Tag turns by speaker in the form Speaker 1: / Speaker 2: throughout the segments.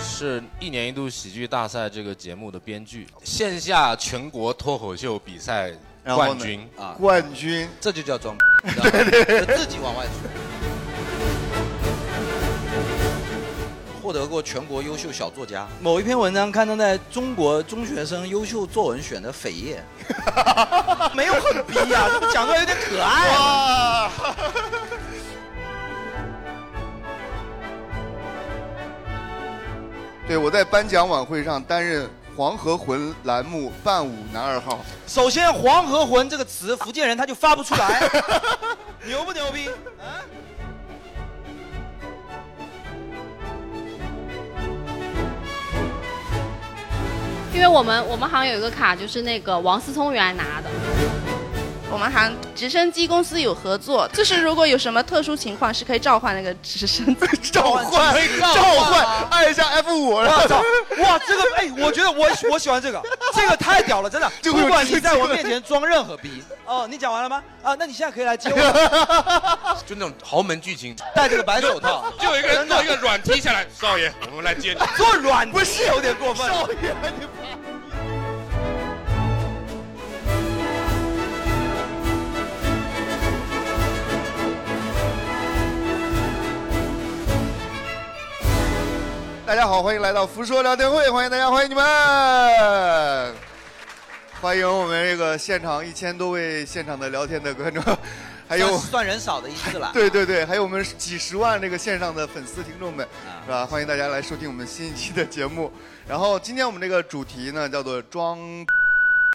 Speaker 1: 是一年一度喜剧大赛这个节目的编剧，线下全国脱口秀比赛
Speaker 2: 然后呢
Speaker 1: 冠军啊，
Speaker 2: 冠军，
Speaker 3: 这就 叫装，你知道吗
Speaker 2: 对对对，
Speaker 3: 就自己往外说。获得过全国优秀小作家。某一篇文章刊登在中国中学生优秀作文选的扉页，没有很逼 啊，这么讲出来有点可爱啊。
Speaker 2: 对我在颁奖晚会上担任黄河魂栏目伴舞男二号，
Speaker 3: 首先，“黄河魂”这个词，福建人他就发不出来， 牛不牛逼？
Speaker 4: 因为我们我们好像有一个卡，就是那个王思聪原来拿的。
Speaker 5: 我们还直升机公司有合作，就是如果有什么特殊情况，是可以召唤那个直升机。
Speaker 2: 召唤，召唤，哎按一下 F 五，
Speaker 6: 我操！哇，这个哎，我觉得我我喜欢这个，这个太屌了，真的。
Speaker 2: 就
Speaker 6: 不
Speaker 2: 会有
Speaker 6: 管
Speaker 2: 刺
Speaker 6: 你
Speaker 2: 激
Speaker 6: 在我
Speaker 2: 了
Speaker 6: 面前装任何逼，哦，你讲完了吗？啊，那你现在可以来接我，
Speaker 1: 就那种豪门剧情，
Speaker 6: 戴着个白手套，
Speaker 7: 就有一个人做一个软踢 下来，少爷，我们来接你。
Speaker 6: 做软不是有点过分。少
Speaker 2: 爷，大家好，欢迎来到福说聊天会，欢迎大家，欢迎你们，欢迎我们这个现场一千多位现场的聊天的观众，还有
Speaker 3: 算算人少的一次 了。
Speaker 2: 对对对，还有我们几十万这个线上的粉丝听众们，是吧？欢迎大家来收听我们新一期的节目。然后今天我们这个主题呢叫做装。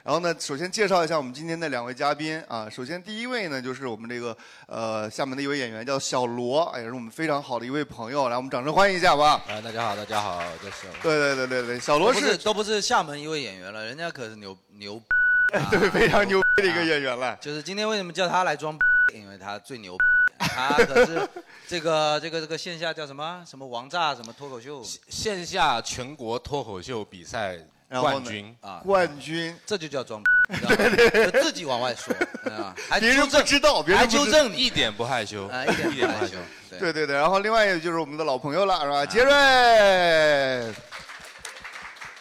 Speaker 2: 然后呢，首先介绍一下我们今天的两位嘉宾啊。首先第一位呢，就是我们这个呃厦门的一位演员叫小罗，哎也是我们非常好的一位朋友。来，我们掌声欢迎一下，好不好？
Speaker 3: 啊，大家好，大家好，我是
Speaker 2: 对对对对对，小罗
Speaker 3: 都不
Speaker 2: 是
Speaker 3: 是都不是厦门一位演员了，人家可是牛牛， 啊
Speaker 2: 对非常牛逼的一个演员了。
Speaker 3: 就是今天为什么叫他来装，因为他最牛，他可 是这个这个这个线下叫什么什么王炸什么脱口秀，
Speaker 1: 线下全国脱口秀比赛
Speaker 2: 然后呢
Speaker 1: 冠军
Speaker 3: 啊，
Speaker 2: 冠军，
Speaker 3: 这 就叫装，你知道吗？就自己往外说，啊，还
Speaker 2: 别人
Speaker 3: 纠
Speaker 2: 不
Speaker 3: 正
Speaker 2: 知道，别
Speaker 3: 还
Speaker 2: 人不知道
Speaker 3: 纠正你
Speaker 1: 一点不害羞，
Speaker 3: 啊，一点不害羞，
Speaker 2: 对
Speaker 3: 对，啊
Speaker 2: 对对，然后另外一个就是我们的老朋友了，是吧？杰瑞。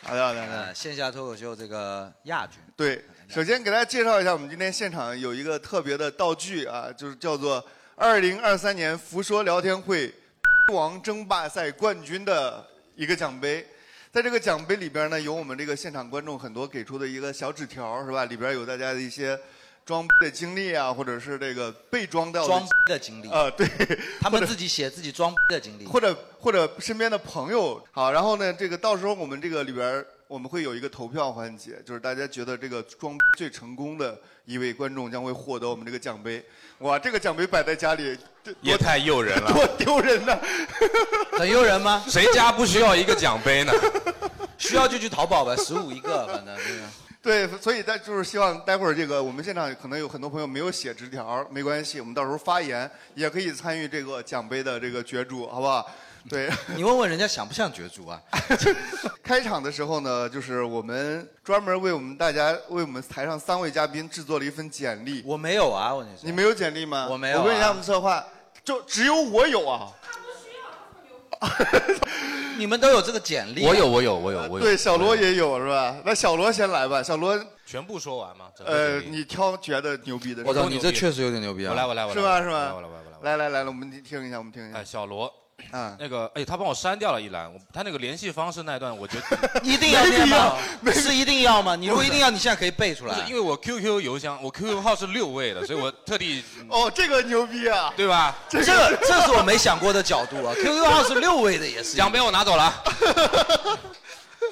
Speaker 2: 好的好的好的，
Speaker 3: 呃，线下脱口秀这个亚军，
Speaker 2: 对，首先给大家介绍一下，我们今天现场有一个特别的道具啊，就是叫做二零二三年福说聊天会王争霸赛冠军的一个奖杯。在这个奖杯里边呢，有我们这个现场观众很多给出的一个小纸条，是吧？里边有大家的一些装的经历啊，或者是这个被装 到的
Speaker 3: 装的经历，
Speaker 2: 啊，对，
Speaker 3: 他
Speaker 2: 或
Speaker 3: 们
Speaker 2: 者
Speaker 3: 自己写自己装的经历，
Speaker 2: 或者或者身边的朋友。好，然后呢，这个到时候我们这个里边儿我们会有一个投票环节，就是大家觉得这个装最成功的一位观众将会获得我们这个奖杯。哇，这个奖杯摆在家里这
Speaker 1: 也太诱人了。
Speaker 2: 多丢人呐！
Speaker 3: 很诱人吗？
Speaker 1: 谁家不需要一个奖杯呢？
Speaker 3: 需要就去淘宝吧，十五一个，反正这个。
Speaker 2: 对，所以大就是希望待会儿这个我们现场可能有很多朋友没有写纸条，没关系，我们到时候发言也可以参与这个奖杯的这个角逐，好不好？对。
Speaker 3: 你问问人家想不想角 逐啊？
Speaker 2: 开场的时候呢，就是我们专门为我们大家为我们台上三位嘉宾制作了一份简历。
Speaker 3: 我没有啊，我跟你说。
Speaker 2: 你没有简历吗？
Speaker 3: 我没有啊
Speaker 2: 我问一下我们策划，就只有我有啊。
Speaker 3: 你们都有这个简历、啊
Speaker 1: 我有，，我有，我有，我有。
Speaker 2: 对，小罗
Speaker 1: 我有
Speaker 2: 也有是吧？那小罗先来吧，小罗，
Speaker 3: 啊
Speaker 1: 全部说完吗？整个
Speaker 2: 呃，
Speaker 1: 简历
Speaker 2: 你挑觉得牛逼的是
Speaker 3: 我
Speaker 2: 吧，
Speaker 3: 操，你这确实有点牛逼啊！
Speaker 1: 我来，我来，我来，
Speaker 2: 是吧？是吧？
Speaker 1: 我来，我来，我来，我来。
Speaker 2: 来来来了，我们听一下，我们听一下。
Speaker 1: 哎，小罗，
Speaker 2: 啊，
Speaker 1: 那个，哎，他帮我删掉了一栏，我他那个联系方式那一段，我觉得
Speaker 3: 一定要念吗？是一定要吗？你如果一定要，你现在可以背出
Speaker 1: 不是
Speaker 3: 来
Speaker 1: 因。为我 QQ 邮箱，我 QQ 号是六位的，所以我特地，
Speaker 2: 哦，这个牛逼啊！
Speaker 1: 对吧？
Speaker 3: 这这是我没想过的角度啊！QQ 号是六位的，也是
Speaker 1: 奖杯我拿走了，啊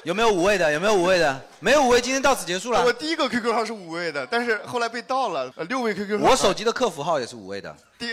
Speaker 3: 有没有五位的？有没有五位的？没有五位，今天到此结束了
Speaker 2: 我。第一个 QQ 号是五位的，但是后来被盗了，呃六位 QQ 号。
Speaker 3: 我手机的客服号也是五位的，
Speaker 2: 第，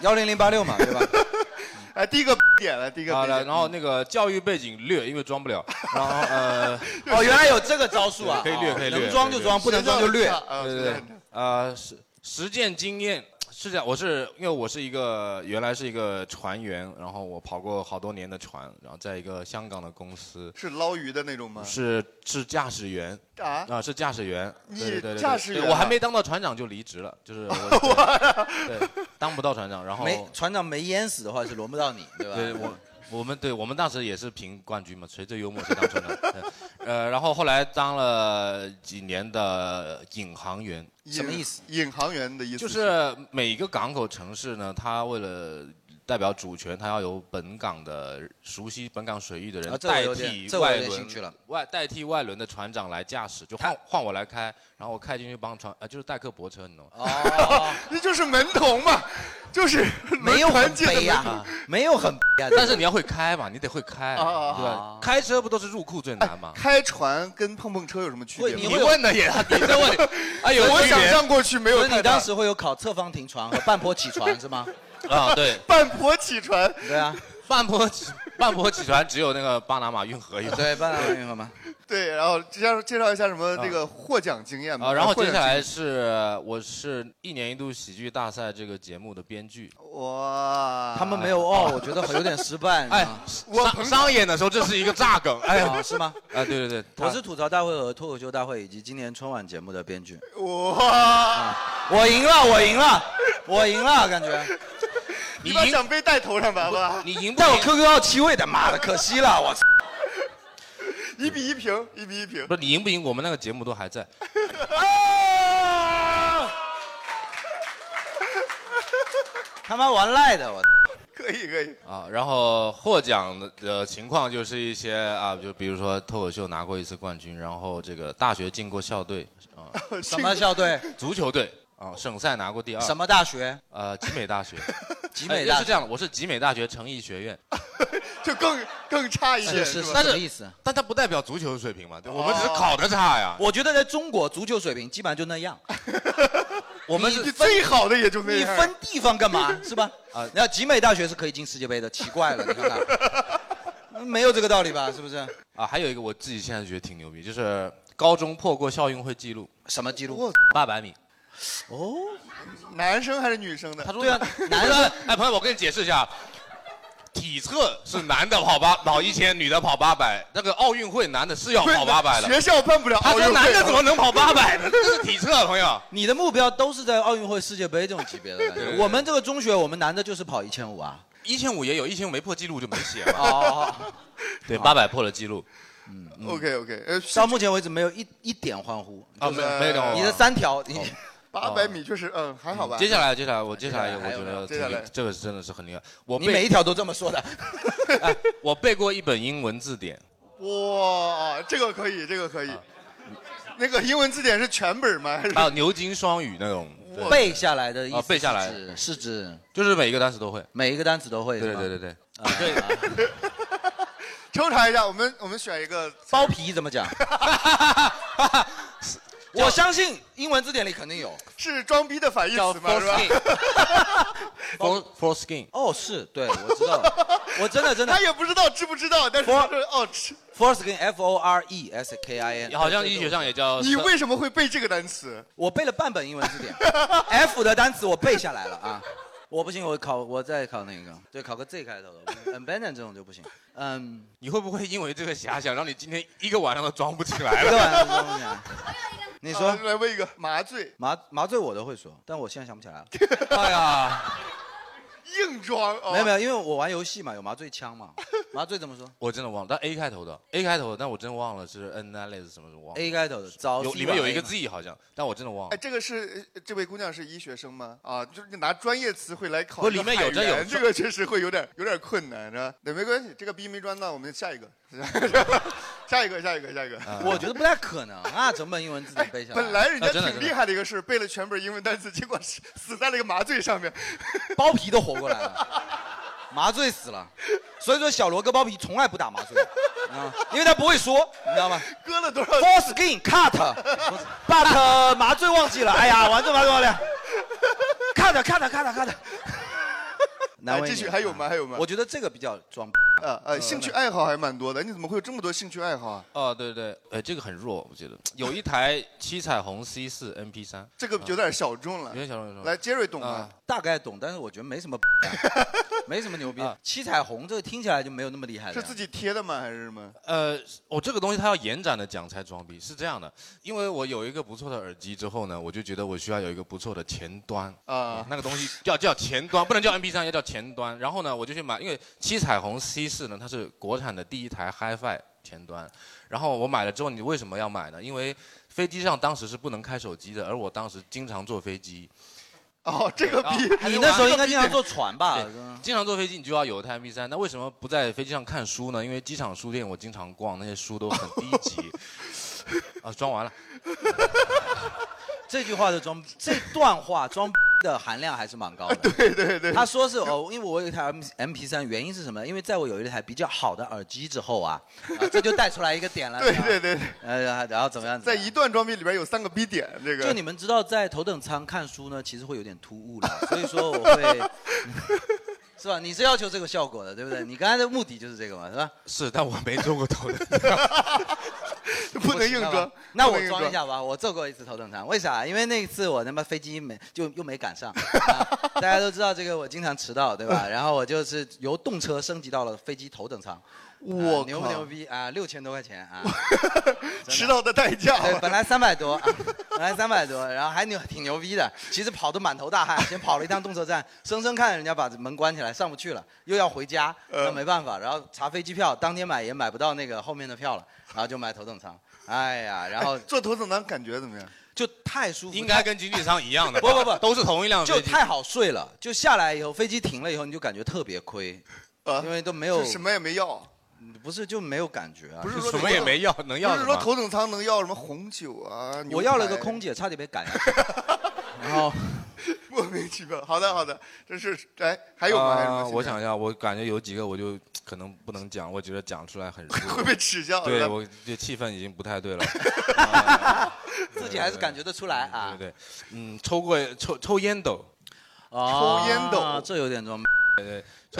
Speaker 3: 幺零零八六嘛，对吧？
Speaker 2: 哎，第一个 点了，第一个
Speaker 1: 好
Speaker 2: 点
Speaker 1: 了，然后那个教育背景略，因为装 不了，然后呃，
Speaker 3: 哦，原来有这个招数啊！
Speaker 1: 可以略可以略
Speaker 3: 能装就装，不能装就略。
Speaker 2: 啊，
Speaker 1: 对对对，呃，实实践经验是这样，我是因为我是一个原来是一个船员，然后我跑过好多年的船，然后在一个香港的公司
Speaker 2: 是捞鱼的那种吗？
Speaker 1: 是是驾驶员
Speaker 2: 啊，
Speaker 1: 啊，是驾驶员，
Speaker 2: 你
Speaker 1: 对对对对，
Speaker 2: 驾驶员
Speaker 1: 对
Speaker 2: 啊
Speaker 1: 我还没当到船长就离职了，就 是我对，当不到船长，然后
Speaker 3: 没船长没淹死的话是轮不到你，对吧？
Speaker 1: 对我。我们对我们当时也是评冠军嘛，谁最幽默谁当春联。 对呃，然后后来当了几年的引航员，
Speaker 2: 什么意思？引航员的意思
Speaker 1: 就是每个港口城市呢，它为了代表主权，它要有本港的熟悉本港水域的人
Speaker 3: 啊这我
Speaker 1: 代
Speaker 3: 有点
Speaker 1: 替
Speaker 3: 这我有
Speaker 1: 外
Speaker 3: 点
Speaker 1: 轮
Speaker 3: 兴趣了，
Speaker 1: 外代替外轮的船长来驾驶，就换换我来开，然后我开进去帮船，呃，就是代客泊车，你懂吗？
Speaker 3: 哦
Speaker 2: 那就是门童嘛，就是
Speaker 1: 没有
Speaker 2: 很
Speaker 1: 很悲啊呀，
Speaker 3: 啊没有很悲呀啊 哦
Speaker 1: 但是你要会开嘛，你得会开，
Speaker 2: 啊啊啊
Speaker 1: 对吧？开车不都是入库最难 吗？
Speaker 2: 开船跟碰碰车有什么区别吗？
Speaker 1: 你问的也，啊你这问的，哎有
Speaker 2: 我
Speaker 1: 区别
Speaker 2: 想象过去没有
Speaker 3: 所
Speaker 2: 太
Speaker 3: 以
Speaker 2: 大。
Speaker 3: 你当时会有考侧方停船和半坡起船是吗？
Speaker 1: 啊，对，
Speaker 2: 半坡起船，
Speaker 3: 对啊，
Speaker 1: 半坡起半坡起船只有那个巴拿马运河有。
Speaker 3: 对，半拉运河 吗？
Speaker 2: 对，然后介绍介绍一下什么这个获奖经验吧。
Speaker 1: 啊啊，然后
Speaker 2: 获
Speaker 1: 接
Speaker 2: 奖
Speaker 1: 下
Speaker 2: 经
Speaker 1: 来
Speaker 2: 验
Speaker 1: 是我是一年一度喜剧大赛这个节目的编剧。
Speaker 2: 哇，
Speaker 3: 他们没有哦，我觉得很有点 失败。
Speaker 1: 哎
Speaker 3: 啊，
Speaker 2: 我
Speaker 1: 商商演的时候这是一个炸梗，哎呀，
Speaker 3: 啊是吗？
Speaker 1: 啊，对对对，他
Speaker 3: 我是吐槽大会和脱口秀大会以及今年春晚节目的编剧。
Speaker 2: 哇，
Speaker 3: 我赢了，我赢了，我赢了， 感觉。
Speaker 2: 你把奖杯戴头上吧，好吧？
Speaker 1: 你赢不
Speaker 3: 但我
Speaker 1: 赢？
Speaker 3: QQ 号七位的，妈的，可惜了，我操。
Speaker 2: 一比一平，一比一平。
Speaker 1: 不是你赢不赢？我们那个节目都还在。
Speaker 3: 他妈玩赖的，我。
Speaker 2: 可以可以，
Speaker 1: 啊，然后获奖的呃情况就是一些啊，就比如说脱口秀拿过一次冠军，然后这个大学进过校队啊，
Speaker 3: 什么校 队？
Speaker 1: 足球队啊，省赛拿过第二，
Speaker 3: 什么大学？
Speaker 1: 呃，集美大学，
Speaker 3: 集
Speaker 1: 集
Speaker 3: 美大
Speaker 1: 是这
Speaker 3: 学？
Speaker 1: 样的，我是集美大学城艺学院，
Speaker 2: 就更更差一点
Speaker 3: 是是
Speaker 2: 吧？
Speaker 1: 但
Speaker 3: 什
Speaker 1: 是
Speaker 3: 么意思？
Speaker 1: 但它不代表足球水平嘛，对我们只是考的差呀。
Speaker 3: 哦我觉得在中国足球水平基本上就那样。我们是
Speaker 2: 你
Speaker 3: 分
Speaker 2: 最好的也就那
Speaker 3: 你
Speaker 2: 样。
Speaker 3: 分地方干嘛？是吧？啊，那集美大学是可以进世界杯的，奇怪了，你看看，没有这个道理吧？是不是？
Speaker 1: 啊，还有一个我自己现在觉得挺牛逼，就是高中破过校运会纪录
Speaker 3: 什么记录？哦
Speaker 1: 八百米。
Speaker 2: 男生还是女生的？
Speaker 1: 对啊，
Speaker 3: 男
Speaker 1: 生，哎，朋友，我跟你解释一下，体测是男的跑八跑一千，女的跑八百，那个奥运会男的是要跑八百的。
Speaker 2: 学校办不了
Speaker 1: 他
Speaker 2: 奥运
Speaker 1: 说
Speaker 2: 会。啊
Speaker 1: 男的怎么能跑八百 呢？这是体测，朋友。
Speaker 3: 你的目标都是在奥运会、世界杯这种级别的感
Speaker 1: 对
Speaker 3: 觉。
Speaker 1: 对对
Speaker 3: 我们这个中学，我们男的就是跑一千五啊。
Speaker 1: 一千五也有，一千五没破纪录就没写嘛。
Speaker 3: 哦，
Speaker 1: 对，八百破了纪录嗯
Speaker 2: OK OK，呃，哦
Speaker 3: 到目前为止没有一一点欢呼。
Speaker 1: 啊，没有没有
Speaker 3: 你的
Speaker 1: 啊。
Speaker 3: 三条，你
Speaker 2: 八百米确实，嗯，还好吧。啊
Speaker 1: 接下来，接下
Speaker 3: 啊
Speaker 1: 来，我接下来，我
Speaker 3: 还有
Speaker 1: 觉得
Speaker 2: 接下来
Speaker 1: 挺这个真的是很厉害。我
Speaker 3: 你每一
Speaker 1: 背，
Speaker 3: 条都这么说的。
Speaker 1: 哎我背过一本英文 字典，
Speaker 2: 哇，这个可以，这个可以。那个英文字典是全本吗？还是哦
Speaker 1: 还有牛津双语那种。对
Speaker 3: 背下来的意思
Speaker 1: 啊背下来
Speaker 3: 是指是指
Speaker 1: 就是每一个单词都会。
Speaker 3: 每一个单词都会。
Speaker 1: 对对
Speaker 3: 是吗
Speaker 1: 对对对，
Speaker 2: 抽查一下，我们我们选一个
Speaker 3: 包皮怎么 讲？我相信英文字典里肯定有。
Speaker 2: 是装逼的反义词吗？是吧？
Speaker 1: for for skin
Speaker 3: 哦，是对，我知道了，我真的真的
Speaker 2: 他也不知道知不知道，但是
Speaker 3: 我
Speaker 2: 他说哦，吃
Speaker 3: foreskin f o r e s k i n，
Speaker 1: 好像医学上也叫
Speaker 2: 你为什么会背这个单词？
Speaker 3: 我背了半本英文 字典，f 的单词我背下来了啊。我不行，我考我再考那个，对，考个 Z 开头的嗯 b a n d o n 这种就不行，嗯，
Speaker 1: 你会不会因为这个遐想，让你今天一个晚上都装不起来
Speaker 3: 这个
Speaker 1: 了？
Speaker 3: 玩意儿都不行。你说
Speaker 2: 啊来问一个麻醉
Speaker 3: 麻麻醉我都会说，但我现在想不 起来了。
Speaker 1: 哎呀，
Speaker 2: 硬装哦，
Speaker 3: 没有没有，因为我玩游戏嘛，有麻醉枪嘛，麻醉 怎么说
Speaker 1: 我真的忘了，但 A 开头的 A 开头的，但我真忘了是 N 啊类似什么什么忘了。
Speaker 3: ？A 开头的，早
Speaker 1: 有
Speaker 3: C
Speaker 1: 里面有一
Speaker 3: 晚
Speaker 1: 个
Speaker 3: A 嘛
Speaker 1: Z 好像，但我真的忘
Speaker 2: 哎，
Speaker 1: 了。
Speaker 2: 这个是呃这位姑娘是医学生吗？啊，就是你拿专业词汇来考
Speaker 1: 不
Speaker 2: 一个
Speaker 1: 里面有
Speaker 2: 海
Speaker 1: 真有
Speaker 2: 员这个确实会有点有点困难，是吧？对，没关系，这个逼没装到，我们下一个， 下一个，下一个，下一个。
Speaker 3: 我觉得不太可能啊，整本英文字典背下来。
Speaker 2: 本来人家
Speaker 1: 啊真的
Speaker 2: 挺
Speaker 1: 真的
Speaker 2: 厉害的一个事，背了全本英文单词，结果死死在了一个麻醉上面。 哎
Speaker 3: 包皮都活过来 了，麻醉死了。所以说小罗割包皮从来不 打麻醉，啊，因为他不会说，你知道吗
Speaker 2: 割了多少？
Speaker 3: ？Foreskin cut，but 呃麻醉忘记了。哎呀，完这麻醉忘了，cut cut cut cut。难为你啊
Speaker 2: 继续还有吗还有吗
Speaker 3: 我觉得这个比较装。嗯
Speaker 2: 啊啊，兴趣爱好还蛮多的，你怎么会有这么多兴趣爱好啊？
Speaker 1: 哦，对对，哎，这个很弱，我觉得。有一台七彩虹 C 四 MP 三，
Speaker 2: 这个有点小众了
Speaker 1: 有。点小众。
Speaker 2: 来，杰瑞懂吗
Speaker 1: 啊？
Speaker 3: 大概懂，但是我觉得没什么， 没什么牛逼
Speaker 1: 啊。
Speaker 3: 七彩虹这个听起来就没有那么厉害哎了呀。
Speaker 2: 是自己贴的吗？还是什么？
Speaker 1: 呃，我这个东西它要延展的讲才装逼，是这样的，因为我有一个不错的耳机之后呢，我就觉得我需要有一个不错的前端
Speaker 2: 啊
Speaker 1: 啊，那个东西叫叫前端，不能叫 MP 3要叫前端。然后呢，我就去买，因为七彩虹 C 四呢，它是国产的第一台 HiFi 前端。然后我买了之后，你为什么要买呢？因为飞机上当时是不能开手机的，而我当时经常坐飞机。
Speaker 2: 哦，这
Speaker 1: 啊
Speaker 2: 个比
Speaker 3: 你那时候应该经常坐船吧？
Speaker 1: 对经常坐飞机，你就要有一台 M P 三。那为什么不在飞机上看书呢？因为机场书店我经常逛，那些书都很低级。 啊，装完了。
Speaker 3: 这句话的装，这段话装的含量还是蛮高的。对
Speaker 2: 对对，
Speaker 3: 他说是哦，因为我有一台 M M P 三，原因是什么？因为在我有一台比较好的耳机之后啊，啊这就带出来一个点 了。对
Speaker 2: 对对。
Speaker 3: 呃，然后怎么样？
Speaker 2: 在一段装逼里边有三个逼点，这个
Speaker 3: 就你们知道，在头等舱看书呢，其实会有点突兀了， 所以说我会，嗯是吧？你是要求这个效果的，对不对？你刚才的目的就是这个嘛，是吧？
Speaker 1: 是，但我没坐过头等。
Speaker 2: 不能硬
Speaker 3: 那
Speaker 2: 装
Speaker 3: 我。啊那
Speaker 2: 不
Speaker 3: 我
Speaker 2: 能硬
Speaker 3: 装一下吧，我坐过一次头等舱，为啥？因为那次我他妈飞机没就又没赶上、啊 大家都知道这个我经常迟到，对 吧？然后我就是由动车升级到了飞机头等舱。
Speaker 2: 我
Speaker 3: 啊牛不
Speaker 2: 靠
Speaker 3: 牛逼啊？六千多块钱啊！
Speaker 2: 迟到的代价。
Speaker 3: 对，本来三百多、啊本来三百多，然后还牛挺牛逼的。其实跑得满头大汗， 先跑了一趟动车站，生生看着人家把门关起来，上不去了，又要回家，
Speaker 2: 呃
Speaker 3: 那没办法，然后查飞机票，当天买也买不到那个后面的票了，然后就买头等舱。哎呀，然后
Speaker 2: 哎 坐头等舱感觉怎么样？
Speaker 3: 就太舒服，
Speaker 1: 应该跟经济舱 一样的吧。
Speaker 3: 不不不
Speaker 1: 都是同一辆飞
Speaker 3: 就
Speaker 1: 机。
Speaker 3: 太好睡了，就下来以后，飞机停了以后，你就感觉特别亏，
Speaker 2: 啊
Speaker 3: 因为都没
Speaker 2: 就
Speaker 3: 有
Speaker 2: 什么也没要，
Speaker 3: 不是就没有感觉啊
Speaker 2: 不。是说
Speaker 1: 什么也没要，
Speaker 2: 不
Speaker 1: 能要
Speaker 2: 是
Speaker 1: 什
Speaker 2: 说
Speaker 1: 么？
Speaker 2: 头等舱能要什么红酒啊？牛
Speaker 3: 我要了
Speaker 2: 排
Speaker 3: 个空姐，差点被 赶下去。然后
Speaker 2: 莫名其妙。好的好的，这是哎 还有吗？还有
Speaker 1: 啊
Speaker 2: 吗？
Speaker 1: 我想一下，我感觉有几个我就可能不能讲，我觉得讲出 来很
Speaker 2: 会被耻笑。是
Speaker 1: 对，
Speaker 2: 吧
Speaker 1: 我这气氛已经不太对了。
Speaker 3: 自己还是感觉得出来啊
Speaker 1: 对。对，对嗯，抽过抽抽烟斗，
Speaker 3: 哦
Speaker 2: 抽烟斗
Speaker 3: 这有点装。
Speaker 1: 抽
Speaker 2: 哎，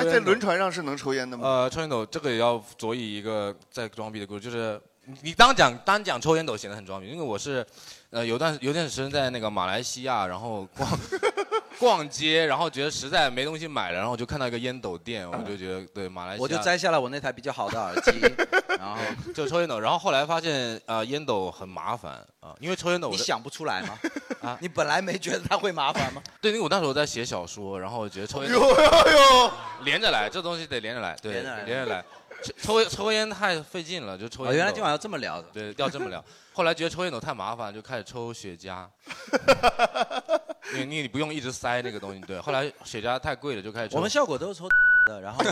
Speaker 1: 烟
Speaker 2: 在
Speaker 1: 斗
Speaker 2: 轮船上是能抽烟的吗？
Speaker 1: 呃，抽烟斗这个也要佐以一个在装逼的故事，就是你你当讲单讲抽烟斗显得很装逼，因为我是，呃，有段有段时间在那个马来西亚，然后逛 逛街，然后觉得实在没东西买了，然后我就看到一个烟斗店，我就觉得对马来西亚，
Speaker 3: 我就摘下了我那台比较好的耳机，然后
Speaker 1: 就抽烟斗，然后后来发现呃烟斗很麻烦啊、因为抽烟斗我
Speaker 3: 你
Speaker 1: 在
Speaker 3: 想不出来吗？
Speaker 1: 啊
Speaker 3: 你本来没觉得它会麻烦吗？哎
Speaker 1: 对，因为我那时候在写小说，然后我觉得抽烟
Speaker 2: 呦 呦呦！
Speaker 1: 连着来，这东西得连着来，对，
Speaker 3: 连着来
Speaker 1: 连着来，抽抽抽烟太费劲了，就抽烟
Speaker 3: 哦，
Speaker 1: 斗。
Speaker 3: 原来今晚要这么聊的。
Speaker 1: 对，要这么聊。后来觉得抽烟斗太麻烦，就开始抽雪茄。你你你不用一直塞那个东西，对。后来雪茄太贵了，就开始抽。
Speaker 3: 我们效果都是抽的，然后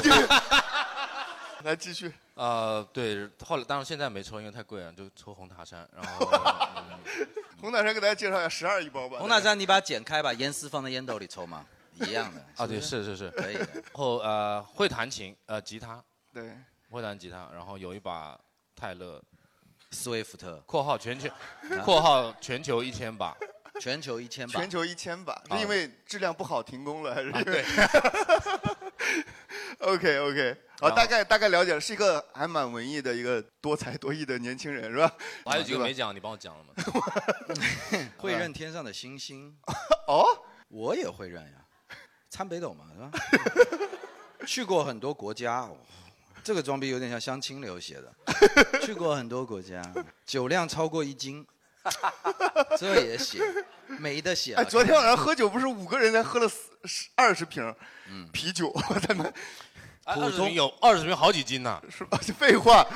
Speaker 2: 来继续，
Speaker 1: 呃对，后来当然现在没抽，因为太贵了，就抽红塔山。然后、嗯
Speaker 2: 红塔山给大家介绍一下，十二一包吧。
Speaker 3: 红塔山你把它剪开，把烟丝放在烟斗里抽 嘛，一样的。
Speaker 1: 啊
Speaker 3: 是
Speaker 1: 对
Speaker 3: 不是
Speaker 1: 是是是。
Speaker 3: 可以 的。
Speaker 1: 然后呃会弹琴呃吉他
Speaker 2: 对，
Speaker 1: 会弹吉他，然后有一把泰勒
Speaker 3: 斯威夫特啊
Speaker 1: （括号全球括号全球一千把
Speaker 3: 全球一千把
Speaker 2: 全，球一千
Speaker 3: 啊
Speaker 2: 把，
Speaker 1: 好
Speaker 2: 是因为质量不好停工了，还是
Speaker 1: 啊
Speaker 2: 因 为？OK OK，好，啊
Speaker 1: 然后
Speaker 2: 大概大概了解了，是一个还蛮文艺的一个多才多艺的年轻人，是吧？）。
Speaker 1: 我还有几
Speaker 2: 对
Speaker 1: 个
Speaker 2: 吧啊
Speaker 1: 没讲，你帮我讲了吗？
Speaker 3: 会认天上的星星。
Speaker 2: 哦，
Speaker 3: 我也会认呀，参北斗嘛，是吧？去过很多国家，哦这个装逼有点像相亲流写 的。去过很多国家，酒量超过一 斤，这也写，没得写
Speaker 2: 哎，
Speaker 3: 了。
Speaker 2: 昨天晚上喝酒不是五个人才喝了四十二十瓶啤酒， 我才能
Speaker 1: 哎
Speaker 3: 普
Speaker 1: 嗯二十
Speaker 3: 通
Speaker 1: 瓶有二十瓶好几斤呢、
Speaker 2: 是吧？废话，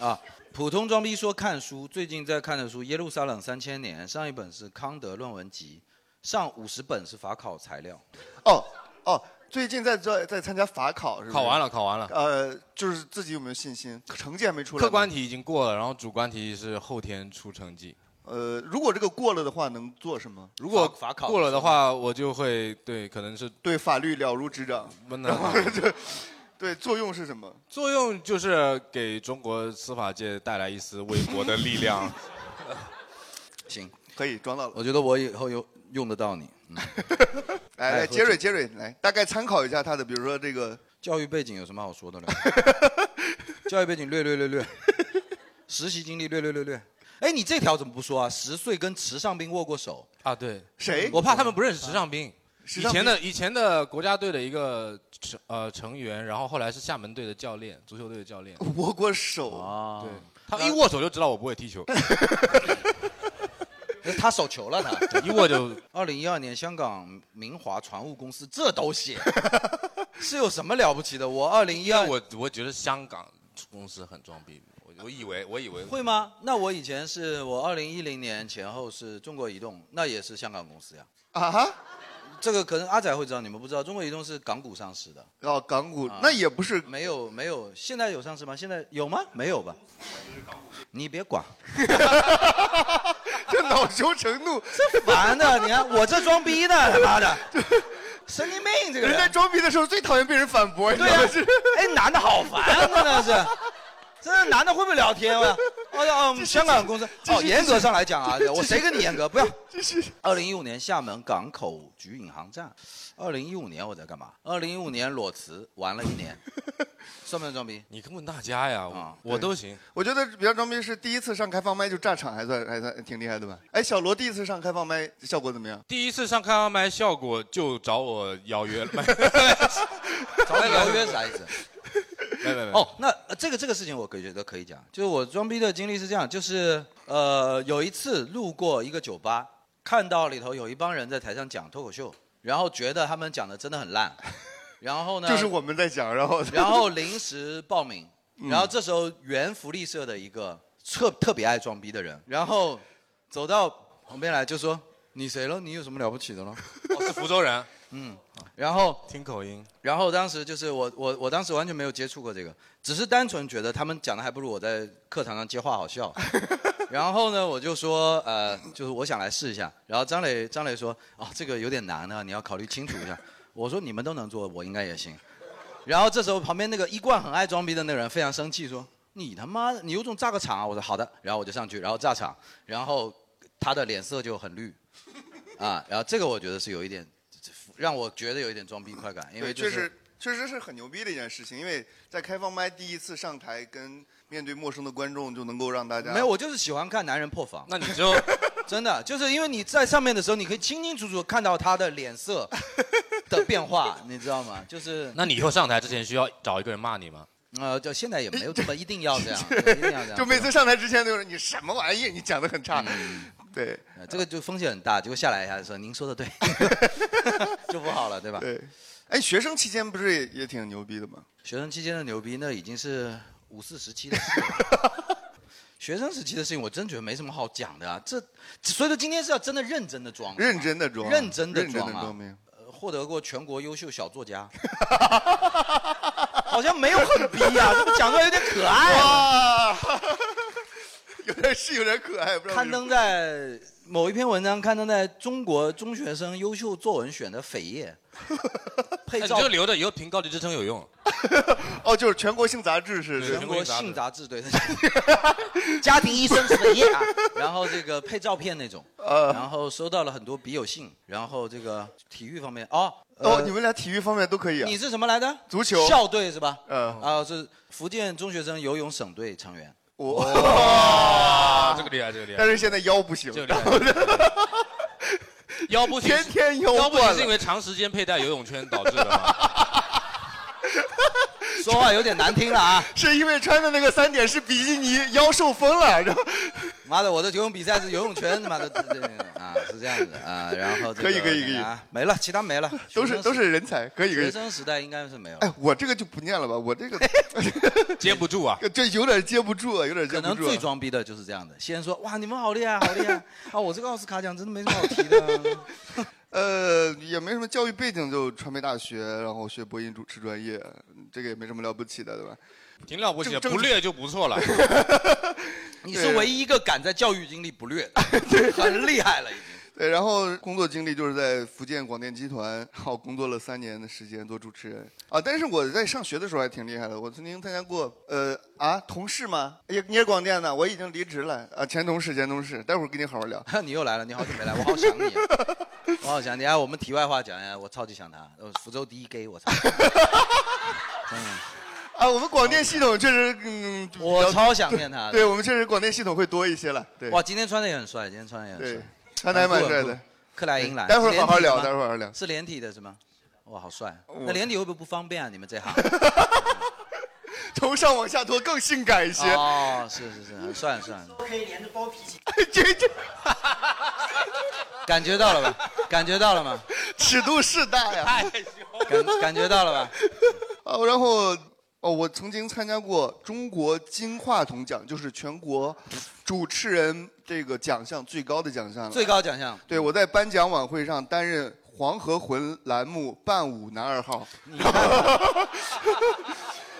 Speaker 3: 啊，普通装逼说看书，最近在看的书《耶路撒冷三千年》，上一本是康德论文集，上五十本是法考材料。
Speaker 2: 哦哦，最近在在在参加法考是吧？
Speaker 1: 考完。了，考完了。
Speaker 2: 呃，就是自己有没有信心？成绩还没出来吗。
Speaker 1: 客观题已经过了，然后主观题是后天出成绩。
Speaker 2: 呃，如果这个过了的话，能做什么？
Speaker 1: 如果
Speaker 3: 法法考
Speaker 1: 过了的话，我就会对，可能是
Speaker 2: 对法律了如指掌，
Speaker 1: 不能
Speaker 2: 然后就 对作用是什么？
Speaker 1: 作用就是给中国司法界带来一丝微薄的力量。
Speaker 3: 行，
Speaker 2: 可以装到了。
Speaker 3: 我觉得我以后有用得到你。嗯
Speaker 2: 来来，
Speaker 3: 哎
Speaker 2: 杰瑞杰瑞来，大概参考一下他的，比如说这个
Speaker 3: 教育背景有什么好说的 呢？教育背景略略略略，实习经历略略略略。哎，你这条怎么不说啊？十岁跟池尚斌握过手，
Speaker 1: 啊，对，
Speaker 2: 谁？啊
Speaker 1: 我怕他们不认识石尚斌。
Speaker 2: 时
Speaker 1: 以
Speaker 2: 尚
Speaker 1: 前的以前的呃国家队的一个成呃成员，然后后来是厦门队的教练，足球队的教练。
Speaker 2: 握过手，
Speaker 3: 啊
Speaker 1: 对，他一握手就知道我不会踢球。
Speaker 3: 他手球了他，
Speaker 1: 一握就。
Speaker 3: 二零一二年香港明华船务公司，这都写， 是有什么了不起的？我二零一二，
Speaker 1: 我我觉得香港公司很装逼，我我以为我以为
Speaker 3: 会吗？那我以前是我二零一零年前后是中国移动，那也是香港公司呀。
Speaker 2: 啊哈，
Speaker 3: 这个可能阿仔会知道，你们不知道，中国移动是港股上市的。
Speaker 2: 哦，港股
Speaker 3: 啊
Speaker 2: 那也不是
Speaker 3: 没有没有，现在有上市吗？现在有吗？没有吧？你别管，
Speaker 2: 这恼羞成怒，
Speaker 3: 这烦的！你看哎我这装逼呢，他妈的，神经病这个
Speaker 2: 人在装逼的时候最讨厌被人反驳，你知
Speaker 3: 对
Speaker 2: 道
Speaker 3: 呀、
Speaker 2: 吗是
Speaker 3: 哎，男的好烦啊，真的是，这男的会不会聊天啊？哦哦，嗯香港公司
Speaker 2: 这是
Speaker 3: 哦，严格上来讲啊，我谁跟你严格？不要。
Speaker 2: 这是
Speaker 3: 二零一五年厦门港口局引航站，二零一五年我在干嘛？二零一五年裸辞玩了一 年，算不算装逼？啊
Speaker 1: 你问大家呀，我我都行。
Speaker 2: 我觉得比较装逼是第一次上开放麦就炸场，还算还算挺厉害的吧？哎，小罗第一次上开放麦效果怎么样？
Speaker 1: 第一次上开放麦，效果就找我邀约了， 没
Speaker 3: 找你邀约啥意思？
Speaker 1: 没没没。
Speaker 3: 哦，那呃这个这个事情我可觉得可以讲，就是我装逼的经历是这样，就是呃有一次路过一个酒吧，看到里头有一帮人在台上讲脱口秀，然后觉得他们讲的真的很烂，然后 呢，
Speaker 2: 就是我们在讲，然后 嗯
Speaker 3: 然后临时报名，然后这时候原福利社的一个特特别爱装逼的人，然后走到旁边来就说：“你谁了？你有什么了不起的了
Speaker 1: 哦
Speaker 3: 嗯
Speaker 1: 我是福州人，？”
Speaker 3: 然后
Speaker 1: 听口音。
Speaker 3: 然后当时就是我我我当时完全没有接触过这个，只是单纯觉得他们讲的还不如我在课堂上接话好笑。 然后呢，我就说呃，就是我想来试一下。然后张磊张磊说哦，这个有点难啊，你要考虑清楚一下。我说你们都能做，我应该也行。然后这时候旁边那个一贯很爱装逼的那个人非常生气说：“你他妈的，你有种炸个场啊！”我说好的，然后我就上去，然后炸场，然后他的脸色就很绿，啊，然后这个我觉得是有一点，让我觉得有一点装逼快感，因为
Speaker 2: 对，
Speaker 3: 就
Speaker 2: 确
Speaker 3: 是
Speaker 2: 实确实是很牛逼的一件事情，因为在开放麦第一次上台跟面对陌生的观众，就能够让大家
Speaker 3: 没有，我就是喜欢看男人破防，
Speaker 1: 那你就
Speaker 3: 真的就是因为你在上面的时候，你可以清清楚楚地看到他的 脸色的变化，你知道吗？就是
Speaker 1: 那你以后上台之前需要找一个人骂你吗？
Speaker 3: 呃，就现在也没有这 么一定要这样，对一定要这样，
Speaker 2: 就每次上台之前都是你什么玩意，你讲的很差， 对
Speaker 3: 呃这个就风险很大，结果下来还说您说 的对， 就不好了，对吧？
Speaker 2: 对。哎，学生期间不是也也挺牛逼的吗？
Speaker 3: 学生期间的牛逼，那已经是五四时期的事了。 学生时期的事情，我真觉得没什么好讲的啊。这，所以说今天是要真的认真的装，
Speaker 2: 认真的装，
Speaker 3: 哦认真地
Speaker 2: 认真的
Speaker 3: 装啊
Speaker 2: 装逼。
Speaker 3: 呃获得过全国优秀小作 家，好像没有很逼啊，这么讲出来有点可爱啊。
Speaker 2: 哇，有点是有点可爱，不知道为
Speaker 3: 刊
Speaker 2: 什么
Speaker 3: 登在某一篇文章，刊登在中国中学生优秀作文选的扉页，配
Speaker 1: 哎你
Speaker 3: 照
Speaker 1: 就留着，以后评高低职称有用。
Speaker 2: 哦，就是全国性杂志是
Speaker 1: 对
Speaker 2: 是
Speaker 3: 全国性杂志对， 家庭医生扉页啊，然后这个配照片那种，
Speaker 2: 呃
Speaker 3: 然后收到了很多笔友信，然后这个体育方面哦，
Speaker 2: 哦，
Speaker 3: 呃
Speaker 2: 你们俩体育方面都可以啊
Speaker 3: 你。是什么来的？
Speaker 2: 足球
Speaker 3: 校队是吧？
Speaker 2: 嗯
Speaker 3: 啊，是福建中学生游泳省队成员。
Speaker 1: 啊，这个厉害，这个厉害
Speaker 2: 但，是现在腰不行，
Speaker 1: 这个厉害。腰不行，
Speaker 2: 天天腰
Speaker 1: 腰不行
Speaker 2: 断
Speaker 1: 是因
Speaker 2: 了。
Speaker 1: 为长时间佩戴游泳圈导致 的吗？
Speaker 3: 说话有点难听了啊！
Speaker 2: 是因为穿的那个三点式比基尼，腰受风了，然后
Speaker 3: 妈的，我的游泳比赛是游泳圈，妈的，这这啊是这样子啊，然后这
Speaker 2: 可
Speaker 3: 个
Speaker 2: 以可以可以
Speaker 3: 啊，没了，其他没了，
Speaker 2: 都
Speaker 3: 学
Speaker 2: 是
Speaker 3: 生
Speaker 2: 都
Speaker 3: 时
Speaker 2: 是人才，可以可
Speaker 3: 学
Speaker 2: 以。
Speaker 3: 生时代应该是没有，
Speaker 2: 哎，我这个就不念了吧，我这个
Speaker 1: 接不住啊！
Speaker 2: 这有点接不住，啊，有点接
Speaker 3: 可
Speaker 2: 不
Speaker 3: 能
Speaker 2: 住
Speaker 3: 最
Speaker 2: 啊。
Speaker 3: 装逼的就是这样的，先说哇你们好厉害好 厉害啊，我这个奥斯卡奖真的没什么好提的啊，
Speaker 2: 呃，也没什么教育背景，就传媒大学，然后学播音主持专业，这个也没什么了不起的，对吧？
Speaker 1: 挺了不起的，
Speaker 2: 正
Speaker 1: 不略就不错了。
Speaker 3: 你是唯一一个敢在教育经历不 略的，很厉害了已经。
Speaker 2: 对，然后工作经历就是在福建广电集团，然后工作了三年的时间做主持人啊。但是我在上学的时候还挺厉害的，我曾经参加过呃啊同事吗？也你也广电的，我已经离职了啊，前同事前同事，待会儿跟你好好 聊。
Speaker 3: 你又来了，你好久没来，我好想你、啊， 我好想你啊！我们题外话讲一下，我超级想他，呃福州第一 gay，我操，
Speaker 2: 啊，我们广电系统确实嗯，比较
Speaker 3: 我超想念他的。
Speaker 2: 对我们确实广电系统会多一些了，对
Speaker 3: 哇，今天穿的也很帅，今天穿的也很
Speaker 2: 对
Speaker 3: 帅，，
Speaker 2: 穿的还蛮帅的。。
Speaker 3: 克莱因蓝，
Speaker 2: 待会儿
Speaker 3: 是连
Speaker 2: 好好
Speaker 3: 体的
Speaker 2: 聊，
Speaker 3: 吗
Speaker 2: 待会儿好好聊。
Speaker 3: 是连体的是吗？哇，好帅！那连体会不会不方便啊？你 们这行？
Speaker 2: 从上往下拖更性感一些。
Speaker 3: 哦，是是是，很帅很帅。
Speaker 2: 这这，
Speaker 3: 感觉到 了吧？感觉到了吗？
Speaker 2: 尺度是大呀，
Speaker 3: 感感觉到了 吧？
Speaker 2: 啊，然后哦，我曾经参加过中国金话筒奖，就是全国主持人这个奖项最高的奖项了，
Speaker 3: 最高奖项。
Speaker 2: 对，我在颁奖晚会上担任《黄河魂》栏目伴舞男二号，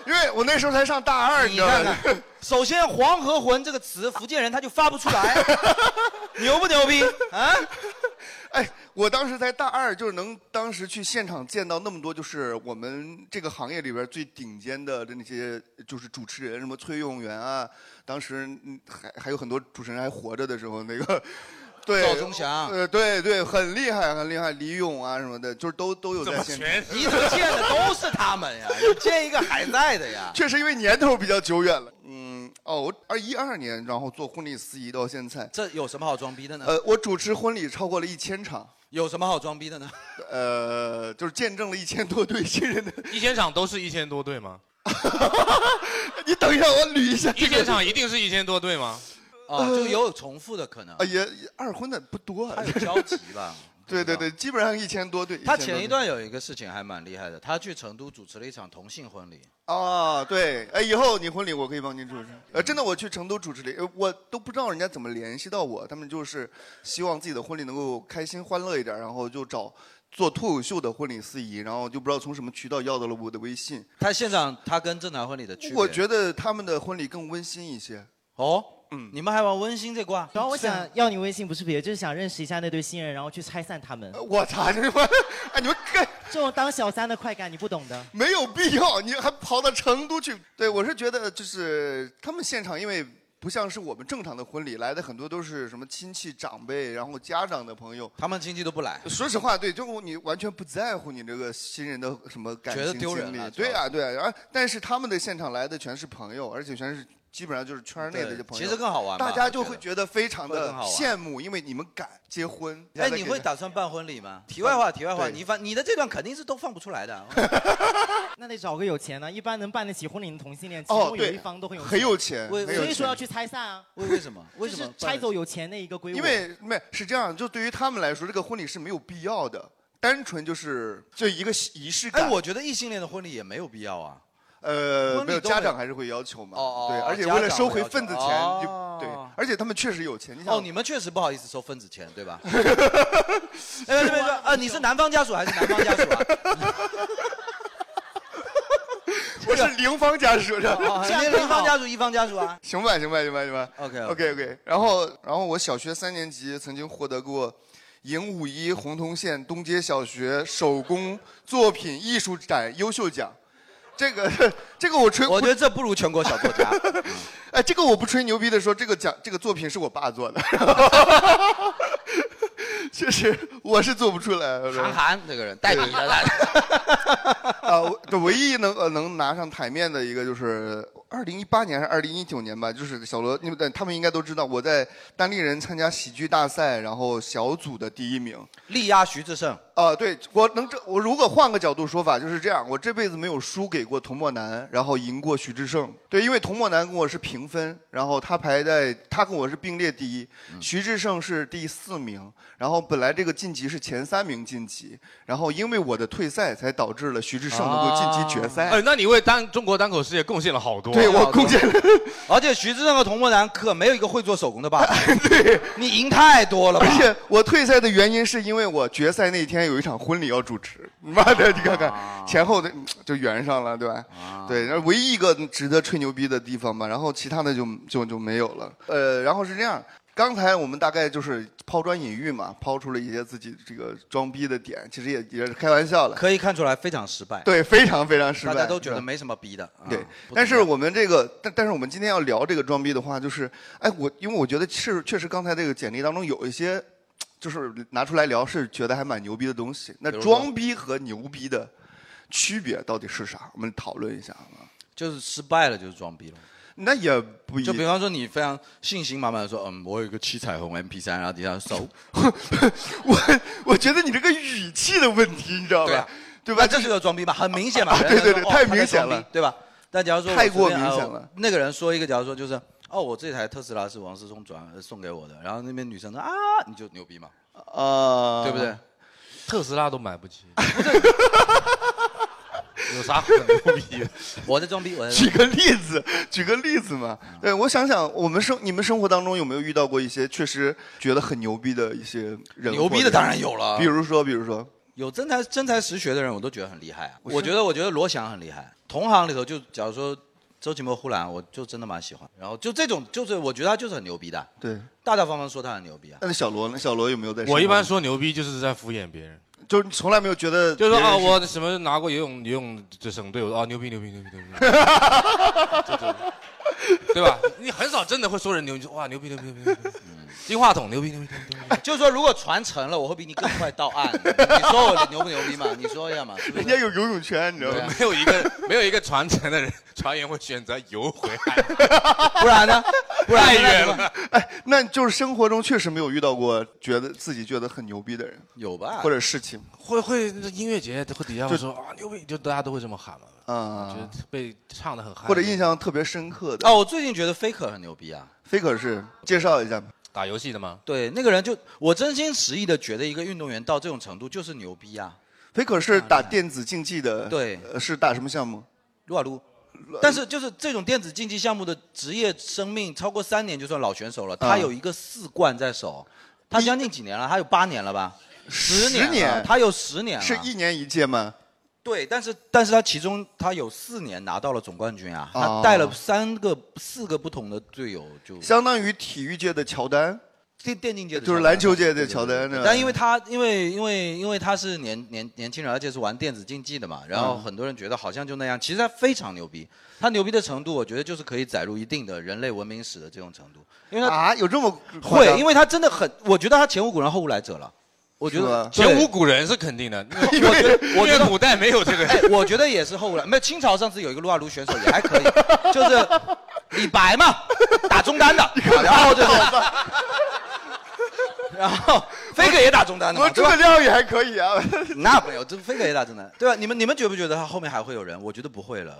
Speaker 2: 因为我那时候才上大二，你
Speaker 6: 你
Speaker 2: 知道
Speaker 6: 看
Speaker 2: 吗？
Speaker 6: 看，首先“黄河魂”这个词，福建人他就发不出来，牛不 牛逼啊？
Speaker 2: 哎，我当时才大二，就是能当时去现场见到那么多，就是我们这个行业里边最顶尖的那些，就是主持人，什么崔永元啊，当时嗯还还有很多主持人还活着的时候，那个。 对，
Speaker 3: 赵忠
Speaker 6: 啊
Speaker 3: 祥
Speaker 2: 呃，对对，很厉害，很厉害，李咏啊什么的，就是都都有在现场。
Speaker 3: 你所见的都是他们呀，你见一个还在的呀。
Speaker 2: 确实，因为年头比较久远了。嗯，哦，我二一二年，然后做婚礼司仪到现在，
Speaker 3: 这有什么好装逼的呢？
Speaker 2: 呃，我主持婚礼超过了一千场，
Speaker 3: 有什么好装逼的呢？
Speaker 2: 呃，就是见证了一千多对新人的
Speaker 1: 一千场都是一千多对吗？
Speaker 2: 你等一下，我捋 一下
Speaker 1: 一
Speaker 2: 这个。
Speaker 1: 千场一定是一千多对吗？
Speaker 3: 啊，就有重复的可能
Speaker 2: 啊，，也也二婚的不多啊。
Speaker 3: 还。有交集吧
Speaker 2: 对对对，基本上一千多对。
Speaker 3: 他
Speaker 2: 1000多
Speaker 3: 前一段有一个事情还蛮厉害的，他去成都主持了一场同性婚礼，
Speaker 2: 啊，对，哎，以后你婚礼我可以帮您主持。呃，真的，我去成都主持了，呃我都不知道人家怎么联系到我，他们就是希望自己的婚礼能够开心欢乐一点，然后就找做脱口秀的婚礼司仪，然后就不知道从什么渠道要到了我的微信。
Speaker 3: 他现场他跟正常婚礼的区别，
Speaker 2: 我觉得他们的婚礼更温馨一些。
Speaker 3: 哦，嗯，你们还玩温馨这挂？
Speaker 8: 然后我想要你微信，不是别的，就是想认识一下那对新人，然后去拆散他们。
Speaker 2: 我操，你们，哎，你们干。
Speaker 8: 这种当小三的快感，你不懂的。
Speaker 2: 没有必要，你还跑到成都去？对，我是觉得就是他们现场，因为不像是我们正常的婚礼，来的很多都是什么亲戚长辈，然后家长的朋友。
Speaker 3: 他们亲戚都不来，
Speaker 2: 说实话，对，就你完全不在乎你这个新人的什么感
Speaker 3: 觉
Speaker 2: 情
Speaker 3: 得丢人
Speaker 2: 经历
Speaker 3: 了
Speaker 2: 对
Speaker 3: 主要
Speaker 2: 啊，对啊。然后，但是他们的现场来的全是朋友，而且全是基本上就是圈内的一些朋友。
Speaker 3: 对其实更好玩吧
Speaker 2: 大家就
Speaker 3: 我觉
Speaker 2: 会
Speaker 3: 得
Speaker 2: 觉得非常
Speaker 3: 会
Speaker 2: 的
Speaker 3: 更好玩
Speaker 2: 羡慕，因为你们敢结婚。
Speaker 3: 哎，你会打算办婚礼吗？题外话，题外话，
Speaker 2: 对
Speaker 3: 你放你的这段肯定是都放不出来的。
Speaker 8: 那得找个有钱的，一般能办得起婚礼的同性恋，其
Speaker 2: 哦，
Speaker 8: 中有
Speaker 2: 对
Speaker 8: 一方都很有，钱。
Speaker 2: 很有钱，
Speaker 3: 我
Speaker 2: 很有
Speaker 8: 所以
Speaker 2: 钱
Speaker 8: 说要去拆散啊，
Speaker 3: 为为什么？为什么
Speaker 8: 就是？拆走有钱的一个归我。
Speaker 2: 因为没是这样，就对于他们来说，这个婚礼是没有必要的，单纯就是就一个仪式感。
Speaker 3: 哎，我觉得异性恋的婚礼也没有必要啊。
Speaker 2: 呃
Speaker 3: 婚礼
Speaker 2: 没有
Speaker 3: 都没
Speaker 2: 家
Speaker 3: 有
Speaker 2: 长还是会要求嘛，
Speaker 3: 哦哦
Speaker 2: 对，
Speaker 3: 哦
Speaker 2: 而且
Speaker 3: 家
Speaker 2: 为了
Speaker 3: 长
Speaker 2: 收
Speaker 3: 会
Speaker 2: 回
Speaker 3: 要求
Speaker 2: 份子钱就、
Speaker 3: 哦
Speaker 2: 对，而且他们确实有钱。你想
Speaker 3: 哦，你们确实不好意思收份子钱，对吧？
Speaker 6: 哎，别别
Speaker 3: 对
Speaker 6: 别，
Speaker 3: 吧？啊，你是男方家属还是男方家属啊？
Speaker 2: 我是零方家属的，
Speaker 3: 哦你是一方家属，一方家属啊？
Speaker 2: 行吧，行吧，行吧，行吧。OK
Speaker 3: OK，OK
Speaker 2: OK。然后，然后我小学三年级曾经获得过营五一洪洞县东街小学手工作品艺术展优秀奖。这个这个我吹，
Speaker 3: 我觉得这不如全国小 作家。嗯
Speaker 2: 哎，这个我不吹牛逼的说，这个奖这个作品是我爸 做的， 确实我是做不出来。 我说
Speaker 3: 韩寒这个人带笔 的，
Speaker 2: 啊，我这唯一能呃能拿上台面的一个就是二零一八年还是二零一九年吧，就是小罗，你们他们应该都知道，我在单立人参加喜剧大赛，然后小组的第一名。
Speaker 3: 力压徐志胜。
Speaker 2: 啊、对我能这我如果换个角度说法就是这样，我这辈子没有输给过童漠男，然后赢过徐志胜。对，因为童漠男跟我是平分，然后他排在他跟我是并列第一，
Speaker 3: 嗯
Speaker 2: 徐志胜是第四名，然后本来这个晋级是前三名晋级，然后因为我的退赛才导致了徐 志胜能够晋级
Speaker 3: 啊
Speaker 2: 决赛。
Speaker 3: 呃
Speaker 1: 哎，那你为单中国单口事业贡献了好多。
Speaker 2: 对我贡献了，
Speaker 3: 而且徐志胜和童漠男可没有一个会做手工的 爸爸。你赢太多了吧
Speaker 2: 而？且我退赛的原因是因为我决赛那天有一场婚礼要主持，妈的，你看看
Speaker 3: 啊
Speaker 2: 前后的就圆上了，对吧？对，然后唯一一个值得吹牛逼的地方吧，然后其他的就就就没有了。呃，然后是这样。刚才我们大概就是抛砖引玉嘛，抛出了一些自己这个装逼的点，其实也也是开玩笑了。
Speaker 3: 可以看出来非常失败，
Speaker 2: 对，非常非常失败，
Speaker 3: 大家都觉
Speaker 2: 是
Speaker 3: 得
Speaker 2: 吧
Speaker 3: 没什么逼的。啊
Speaker 2: 对，
Speaker 3: 不
Speaker 2: 但
Speaker 3: 怎
Speaker 2: 是
Speaker 3: 么样
Speaker 2: 我们这个，但但是我们今天要聊这个装逼的话，就是，哎，我因为我觉得是确实刚才这个简历当中有一些，就是拿出来聊是觉得还蛮牛逼的东西。那
Speaker 3: 比如说
Speaker 2: 装逼和牛逼的区别到底是啥？我们讨论一下啊。
Speaker 3: 就是失败了，就是装逼了。
Speaker 2: 那也不一
Speaker 3: 就比方说你非常信心满满的说，嗯，我有一个七彩虹 MP 3然后底下手，
Speaker 2: 我我觉得你这个语气的问题，你知道吧？
Speaker 3: 对啊
Speaker 2: 对
Speaker 3: 那
Speaker 2: 吧？
Speaker 3: 这是个装逼吧？很明显嘛。
Speaker 2: 啊
Speaker 3: 人
Speaker 2: 对
Speaker 3: 家
Speaker 2: 对对
Speaker 3: 说哦
Speaker 2: 太
Speaker 3: 他在
Speaker 2: 明显了
Speaker 3: 装逼对吧？但假如说我
Speaker 2: 太过
Speaker 3: 随便
Speaker 2: 明显
Speaker 3: 啊
Speaker 2: 了
Speaker 3: 我那个人说一个，假如说就是，哦，我这台特斯拉是王思聪转呃送给我的，然后那边女生说啊，你就牛逼嘛。
Speaker 2: 啊
Speaker 3: 对不对？
Speaker 1: 特斯拉都买不起，有啥很牛逼的？
Speaker 3: 我在装逼， 我在
Speaker 2: 举个例子，举个例子嘛。
Speaker 3: 嗯
Speaker 2: 对，我想想，我们生你们生活当中有没有遇到过一些确实觉得很牛逼的一些人？
Speaker 3: 牛逼的当然有了
Speaker 2: 比如说，比如说，
Speaker 3: 有真才真才实学的人，我都觉得很厉害啊。
Speaker 2: 我是
Speaker 3: 我觉得，我觉得罗翔很厉害。同行里头，就假如说周奇墨、呼兰，我就真的蛮喜欢。然后就这种，就是我觉得他就是很牛逼的，
Speaker 2: 对。
Speaker 3: 大大方方说他很牛逼啊。
Speaker 2: 那小罗呢？小罗有没有在？
Speaker 1: 我一般，说牛逼就是在敷衍别人，
Speaker 2: 就是你从来没有觉得别
Speaker 1: 就是
Speaker 2: 人
Speaker 1: 说
Speaker 2: 是，
Speaker 1: 啊，我什么拿过游泳游泳这省队，我说啊牛逼牛逼牛逼牛逼，就这种对吧？你很少真的会说人牛，你就哇牛逼牛逼牛逼，牛逼金话筒牛逼牛逼牛逼牛逼，
Speaker 3: 就是说，如果传承了，我会比你更快到岸。你说我牛不牛逼嘛？你说一下嘛。是不
Speaker 2: 人
Speaker 3: 是
Speaker 2: 家有游泳圈，你知道
Speaker 3: 对
Speaker 2: 吗
Speaker 3: 啊？
Speaker 1: 没有一个没有一个传承的人船员会选择游回来，
Speaker 3: 不然 呢？不然
Speaker 1: 太
Speaker 3: 呢
Speaker 1: 远了。
Speaker 2: 哎，那就是生活中确实没有遇到过觉得自己觉得很牛逼的人
Speaker 3: 有吧？
Speaker 2: 或者事情
Speaker 1: 会会音乐节会底下会说啊牛逼，就大家都会这么喊嘛，
Speaker 2: 啊
Speaker 1: 就，是被唱的很嗨。
Speaker 2: 或者印象特别深刻的。
Speaker 3: 啊，我最近觉得 Faker 很牛逼啊。
Speaker 2: Faker 是介绍一下吧，
Speaker 1: 打游戏的吗？
Speaker 3: 对，那个人就我真心实意的觉得，一个运动员到这种程度就是牛逼啊，
Speaker 2: Faker 是打电子竞技的，
Speaker 3: 对
Speaker 2: 呃是打什么项目？
Speaker 3: 撸啊撸。但是就是这种电子竞技项目的职业生命超过三年就算老选手
Speaker 2: 嗯
Speaker 3: 了，他有一个四冠在手，他将近几年了？他有八年了吧？十年
Speaker 2: 十
Speaker 3: 了，
Speaker 2: 年
Speaker 3: 他有十年了。
Speaker 2: 是一年一届吗？
Speaker 3: 对，但是但是他其中他有四年拿到了总冠军啊，
Speaker 2: 哦
Speaker 3: 他带了三个四个不同的队友就
Speaker 2: 相当于体育界的乔丹，
Speaker 3: 电电竞界的
Speaker 2: 就是
Speaker 3: 小
Speaker 2: 篮
Speaker 3: 将
Speaker 2: 球界的乔丹。
Speaker 3: 但因为他因为因为因为他是年年年轻人，而且是玩电子竞技的嘛，然后
Speaker 2: 嗯
Speaker 3: 很多人觉得好像就那样，其实他非常牛逼，他牛逼的程度，我觉得就是可以载入一定的人类文明史的这种程度，因为他
Speaker 2: 啊，有这么
Speaker 3: 会，因
Speaker 2: 为
Speaker 3: 为他真的很，我觉得他前无古人后无来者了，我觉
Speaker 2: 是
Speaker 3: 得
Speaker 2: 吧
Speaker 3: 对
Speaker 1: 前无古人是肯 定的，因为
Speaker 3: 我觉得我觉得
Speaker 1: 古代没有这个
Speaker 3: 哎，我觉得也是后来，没有清朝上次有一个撸啊撸选手也还可以，就是李白嘛，打中单的，然后就是，然后 飞哥也打中单的
Speaker 2: 我
Speaker 3: 嘛，
Speaker 2: 诸
Speaker 3: 对吧
Speaker 2: 葛？亮也还可以啊。
Speaker 3: 那没有，这个飞哥也打中单，对吧？你们你们觉不觉得他后面还会有人？我觉得不会了。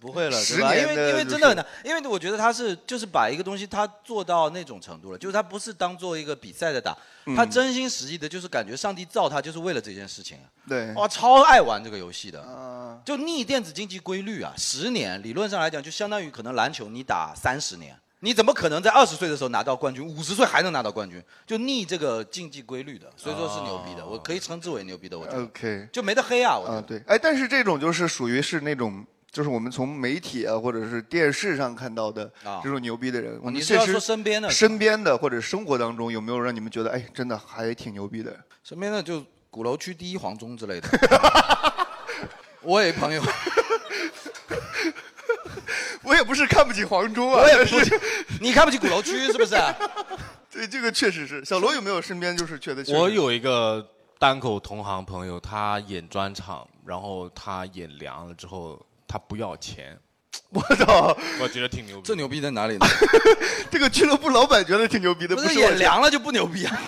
Speaker 3: 不会了，对吧？
Speaker 2: 十
Speaker 3: 因
Speaker 2: 年
Speaker 3: 为
Speaker 2: 的
Speaker 3: 因为
Speaker 2: 就是
Speaker 3: 真的很难，因为我觉得他是就是把一个东西他做到那种程度了，就是他不是当做一个比赛在打，他真心实意的，就是感觉上帝造他就是为了这件事情。啊
Speaker 2: 对，
Speaker 3: 哇，超爱玩这个游戏的，
Speaker 2: 啊，
Speaker 3: 就逆电子竞技规律啊，十年理论上来讲，就相当于可能篮球你打三十年，你怎么可能在二十岁的时候拿到冠军，五十岁还能拿到冠军？就逆这个竞技规律的，所以说是牛逼的，我可以称之为牛逼的，我觉得
Speaker 2: OK，
Speaker 3: 就没得黑啊，我觉
Speaker 2: 啊
Speaker 3: 得。
Speaker 2: 对，哎，但是这种就是属于是那种。就是我们从媒体啊，或者是电视上看到的
Speaker 3: 啊
Speaker 2: 这种牛逼的人，我们
Speaker 3: 你是
Speaker 2: 现
Speaker 3: 要
Speaker 2: 实
Speaker 3: 说身边的
Speaker 2: 身边的或者生活当中有没有让你们觉得，哎，真的还挺牛逼的？
Speaker 3: 身边的就鼓楼区第一黄忠之类的， 我有一朋友，
Speaker 2: 我也不是看不起黄忠啊，
Speaker 3: 我也不
Speaker 2: 但是
Speaker 3: 你看不起鼓楼区是不是？啊
Speaker 2: 对这个确实是。小罗有没有身边就是觉得确实
Speaker 1: 我有一个单口同行朋友，他演专场，然后他演凉了之后，他不要 钱，
Speaker 2: 我操，
Speaker 1: 我觉得挺牛逼。
Speaker 3: 这牛逼在哪 里呢？
Speaker 2: 这个俱乐部老板觉得挺牛逼的，
Speaker 3: 不
Speaker 2: 不
Speaker 3: 是
Speaker 2: 我
Speaker 3: 也
Speaker 2: 想
Speaker 3: 凉了就不牛逼啊？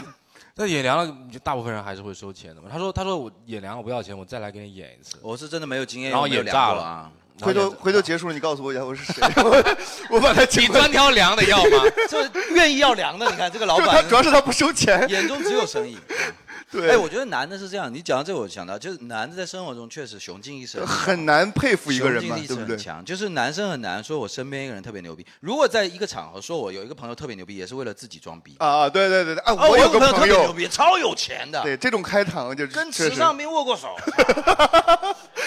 Speaker 1: 但演凉了，就大部分人还是会收钱的嘛。他说：“他说我演凉我不要钱，我再来给你演一次。
Speaker 3: 我是真的没有经验，
Speaker 1: 然后
Speaker 3: 也
Speaker 1: 也
Speaker 3: 没有量
Speaker 1: 炸
Speaker 3: 过
Speaker 1: 了
Speaker 3: 啊。
Speaker 1: 然后
Speaker 2: 回
Speaker 1: 演”
Speaker 2: 头回头结束了，你告诉我一下我是谁， 我我把他请
Speaker 1: 你
Speaker 2: 过来。
Speaker 1: 专挑凉的要 吗？
Speaker 3: 这愿意 要凉的，你看这个老
Speaker 2: 就他
Speaker 3: 板
Speaker 2: 主要是他不收钱。
Speaker 3: 眼中只有生意。
Speaker 2: 对，
Speaker 3: 哎，我觉得男的是这样，你讲到这，我想到就是男的在生活中确实雄竞一 生，
Speaker 2: 很难佩服一个人
Speaker 3: 雄
Speaker 2: 嘛
Speaker 3: 竞，意
Speaker 2: 对
Speaker 3: 识
Speaker 2: 不
Speaker 3: 很
Speaker 2: 对？
Speaker 3: 强，就是男生很难说我身边一个人特别牛逼。如果在一个场合说我有一个朋友特别牛逼，也是为了自己装逼。
Speaker 2: 啊，对对对对，啊，
Speaker 3: 哦，
Speaker 2: 我
Speaker 3: 有
Speaker 2: 个
Speaker 3: 个特
Speaker 2: 朋
Speaker 3: 别牛
Speaker 2: 友，
Speaker 3: 逼，超有钱的，
Speaker 2: 对这种开膛就是
Speaker 3: 跟
Speaker 2: 确
Speaker 3: 池
Speaker 2: 实
Speaker 3: 尚斌握过手，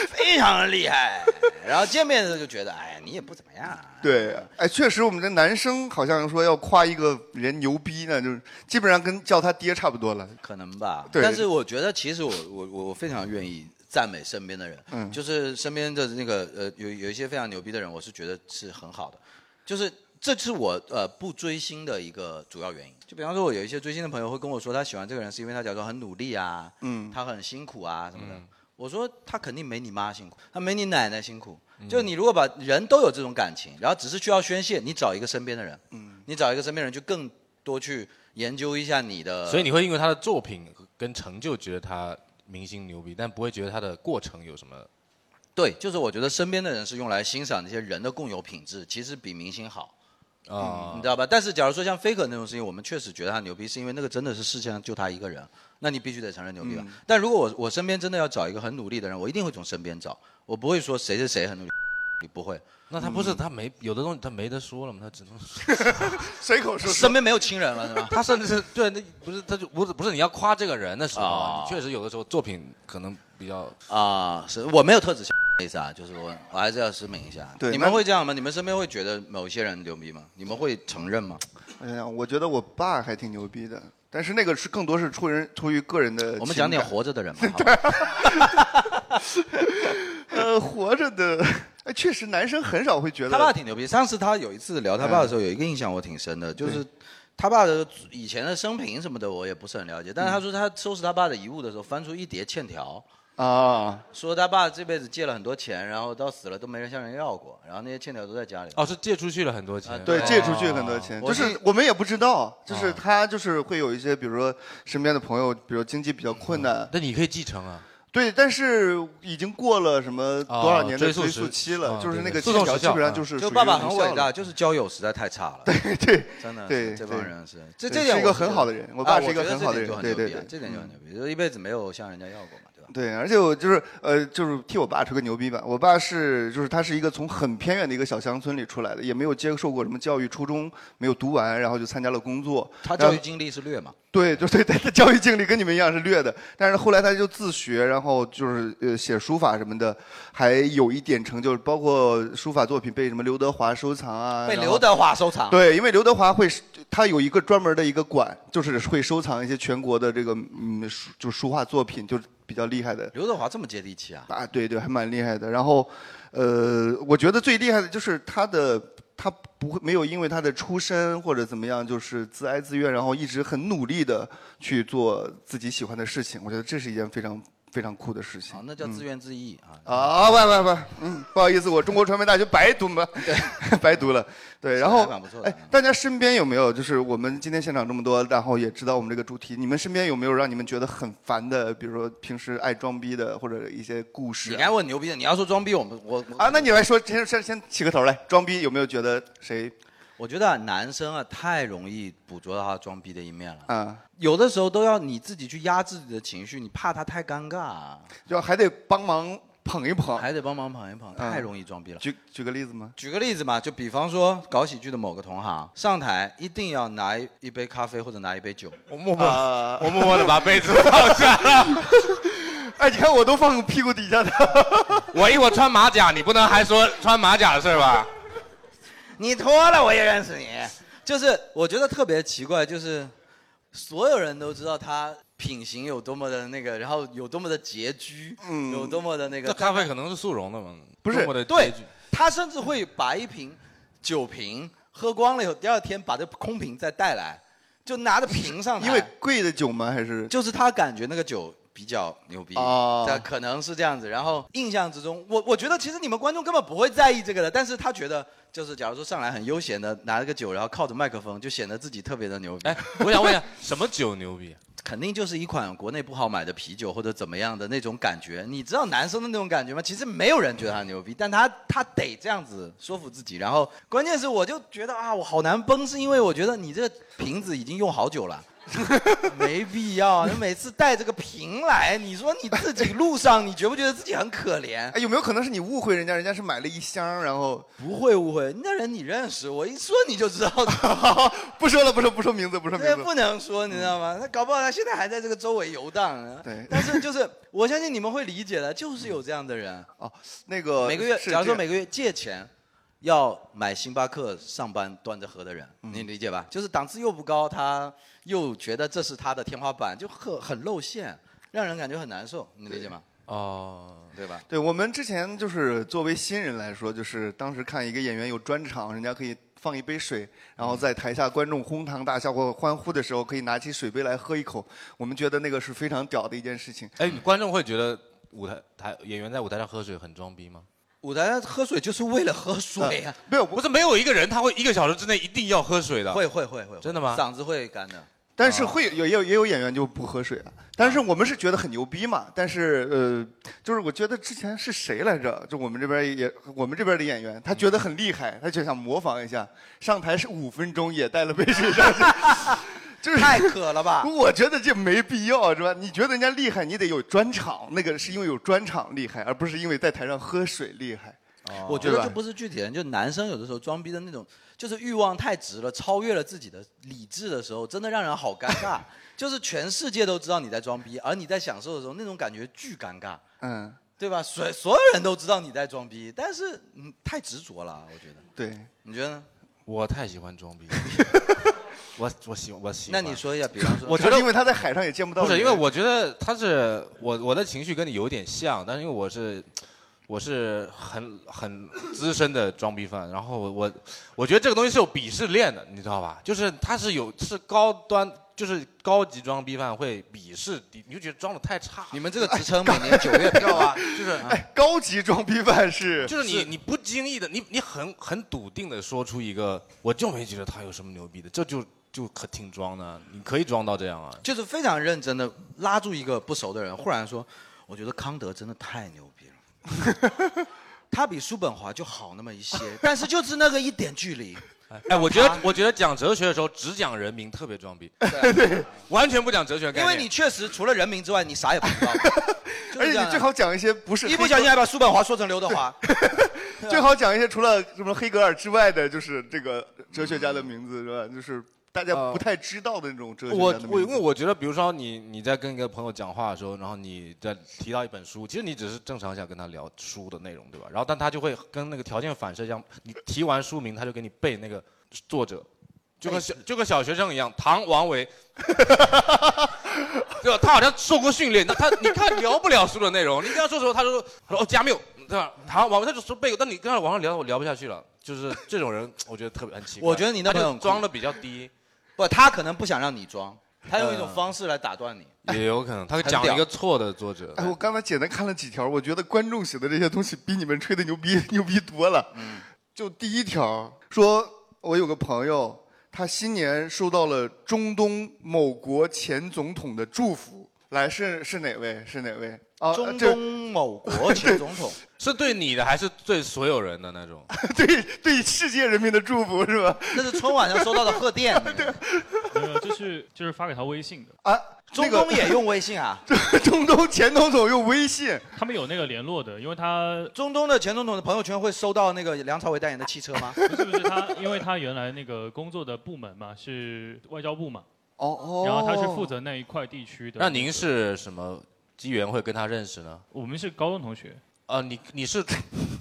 Speaker 3: 非常的厉害。然后见面的时候就觉得，哎，你也不怎么样啊。
Speaker 2: 对，哎，确实我们这男生好像说要夸一个人牛逼呢，就是基本上跟叫他爹差不多了。
Speaker 3: 可能吧。
Speaker 2: 对
Speaker 3: 但是我觉得，其实我我我我非常愿意赞美身边的人，
Speaker 2: 嗯
Speaker 3: 就是身边的那个呃，有有一些非常牛逼的人，我是觉得是很好的，就是。这是我呃不追星的一个主要原因。就比方说，我有一些追星的朋友会跟我说，他喜欢这个人是因为他假如说很努力啊，
Speaker 2: 嗯
Speaker 3: 他很辛苦啊什么
Speaker 1: 嗯
Speaker 3: 的。我说他肯定没你妈辛苦，他没你奶奶辛苦。
Speaker 1: 嗯
Speaker 3: 就你如果把人都有这种感情，然后只是需要宣泄，你找一个身边的人，
Speaker 1: 嗯
Speaker 3: 你找一个身边人就更多去研究一下你的。
Speaker 1: 所以你会因为他的作品跟成就觉得他明星牛逼，但不会觉得他的过程有什么。
Speaker 3: 对，就是我觉得身边的人是用来欣赏那些人的共有品质，其实比明星好。嗯
Speaker 1: 啊
Speaker 3: 你知道吧？但是假如说像 Faker 那种事情，我们确实觉得他牛逼，是因为那个真的是世界上就他一个人，那你必须得承认牛逼吧。
Speaker 6: 嗯
Speaker 3: 但如果我我身边真的要找一个很努力的人，我一定会从身边找，我不会说谁谁谁很努力，你不会。
Speaker 1: 那他
Speaker 3: 嗯
Speaker 1: 不是他没有的东西他没得说了吗？他只能
Speaker 2: 随口说说
Speaker 3: 身边没有亲人了是吧？
Speaker 1: 他甚至是对那不是他就不是不是你要夸这个人的时候啊，
Speaker 3: 啊
Speaker 1: 你确实有的时候作品可能比较
Speaker 3: 啊，是我没有特指意思啊，就是我我还是要声明一下。
Speaker 2: 对
Speaker 3: 你
Speaker 2: 那
Speaker 3: 们会这样吗？你们身边会觉得某些人牛逼吗？你们会承认吗？
Speaker 2: 我想哎想，我觉得我爸还挺牛逼的，但是那个是更多是出人出于个人的。
Speaker 3: 我们讲点活着 的人嘛。好吧
Speaker 2: 呃，活着的，哎，确实男生很少会觉得嗯
Speaker 3: 他爸挺牛逼。上次他有一次聊他爸的时候，有一个印象我挺深的，就是他爸的以前的生平什么的，我也不是很了解。但
Speaker 2: 嗯
Speaker 3: 是他说他收拾他爸的遗物的时候，翻出一叠欠条，
Speaker 2: 啊，
Speaker 3: 说他爸这辈子借了很多钱，然后到死了都没人向人要过，然后那些欠条都在家里。
Speaker 1: 哦，是借出去了很多钱，
Speaker 2: 对借出去很多钱，
Speaker 3: 哦我哦
Speaker 2: 就是我们也不知道，就是他就是会有一些，比如说身边的朋友，比如经济比较困
Speaker 3: 嗯
Speaker 2: 难，
Speaker 1: 那你可以继承啊。
Speaker 2: 对，但是已经过了什么哦多少年的追溯期了，
Speaker 1: 哦追溯时
Speaker 2: 就是那
Speaker 1: 哦
Speaker 2: 个欠
Speaker 1: 对对诉讼
Speaker 2: 条
Speaker 1: 时
Speaker 2: 基
Speaker 1: 效啊
Speaker 2: 本上就是
Speaker 3: 就
Speaker 2: 属于
Speaker 3: 爸爸
Speaker 2: 无
Speaker 3: 很
Speaker 2: 效
Speaker 3: 伟大，
Speaker 2: 了，
Speaker 3: 就是交友实在太差了。
Speaker 2: 对对，
Speaker 3: 真的
Speaker 2: 对
Speaker 3: 是这帮
Speaker 2: 对
Speaker 3: 人是这
Speaker 2: 对
Speaker 3: 这点
Speaker 2: 是一个
Speaker 3: 我觉得
Speaker 2: 很好的人我爸
Speaker 3: 啊
Speaker 2: 是一个
Speaker 3: 觉得
Speaker 2: 很好的
Speaker 3: 这点
Speaker 2: 人对
Speaker 3: 就很牛
Speaker 2: 对
Speaker 3: 逼啊
Speaker 2: 对嗯
Speaker 3: 这点就很牛逼，就一辈子没有向人家要过嘛，对吧？
Speaker 2: 对，而且我就是呃，就是替我爸吹个牛逼吧。我爸是就是他是一个从很偏远的一个小乡村里出来的，也没有接受过什么教育，初中没有读完，然后就参加了工作。
Speaker 3: 他
Speaker 2: 然
Speaker 3: 教
Speaker 2: 后
Speaker 3: 育经历是略嘛，
Speaker 2: 对，就对他的教育经历跟你们一样是略的，但是后来他就自学，然后就是呃写书法什么的，还有一点成就，包括书法作品被什么刘德华收藏啊，
Speaker 3: 被
Speaker 2: 然后
Speaker 3: 刘德华收藏。啊
Speaker 2: 对，因为刘德华会，他有一个专门的一个馆，就是会收藏一些全国的这个嗯书，就书画作品，就是比较厉害的
Speaker 3: 刘德华这么接地气啊？
Speaker 2: 啊，对对，还蛮厉害的。然后，呃，我觉得最厉害的就是他的，他不会没有因为他的出身或者怎么样，就是自哀自怨，然后一直很努力的去做自己喜欢的事情。我觉得这是一件非常非常酷的事情
Speaker 3: 啊，。那叫自怨自艾啊。
Speaker 2: 啊，喂喂喂，嗯，不好意思，我中国传媒大学白读嘛， 白读了。对，然后
Speaker 3: 还蛮不错的啊
Speaker 2: 哎，大家身边有没有就是我们今天现场这么多，然后也知道我们这个主题，你们身边有没有让你们觉得很烦的，比如说平时爱装逼的或者一些故事
Speaker 3: 你
Speaker 2: 啊？
Speaker 3: 该问牛逼的，你要说装逼，我们我我
Speaker 2: 啊，那你来说，先先先起个头来，装逼有没有觉得谁
Speaker 3: 我觉得啊男生啊太容易捕捉到他装逼的一面了，
Speaker 2: 啊，
Speaker 3: 有的时候都要你自己去压制自己的情绪，你怕
Speaker 2: 嗯
Speaker 3: 他太尴尬啊，
Speaker 2: 就还得帮忙捧一捧？
Speaker 3: 还得帮忙捧一捧，
Speaker 2: 嗯
Speaker 3: 太容易装逼了。
Speaker 2: 举举个例子吗？
Speaker 3: 举个例子嘛，就比方说搞喜剧的某个同行上台，一定要拿一杯咖啡或者拿一杯酒，
Speaker 1: 我默默
Speaker 2: 啊，
Speaker 1: 我默默的把杯子放下了，
Speaker 2: 哎，你看我都放屁股底下的，
Speaker 7: 我一会儿穿马甲，你不能还说穿马甲的事儿吧？
Speaker 3: 你脱了我也认识你。就是我觉得特别奇怪，就是所有人都知道他品行有多么的那个，然后有多么的拮据，
Speaker 2: 嗯
Speaker 3: 有多么的那
Speaker 1: 这
Speaker 3: 个。
Speaker 1: 咖啡可能是速溶的嘛，
Speaker 2: 不是
Speaker 1: 默默地
Speaker 3: 对
Speaker 1: 接住
Speaker 3: 他甚至会把一瓶酒瓶喝光了以后，第二天把这空瓶再带来，就拿着瓶上台。
Speaker 2: 因为贵的酒吗？还是
Speaker 3: 哎就是他感觉那个酒比较牛逼，
Speaker 2: 哦
Speaker 3: 他可能是这样子。然后印象之中，我我觉得其实你们观众根本不会在意这个的，但是他觉得就是假如说上来很悠闲的拿了个酒，然后靠着麦克风，就显得自己特别的牛逼。
Speaker 1: 哎， 我想问一下，什么酒牛逼？
Speaker 3: 肯定就是一款国内不好买的啤酒或者怎么样的那种感觉。你知道男生的那种感觉吗？其实没有人觉得他牛逼，但他他得这样子说服自己。然后关键是我就觉得啊，我好难崩，是因为我觉得你这个瓶子已经用好久了。没必要，你每次带这个瓶来，你说你自己路上，你觉不觉得自己很可怜？
Speaker 2: 哎，有没有可能是你误会人家，人家是买了一箱，然后
Speaker 3: 不会误会，那人你认识，我一说你就知道，
Speaker 2: 不说了，不说不说名字，不说名
Speaker 3: 这
Speaker 2: 字。
Speaker 3: 不能说，你知道吗？他搞不好他现在还在这个周围游荡呢。
Speaker 2: 对
Speaker 3: 但是就是我相信你们会理解的，就是有这样的人，
Speaker 2: 哦，那个
Speaker 3: 每个月，
Speaker 2: 是
Speaker 3: 假
Speaker 2: 这
Speaker 3: 如说
Speaker 2: 样
Speaker 3: 每个月借钱，要买星巴克上班端着喝的人，
Speaker 2: 嗯
Speaker 3: 你理解吧？就是档次又不高，他又觉得这是他的天花板，就很很露馅，让人感觉很难受，你理解吗？
Speaker 1: 哦，
Speaker 3: 对吧？
Speaker 2: 对我们之前就是作为新人来说，就是当时看一个演员有专场，人家可以放一杯水，然后在台下观众哄堂大笑或欢呼的时候，可以拿起水杯来喝一口，我们觉得那个是非常屌的一件事情。
Speaker 1: 哎，你观众会觉得舞台台演员在舞台上喝水很装逼吗？
Speaker 3: 舞台上喝水就是为了喝水啊呀、
Speaker 2: 没有，
Speaker 1: 不是，没有一个人他会一个小时之内一定要喝水的。
Speaker 3: 会会会会，会
Speaker 1: 真的吗
Speaker 3: 嗓子会干的。
Speaker 2: 但是会有也有也有演员就不喝水啊，但是我们是觉得很牛逼嘛。但是呃，就是我觉得之前是谁来着？就我们这边也我们这边的演员，他觉得很厉害，他就想模仿一下，上台是五分钟也带了杯水上去， 就是
Speaker 3: 太渴了 吧
Speaker 2: 我觉得这没必要是吧？你觉得人家厉害，你得有专场，那个是因为有专场厉害，而不是因为在台上喝水厉害。
Speaker 3: 哦
Speaker 1: 哦
Speaker 3: 我觉
Speaker 2: 对
Speaker 3: 得就
Speaker 2: 吧
Speaker 3: 不是具体人，就男生有的时候装逼的那种，就是欲望太直了，超越了自己的理智的时候，真的让人好尴 尬。就是全世界都知道你在装逼，而你在享受的时候，那种感觉巨尴尬，
Speaker 2: 嗯，
Speaker 3: 对吧？所所有人都知道你在装逼，但是嗯，太执着了，我觉得。
Speaker 2: 对，
Speaker 3: 你觉得呢？
Speaker 1: 我太喜 欢装逼，我我喜我喜
Speaker 3: 那
Speaker 1: 欢。
Speaker 3: 你说一下，比方 说，
Speaker 1: 我觉得
Speaker 2: 因为他在海上也见不到
Speaker 1: 不是，
Speaker 2: 你
Speaker 1: 因为我觉得他是我我的情绪跟你有点像，但是因为我是我是很很资深的装逼犯，然后我我我觉得这个东西是有鄙视链的，你知道吧？就是他是有是高端。就是高级装逼犯会鄙视你，你就觉得装的太差。
Speaker 3: 你们这个职称每年九月票啊，
Speaker 1: 就是
Speaker 2: 哎，高级装逼犯是
Speaker 1: 就是你你不经意的，你你很很笃定的说出一个，我就没觉得他有什么牛逼的，这就就可挺装的，你可以装到这样啊。
Speaker 3: 就是非常认真的拉住一个不熟的人，忽然说：“我觉得康德真的太牛逼了， 他比叔本华就好那么一 些，但是就是那个一点距离。”
Speaker 1: 哎，我觉得我觉得讲哲学的时候只讲人名特别装逼，完全不讲哲学概
Speaker 3: 因
Speaker 1: 念。
Speaker 3: 为你确实除了人名之外，你啥也不知道。
Speaker 2: 而且你最好讲一些不是
Speaker 3: 一不小心还把叔本华说成刘德华。
Speaker 2: 最好讲一些除了什么黑格尔之外的，就是这个哲学家的名字是吧？就是大家
Speaker 3: 呃
Speaker 2: 不太知道的那种哲学
Speaker 1: 我
Speaker 2: 家的
Speaker 1: 我
Speaker 2: 名
Speaker 1: 因为
Speaker 2: 字。
Speaker 1: 我觉得，比如说你你在跟一个朋友讲话的时候，然后你在提到一本书，其实你只是正常想跟他聊书的内容，对吧？然后但他就会跟那个条件反射一样，你提完书名，他就给你背那个作者，就
Speaker 3: 哎
Speaker 1: 跟小就跟小学生一样，唐王维， 对吧？他好像受过训练，那他你看聊不了书的内容，你跟他说什么，他就说他说哦加缪，对吧？唐王维他就说背过，但你跟他网上聊，我聊不下去了。就是这种人，我觉得特别很奇怪。
Speaker 3: 我觉得你那
Speaker 1: 他就
Speaker 3: 朋友很酷嗯
Speaker 1: 装的比较低，
Speaker 3: 不，他可能不想让你装，他用一种方式来打断你。
Speaker 1: 也有可能他
Speaker 3: 很
Speaker 1: 讲了一
Speaker 3: 屌
Speaker 1: 个错的作者。
Speaker 2: 哎，我刚才简单看了几条，我觉得观众写的这些东西比你们吹的牛逼牛逼多了。
Speaker 3: 嗯
Speaker 2: 就第一条说，我有个朋友，他新年收到了中东某国前总统的祝福。来，是是哪位？是哪位？啊，
Speaker 3: 中
Speaker 2: 这
Speaker 3: 东某哎国前总统， 啊
Speaker 1: 是对你的还是对所有人的那种？
Speaker 2: 对对世界人民的祝福是吧？
Speaker 3: 那是春晚上收到的贺电。你知道吗
Speaker 9: 没有，就是就是发给他微信的，
Speaker 2: 啊，
Speaker 3: 中
Speaker 2: 那
Speaker 3: 东
Speaker 2: 个
Speaker 3: 也用微 信啊？
Speaker 2: 中东前总统用微信，
Speaker 9: 他们有那个联络的，因为他
Speaker 3: 中东的前总统的朋友圈会收到那个梁朝伟代言的汽车 吗？
Speaker 9: 不是不是他，因为他原来那个工作的部门嘛是外交部嘛，
Speaker 2: 哦哦，
Speaker 9: 然后他是负责那一块地区的。
Speaker 1: 那您是什么机缘会跟他认识呢？
Speaker 9: 我们是高中同学，
Speaker 1: 啊，你你是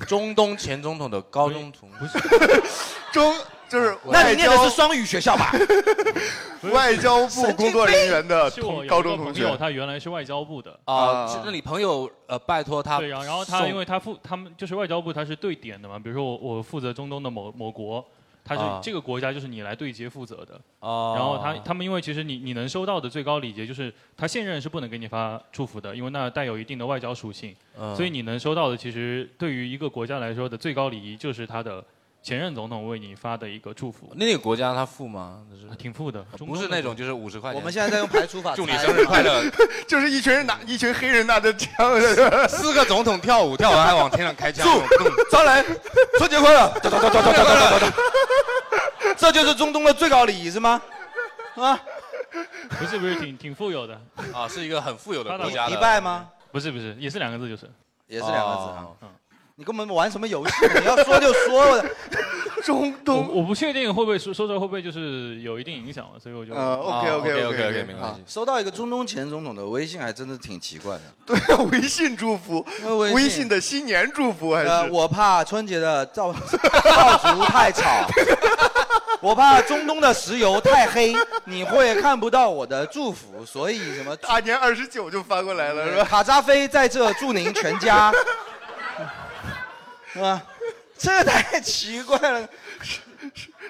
Speaker 1: 中东前总统的高中同学，
Speaker 9: 不是
Speaker 2: 中就是
Speaker 3: 那
Speaker 2: 外
Speaker 3: 你念
Speaker 2: 交
Speaker 3: 的是双语学 校吧？
Speaker 2: 外交部工作人员的
Speaker 9: 是我
Speaker 2: 同
Speaker 9: 有一
Speaker 2: 高
Speaker 9: 个
Speaker 2: 中
Speaker 9: 朋
Speaker 2: 同
Speaker 9: 友，
Speaker 2: 学，
Speaker 9: 他原来是外交部的。
Speaker 1: 啊
Speaker 2: 啊？
Speaker 1: 是那你朋友呃拜托他送，
Speaker 9: 对，然后然后他因为他负他们就是外交部，他是对点的嘛。比如说我我负责中东的某某国，他是、
Speaker 1: 啊
Speaker 9: 这个国家就是你来对接负责的。
Speaker 1: 哦，
Speaker 9: 然后他他们因为其实你你能收到的最高礼节就是他现任是不能给你发祝福的，因为那带有一定的外交属性，
Speaker 1: 嗯
Speaker 9: 所以你能收到的其实对于一个国家来说的最高礼仪就是他的前任总统为你发的一个祝福，
Speaker 1: 那个国家他付吗？就是
Speaker 9: 啊挺富的，中
Speaker 1: 不
Speaker 9: 东
Speaker 1: 是
Speaker 9: 的
Speaker 1: 那种就是五十块钱？
Speaker 3: 我们现在在用排除法。
Speaker 1: 祝你生日快！乐， 嗯
Speaker 2: 就是一群人拿一群黑人拿着枪的，
Speaker 1: 四个总统跳舞，跳完还往天上 开枪，
Speaker 3: 张兰，春节快乐！走走走走走走走走 这就是中东的最高礼仪 是吗？啊，
Speaker 9: 不是不是挺挺富 有的，
Speaker 1: 啊，是一个很富有的
Speaker 9: 发达
Speaker 1: 国家
Speaker 3: 迪
Speaker 1: 的，
Speaker 3: 拜吗？
Speaker 9: 不是不是也是两个字就是，
Speaker 3: 也是两个字啊
Speaker 1: 哦。
Speaker 3: 你跟我们玩什么游戏？你要说就说 了。
Speaker 2: 中
Speaker 9: 嗯我
Speaker 2: 东。
Speaker 9: 我不确定会不会说说出来会不会就是有一定影响，所以我就
Speaker 2: 呃，OK
Speaker 1: 哦
Speaker 3: 哦
Speaker 2: OK
Speaker 1: OK
Speaker 2: OK，
Speaker 1: 没关系。
Speaker 3: 收到一个中东前总统的微信，还真的挺奇怪的。
Speaker 2: 对，微信祝福，
Speaker 3: 微信
Speaker 2: 微信的新年祝福还
Speaker 3: 呃，
Speaker 2: 是
Speaker 3: 我怕春节的造造烛太 吵，我怕中东的石油太黑，你会看不到我的祝 福，哦所以什么
Speaker 2: 大年二十九就发过来了是吧？
Speaker 3: 卡扎菲 在这祝您全 家，嗯是吧？这个太奇怪了，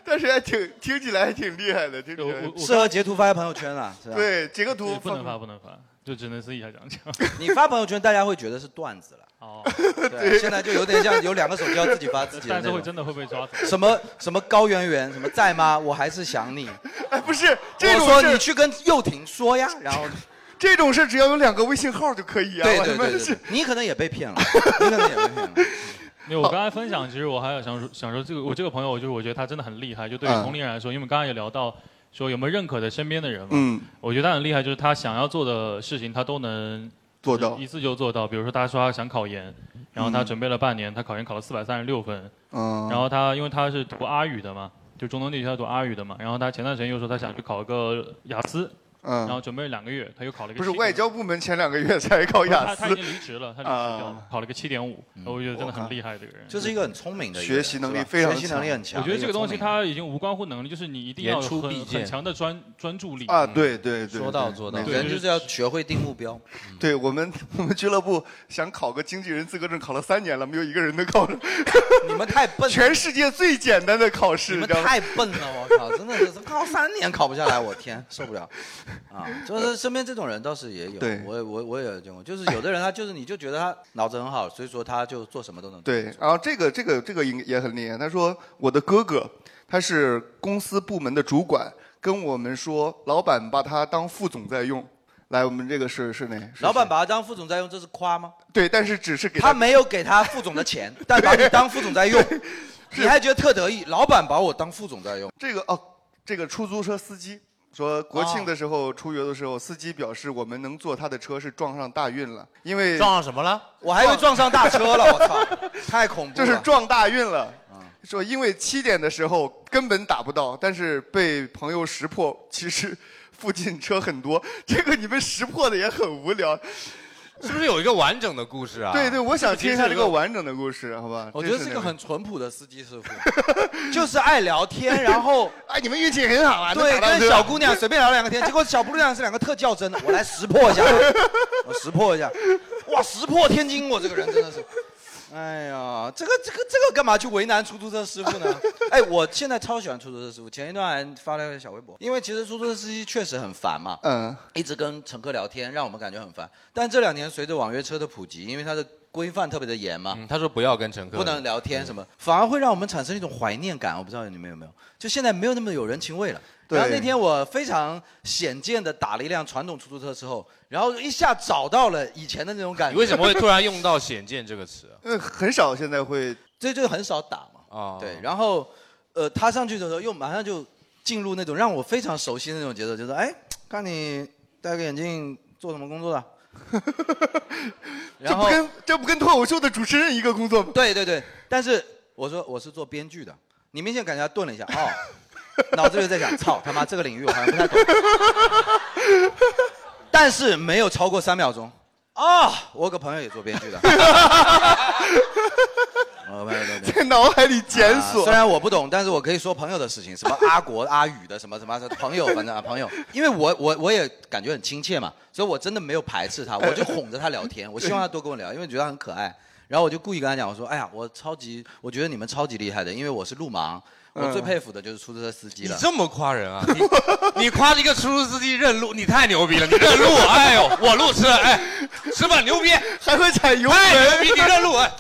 Speaker 2: 但是还挺听起来还挺厉害的，听起来
Speaker 3: 适合截图发在朋友圈了，
Speaker 1: 啊
Speaker 3: 是吧？
Speaker 2: 对截个图
Speaker 9: 不能发，不
Speaker 2: 能。
Speaker 9: 能发，就只能私底下讲讲。
Speaker 3: 你发朋友圈，大家会觉得是段子了。
Speaker 9: 哦，
Speaker 3: 对，现在就有点像有两个手机要自己发自己的
Speaker 9: 但
Speaker 3: 那
Speaker 9: 是会
Speaker 3: 种。
Speaker 9: 真的会被抓走。
Speaker 3: 什么什么高圆圆，什么在吗？我还是想你。
Speaker 2: 哎，不是这
Speaker 3: 我
Speaker 2: 种
Speaker 3: 说
Speaker 2: 事
Speaker 3: 你去跟幼婷说呀，然后
Speaker 2: 这种事只要有两个微信号就可以啊。
Speaker 3: 对
Speaker 2: 我
Speaker 3: 对
Speaker 2: 他妈
Speaker 3: 对对
Speaker 2: 是
Speaker 3: 对，你可能也被骗 了。
Speaker 9: 没有，我刚才分享，其实我还有想说，想说这个我这个朋友，就是我觉得他真的很厉害，就对于
Speaker 2: 嗯
Speaker 9: 同龄人来说，因为我们刚刚也聊到说有没有认可的身边的人嘛，
Speaker 2: 嗯
Speaker 9: 我觉得他很厉害，就是他想要做的事情他都能
Speaker 2: 做到
Speaker 9: 一次就做到。比如说他说他想考研，然后他
Speaker 2: 嗯
Speaker 9: 准备了半年，他考研考了四百三十六分，
Speaker 2: 嗯
Speaker 9: 然后他因为他是读阿语的嘛，就中东地区他读阿语的嘛，然后他前段时间又说他想去考个雅思，
Speaker 2: 嗯
Speaker 9: 然后准备了两个月，他又考了一个
Speaker 2: 不是
Speaker 9: 七
Speaker 2: 外交部门前两个月才考雅
Speaker 9: 他他
Speaker 2: 思啊
Speaker 9: 已经离职了，他离职掉了，
Speaker 3: 啊
Speaker 9: 考了个七点五，我觉得真的很厉害这个人。
Speaker 3: 嗯就是一个很聪明的一个
Speaker 2: 学
Speaker 3: 人，
Speaker 2: 习能力
Speaker 3: 是吧
Speaker 2: 非常
Speaker 3: 学习能力很强。
Speaker 9: 我觉得这个东西
Speaker 3: 一聪明人
Speaker 9: 它已经无关乎能力，就是你一定要有
Speaker 3: 言出必
Speaker 9: 很
Speaker 3: 践
Speaker 9: 很强的专专注力
Speaker 2: 啊！对对对，
Speaker 3: 说到
Speaker 2: 对
Speaker 3: 做到，
Speaker 2: 没
Speaker 3: 人
Speaker 2: 错
Speaker 3: 就是要学会定目标。
Speaker 2: 对我们我们俱乐部想考个经纪人资格证，考了三年了，没有一个人能考上。
Speaker 3: 你们太笨了，
Speaker 2: 全世界最简单的考试，你
Speaker 3: 你们
Speaker 2: 知道吗？
Speaker 3: 太笨了，我靠，真的是考三年考不下来，我天，受不了啊！就是身边这种人倒是也有
Speaker 2: 对，
Speaker 3: 我我我也有见过，就是有的人他就是你就觉得他脑子很好，所以说他就做什么都能做
Speaker 2: 对，然后这个这个这个应也很厉害。他说我的哥哥，他是公司部门的主管，跟我们说，老板把他当副总在用。来，我们这个是是哪？是
Speaker 3: 老板把他当副总在用，这是夸吗？
Speaker 2: 对，但是只是给
Speaker 3: 他没有给他副总的钱，但把你当副总在用，你还觉得特得意？老板把我当副总在用，
Speaker 2: 这个哦，这个出租车司机说，国庆的时候、出游的时候，司机表示我们能坐他的车是撞上大运了，因为
Speaker 1: 撞上什么了？
Speaker 3: 我还以为撞上大车了，我操，太恐怖
Speaker 2: 就
Speaker 3: 了！啊
Speaker 2: 是撞大运了。说因为七点的时候根本打不到，但是被朋友识破，其实附近车很多。 这个你们识破的也很无聊。
Speaker 1: 是不是 有一个完整的故事啊？
Speaker 2: 对对，我想听一下这
Speaker 1: 这
Speaker 2: 个
Speaker 1: 个
Speaker 2: 完整的故事，好吧？
Speaker 3: 我觉得
Speaker 2: 这
Speaker 3: 是
Speaker 2: 是
Speaker 3: 个很淳朴的司机 师傅，就是爱聊天，然后
Speaker 2: 哎，你们运气很好啊，能
Speaker 3: 对
Speaker 2: 打到
Speaker 3: 跟
Speaker 2: 车
Speaker 3: 小姑娘随便聊 两个天，结果小姑娘是两个特较真的，我来识破一下，我识破一下，哇，识破天惊，我这个人真的是。哎呀，这个这个这个干嘛去为难出租车师傅呢？哎，我现在超喜欢出租车师傅，前一段还发了个小微博，因为其实出租车司机确实很烦嘛，
Speaker 2: 嗯，
Speaker 3: 一直跟乘客聊天，让我们感觉很烦。但这两年随着网约车的普及，因为它的规范特别的严嘛，
Speaker 1: 嗯他说不要跟乘客嗯
Speaker 3: 不能聊天什么，反而会让我们产生一种怀念感。我不知道你们有没有，就现在没有那么有人情味了。
Speaker 2: 对
Speaker 3: 然后那天我非常显见的打了一辆传统出租车之后，然后一下找到了以前的那种感
Speaker 1: 你
Speaker 3: 觉。
Speaker 1: 为什么会突然用到“显见”这个词啊
Speaker 2: 呃，很少现在会
Speaker 3: 这就很少打嘛。
Speaker 1: 啊？
Speaker 3: 对，然后呃，他上去的时候又马上就进入那种让我非常熟悉的那种节奏，就是哎，看你戴个眼镜做什么工 作的？
Speaker 2: 这
Speaker 3: 然
Speaker 2: 不
Speaker 3: 后
Speaker 2: 跟这不跟脱口秀的主持人一个工作吗？
Speaker 3: 对对对，但是我说我是做编剧的，你明显感觉他顿了一下，哦， 脑子里在想，操他妈这个领域我好像不太懂， 但是没有超过三秒钟。
Speaker 2: 啊
Speaker 3: 哦，我有个朋友也做编剧 的，我有个朋友做编剧。
Speaker 2: 在脑海里检
Speaker 3: 啊
Speaker 2: 索
Speaker 3: 虽。然我不懂，但是我可以说朋友的事情，什么阿国、阿宇的，什么什么朋友，反正啊 朋友，因为我我我也感觉很亲切嘛，所以我真的没有排斥 他，我就哄着他聊天，我希望他多跟我聊，因为觉得他很可爱。然后我就故意跟他讲，我说，哎呀，我超级，我觉得你们超级厉害的，因为我是路盲，我
Speaker 1: 嗯
Speaker 2: 嗯
Speaker 3: 最佩服的就是出租车司机
Speaker 1: 你
Speaker 3: 了。
Speaker 1: 这么夸人啊？你你夸一个出租司机认路，你太牛逼了！你认路，哎呦，我路痴，哎， 是吧？ 牛逼，
Speaker 2: 还会踩油
Speaker 1: 太牛
Speaker 2: 门，
Speaker 1: 逼！你认路，哎，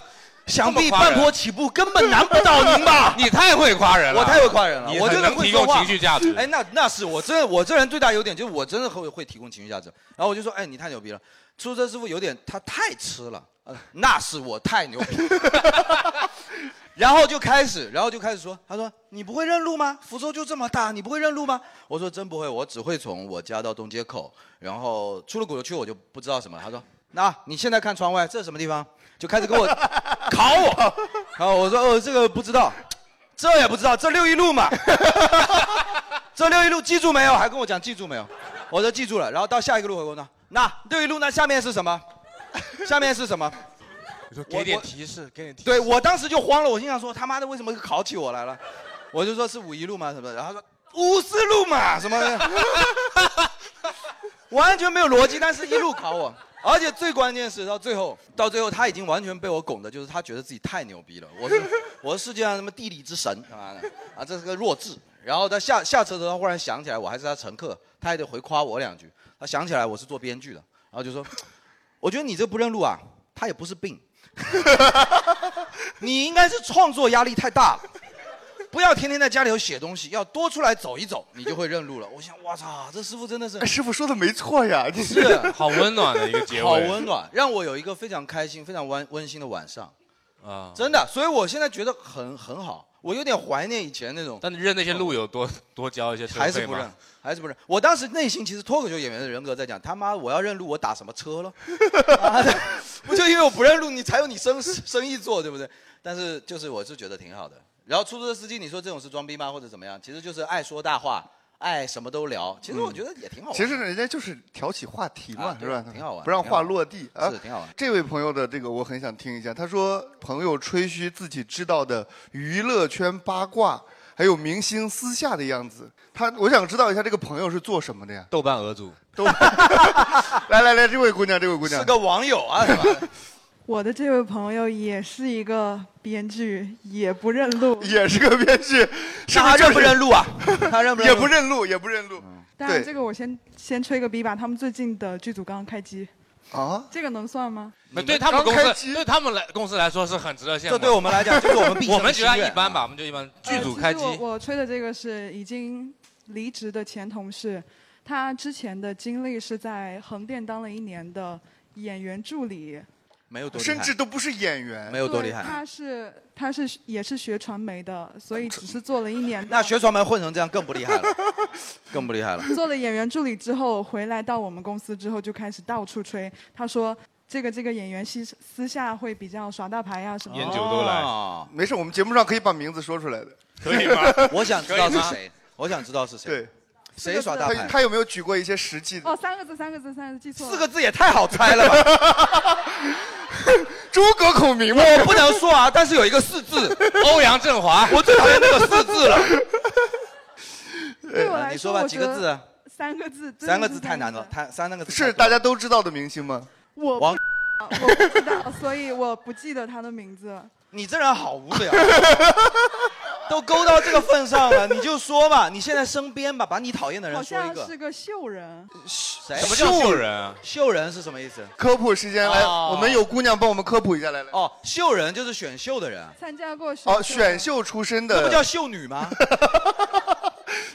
Speaker 3: 想必
Speaker 1: 这么夸
Speaker 3: 半
Speaker 1: 人
Speaker 3: 坡起步根本难不倒您吧？
Speaker 1: 你太会夸人了，
Speaker 3: 我太会夸人了
Speaker 1: 你
Speaker 3: 我
Speaker 1: 很
Speaker 3: 就
Speaker 1: 能
Speaker 3: 是会
Speaker 1: 提
Speaker 3: 说
Speaker 1: 供
Speaker 3: 话
Speaker 1: 情绪价值。
Speaker 3: 哎，那那是我这我这人最大优点就是我真的会会提供情绪价值。然后我就说，哎，你太牛逼了，出租车师傅有点他太吃了，呃那是我太牛逼了。 然后就开始，然后就开始说，他说你不会认路吗？福州就这么大，你不会认路吗？我说真不会，我只会从我家到东街口，然后出了鼓楼区我就不知道什么。他说，那你现在看窗外，这是什么地方？就开始给我 考我，然后我说哦这个不知道，这也不知道，这六一路嘛。这六一路记住没有？还跟我讲记住没有？我说记住了。然后到下一个路口呢，那六一路那下面是什么？下面是什么？
Speaker 1: 你说给点提示，给点提示。
Speaker 3: 对我当时就慌了，我心想说他妈的为什么考起我来了？我就说是五一路嘛什么的，然后他说五四 路嘛什么的，完全没有逻辑，但是一路考我。而且最关键是到最后，到最后他已经完全被我拱的，就是他觉得自己太牛逼了，我是我是世界上什么地理之神，他妈的啊，这是个弱智。然后他下下车的时候，他忽然想起来我还是他乘客，他还得回夸我两句。他想起来我是做编剧的，然后就说，我觉得你这不认路啊，他也不是病， 你应该是创作压力太大了。不要天天在家里头写东西，要多出来走一走，你就会认路了。我想，我操，这师傅真的是，
Speaker 2: 哎师傅说的没错 呀，你
Speaker 3: 是
Speaker 1: 好温暖的一个结尾
Speaker 3: 好温暖，让我有一个非常开心、非常温温馨的晚上，
Speaker 1: 啊，
Speaker 3: 真的。所以我现在觉得很很好，我有点怀念以前那种。
Speaker 1: 但你认那些路有多多交一些车费
Speaker 3: 还是不
Speaker 1: 吗
Speaker 3: 认，还是不认。我当时内心其实脱口秀演员的人格在讲，他妈我要认路，我打什么车了？妈的， 不就因为我不认路，你才有你生生意做，对不对？但是就是我是觉得挺好的。然后出租车司机，你说这种是装逼吗，或者怎么样？其实就是爱说大话，爱什么都聊。其实我觉得也挺好玩。
Speaker 2: 嗯其实人家就是挑起话题嘛，
Speaker 3: 啊
Speaker 2: 是吧？
Speaker 3: 对挺好玩
Speaker 2: 不让话落地啊，
Speaker 3: 是挺好玩。
Speaker 2: 这位朋友的这个我很想听一下，他说朋友吹嘘自己知道的娱乐圈八卦，还有明星私下的样子。他我想知道一下这个朋友是做什么的呀？
Speaker 1: 豆瓣俄族。
Speaker 2: 来来来，这位姑娘，这位姑娘
Speaker 3: 是个网友啊，是吧？
Speaker 10: 我的这位朋友也是一个编剧，也不认 路，
Speaker 2: 也是个 编剧，是
Speaker 10: 那他认不认
Speaker 3: 路啊？他认
Speaker 10: 不认
Speaker 2: 也
Speaker 10: 路
Speaker 2: 不认路，也不认路。
Speaker 10: 当然，
Speaker 2: 对
Speaker 10: 这个我先先吹个逼吧，他们最近的剧组刚刚开机，
Speaker 2: 啊，
Speaker 10: 这个能算吗？
Speaker 1: 那对他们公
Speaker 2: 刚开
Speaker 1: 司，对他们来公司来说是很值得羡慕的。
Speaker 3: 这对我们来讲就是我们 毕生的
Speaker 1: 我们觉得
Speaker 3: 心愿啊
Speaker 1: 一般吧，我们就一般。剧组开机
Speaker 10: 呃其实我我吹的这个是已经离职的前同事，他之前的经历是在横店当了一年的演员助理，
Speaker 3: 没有多厉害，
Speaker 2: 甚至都不是演员，
Speaker 3: 没有多厉
Speaker 10: 对他
Speaker 3: 害。
Speaker 10: 是他是也是学传媒的，所以只是做了一年。
Speaker 3: 那学传媒混成这样更不厉害了，更不厉害了。
Speaker 10: 做了演员助理之后，回来到我们公司之后就开始到处吹，他说这个这个演员私私下会比较耍大牌呀、什么的。
Speaker 1: 烟酒都来
Speaker 3: 哦
Speaker 2: 没事，我们节目上可以把名字说出来的，
Speaker 1: 可以吗
Speaker 3: 我想知道是谁，我想知道是谁。
Speaker 2: 对，
Speaker 3: 谁耍大
Speaker 2: 他
Speaker 3: 牌？
Speaker 2: 他有没有举过一些实际的？
Speaker 10: 哦，三个字，三个字，三个字，记错了。
Speaker 3: 四个字也太好猜了吧！
Speaker 2: 诸葛孔明吗？
Speaker 3: 我不能说啊，但是有一个 四字，
Speaker 1: 欧阳震华，
Speaker 3: 我最讨厌那个四字了。
Speaker 10: 对我来说，
Speaker 3: 哎你说吧，
Speaker 10: 我
Speaker 3: 几
Speaker 10: 觉
Speaker 3: 个
Speaker 10: 得
Speaker 3: 字啊？
Speaker 10: 三个字，真的
Speaker 3: 三个
Speaker 10: 是
Speaker 3: 字太难了，太三那个字
Speaker 2: 是大家都知道的明星吗？
Speaker 10: 我
Speaker 3: 王，
Speaker 10: 我不知道，所以我不记得他的名字。
Speaker 3: 你这人好无聊。啊 都勾到这个份上了，你就说吧，你现在身边吧，把你讨厌的
Speaker 10: 好
Speaker 3: 人说一
Speaker 10: 像
Speaker 3: 个
Speaker 10: 是。个秀人，
Speaker 3: 谁？
Speaker 1: 什么叫秀人啊？
Speaker 3: 秀人是什么意思？
Speaker 2: 科普时间，来，
Speaker 3: 哦
Speaker 2: 我们有姑娘帮我们科普一下，来来。
Speaker 3: 哦，秀人就是选秀的人，
Speaker 10: 参加过选
Speaker 2: 哦，
Speaker 10: 秀
Speaker 2: 选秀出身的，
Speaker 3: 那不叫秀女吗？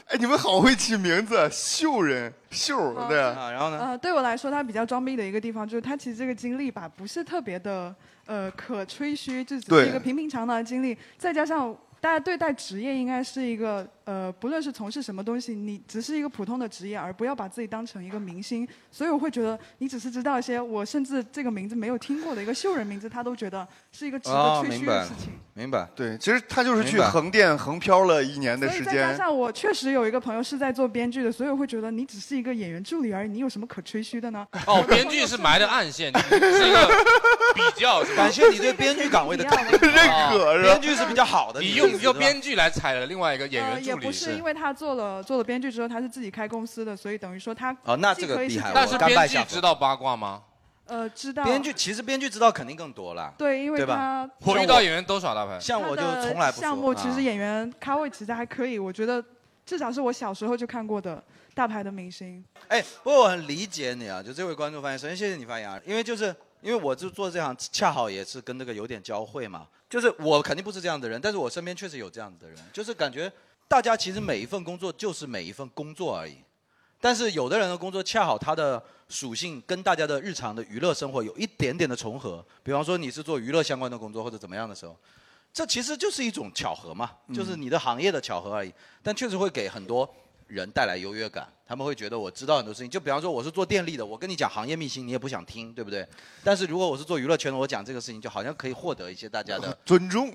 Speaker 2: 哎，你们 好会起名字，啊秀人秀
Speaker 10: 哦
Speaker 2: 儿对啊。
Speaker 3: 啊，然后呢？
Speaker 10: 嗯呃，对我来说，他比较装逼的一个地方就是他其实这个经历吧，不是特别的呃可吹嘘，就只
Speaker 2: 对
Speaker 10: 是一个平平常常的经历。再加上大家对待职业应该是一个呃，不论是从事什么东西，你只是一个普通的职业，而不要把自己当成一个明星。所以我会觉得，你只是知道一些我甚至这个名字没有听过的一个秀人名字，他都觉得是呃一个值得
Speaker 3: 哦，
Speaker 10: 吹
Speaker 3: 明
Speaker 10: 嘘
Speaker 3: 白
Speaker 10: 的
Speaker 3: 了
Speaker 10: 事情。，
Speaker 3: 明白。
Speaker 2: 对，其实他就是去
Speaker 3: 明白
Speaker 2: 横店横漂了一年的
Speaker 10: 所以
Speaker 2: 时
Speaker 10: 再加
Speaker 2: 间，
Speaker 10: 上我确实有一个朋友是在做编剧的，所以我会觉得你只是一个演员助理而已，你有什么可吹嘘的呢？
Speaker 1: 哦，编剧是埋的暗线，是一个比较，是吧？哦
Speaker 3: 感谢你对编剧岗位的认
Speaker 2: 可是吧
Speaker 3: 编剧是比较好的，
Speaker 1: 你
Speaker 3: 的
Speaker 1: 用
Speaker 3: 意思
Speaker 1: 用
Speaker 3: 是吧
Speaker 1: 编剧来踩了另外一个演
Speaker 10: 呃，
Speaker 1: 员
Speaker 10: 也
Speaker 1: 助
Speaker 10: 不
Speaker 1: 理
Speaker 10: 是，因为他做了做了编剧之后，他是自己开公司的，所以等于说他
Speaker 3: 哦那
Speaker 10: 既
Speaker 3: 这个
Speaker 10: 可以
Speaker 3: 厉
Speaker 10: 是
Speaker 3: 害
Speaker 10: 自
Speaker 3: 了
Speaker 10: 己
Speaker 1: 但是编剧知道八卦吗？
Speaker 10: 呃知道
Speaker 3: 编剧其实编剧知道肯定更多啦。
Speaker 10: 对，因为
Speaker 3: 对吧
Speaker 10: 他
Speaker 1: 我遇到演员都耍大牌，
Speaker 3: 像我就从来
Speaker 10: 他的
Speaker 3: 不说
Speaker 10: 项目其实
Speaker 3: 啊
Speaker 10: 演员咖位其实还可以，我觉得至少是我小时候就看过的大牌的明星。
Speaker 3: 哎，不过我很理解你啊，就这位观众发言，首先谢谢你发言啊，因为就是因为我就做这行，恰好也是跟这个有点交汇嘛。就是我肯定不是这样的人，但是我身边确实有这样的人，就是感觉大家其实每一份工作就是每一份工作而已，但是有的人的工作恰好他的属性跟大家的日常的娱乐生活有一点点的重合，比方说你是做娱乐相关的工作或者怎么样的时候，这其实就是一种巧合嘛，就是你的行业的巧合而已。但确实会给很多人带来优越感，他们会觉得我知道很多事情。就比方说我是做电力的，我跟你讲行业秘辛，你也不想听，对不对？但是如果我是做娱乐圈的，我讲这个事情，就好像可以获得一些大 家的
Speaker 2: 尊重。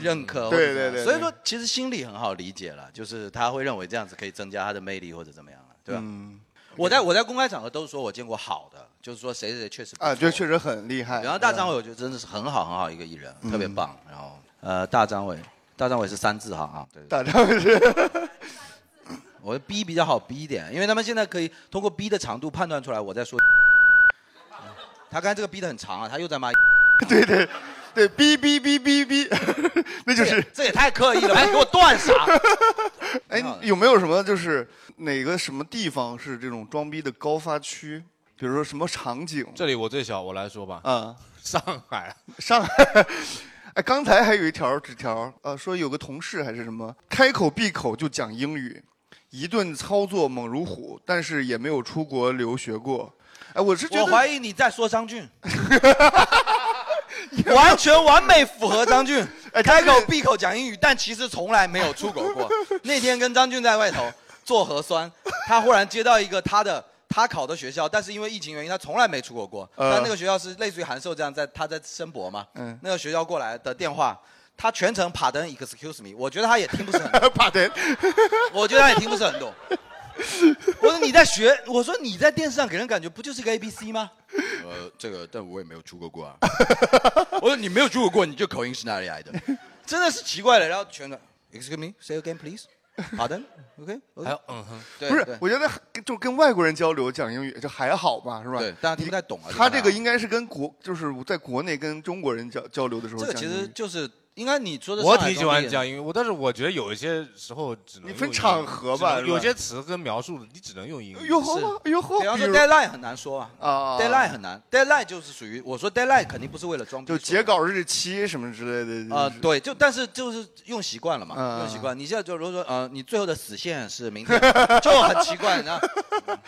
Speaker 3: 认可。
Speaker 2: 对
Speaker 3: 或者怎么样
Speaker 2: 对对对
Speaker 3: 所以说其实心里很好理解了，就是他会认为这样子可以增加他的魅力或者怎么样了，对吧？
Speaker 2: 嗯
Speaker 3: 我在我在公开场合都说我见过好的，就是说谁谁谁确实不
Speaker 2: 啊，
Speaker 3: 错
Speaker 2: 这确实很厉害。
Speaker 3: 然后大张伟，我觉得真的是很好很好一个艺人，特别棒。然后嗯呃，大张伟，大张伟是三字哈啊，对，
Speaker 2: 大张伟是，
Speaker 3: 我逼比较好逼一点，因为他们现在可以通过逼的长度判断出来我在说。他刚才这个逼得很长啊，他又在 骂。
Speaker 2: 对对对，逼逼逼逼 逼，那就是
Speaker 3: 这也太刻意了吧，你给我 断啥？
Speaker 2: 哎，你有没有什么就是哪个什么地方是这种装逼的高发区？比如说什么场景？
Speaker 1: 这里我最小，我来说吧。
Speaker 3: 嗯
Speaker 2: 啊，
Speaker 1: 上海，
Speaker 2: 上海。哎，刚才还有一条纸条，呃，说有个同事还是什么，开口闭口就讲英语，一顿操作猛如虎，但是也没有出国留学过。哎，我是觉得
Speaker 3: 我怀疑你在说 张俊，完全完美符合 张俊，
Speaker 2: 哎
Speaker 3: 开口闭口讲英语，但其实从来没有出 国过。那天跟张俊在外头做核酸，他忽然接到一个他的。他考的学校，但是因为疫情原因，他从来没出国过。
Speaker 2: 呃
Speaker 3: 但那个学校是类似于函授这样在，他在申博嘛。
Speaker 2: 嗯
Speaker 3: 那个学校过来的电话，他全程爬登 excuse me，我觉得他也听不是很
Speaker 2: 爬登，
Speaker 3: 我觉得他也听不是很懂。我说你在学，我说你在电视上给人感觉不就是一个 A B C 吗？呃，这个，但我也没有出国过啊。我说你没有出国过，你这口音是哪里来的？真的是奇怪了。然后全的 excuse me，say again please。好的，OK，
Speaker 1: 还有嗯哼
Speaker 3: 对
Speaker 2: 不是
Speaker 3: 对，
Speaker 2: 我觉得还就跟外国人交流讲英语就还好吧，是吧？对，
Speaker 3: 大家听不太懂啊
Speaker 2: 他
Speaker 3: 就看
Speaker 2: 这
Speaker 3: 他
Speaker 2: 个应该是跟国，就是在国内跟中国人交交流的时候
Speaker 3: 这
Speaker 2: 讲
Speaker 3: 个
Speaker 2: 英语。
Speaker 3: 其实就是应该你说的。
Speaker 1: 我挺喜欢讲英语，我但是我觉得有一些时候只能
Speaker 2: 你分
Speaker 1: 用英语
Speaker 2: 场合吧
Speaker 1: 只能
Speaker 2: 是吧
Speaker 1: 有些词跟描述你只能用英语。
Speaker 2: 哟呵哟呵，
Speaker 3: 比方
Speaker 2: 比
Speaker 3: 说
Speaker 2: 如
Speaker 3: deadline 很难说啊
Speaker 2: 啊
Speaker 3: ，deadline 很难，deadline 就是属于我说 deadline 肯定不是为了装逼
Speaker 2: 就
Speaker 3: 说的，
Speaker 2: 截稿日期什么之类的
Speaker 3: 啊、对，就但是就是用习惯了嘛，
Speaker 2: 嗯
Speaker 3: 用习惯。你现在就如果说呃，你最后的死线是明天， 就很奇 怪，然后然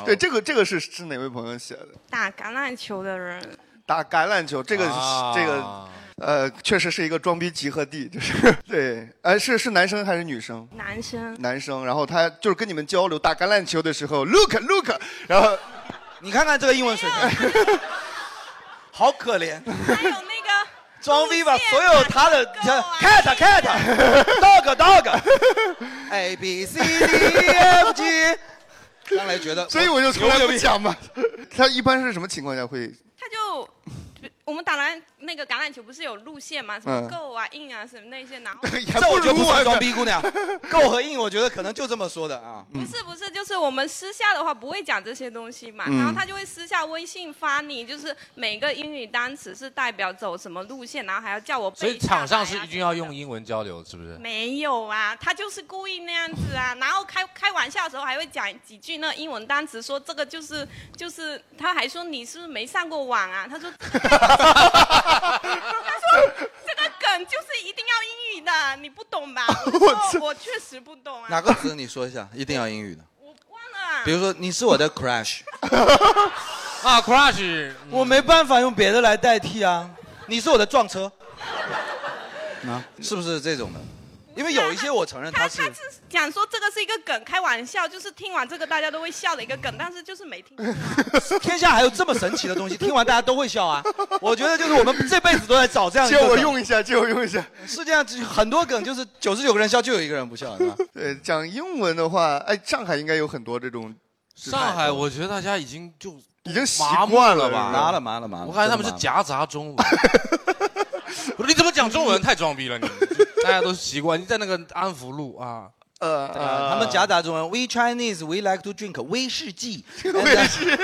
Speaker 3: 后
Speaker 2: 对，这个这个是是哪位朋友写的？
Speaker 11: 打橄榄球的人，
Speaker 2: 打橄榄球，这个、
Speaker 1: 啊
Speaker 2: 这个呃，确实是一个装逼集合地，就是 对，哎，是是男生还是女生？
Speaker 11: 男生
Speaker 2: 男生，然后他就是跟你们交流打橄榄球的时候，look look，然后
Speaker 3: 你看看这个英文水平，好可怜。 装逼把所有他的你像 cat cat dog dog a b c d e f g，刚才觉得，
Speaker 2: 所以我就从来
Speaker 3: 牛
Speaker 2: 不
Speaker 3: 逼
Speaker 2: 讲嘛。 他一般是什么情况下会？
Speaker 11: 他就我们打篮那个橄榄球不是有路线嘛，什么
Speaker 2: 嗯
Speaker 11: go 啊、in 啊什么那些，然 后
Speaker 3: 这我就不算装逼姑 娘，够和硬，我觉得可能就这么说的啊。
Speaker 11: 不是不是，就是我们私下的话不会讲这些东西嘛，
Speaker 3: 嗯
Speaker 11: 然后他就会私下微信发你，就是每个英语单词是代表走什么路线，然后还要叫我
Speaker 1: 所
Speaker 11: 背
Speaker 1: 以
Speaker 11: 下来啊。
Speaker 1: 场上是一定要用英文交流，是不是？
Speaker 11: 没有啊，他就是故意那样子 啊，然后开开玩笑的时候还会讲几句那英文单词，说这个就是就是，他还说你是不是没上过网啊？ 他说，他说这个梗就是一定要英语的，你不 懂吧？我说我确实不懂啊，
Speaker 3: 哪个词你说一下，一定要英语的。比如说，你是我的 crush，
Speaker 1: 啊，crush，
Speaker 3: 我没办法用别的来代替啊。你是我的撞 车，啊，是不是这种的？因为有一些我承认他是，
Speaker 11: 讲说这个是一个梗，开玩笑，就是听完这个大家都会笑的一个梗，但是就是没听过。
Speaker 3: 天下还有这么神奇的东西，听完大家都会笑啊。我觉得就是我们这辈子都在找这样一
Speaker 2: 借
Speaker 3: 个梗。
Speaker 2: 我用一下，借我用一下。
Speaker 3: 世界上只很多梗就是九十九个人笑就有一个人不笑，是吧？
Speaker 2: 对，讲英文的话，哎，上海应该有很多这种。
Speaker 1: 上海，我觉得大家已经就
Speaker 2: 已经习
Speaker 1: 麻木
Speaker 2: 惯了
Speaker 1: 了吧？
Speaker 2: 是吧麻了
Speaker 3: 麻了麻了
Speaker 1: 我感觉他们是夹杂中文。不是你怎么 讲中文？太装逼了，你就 大家都习惯。你在那个安福路啊，
Speaker 2: 呃
Speaker 3: 他们夹杂中文，We Chinese we like to drink 威士 忌。威士。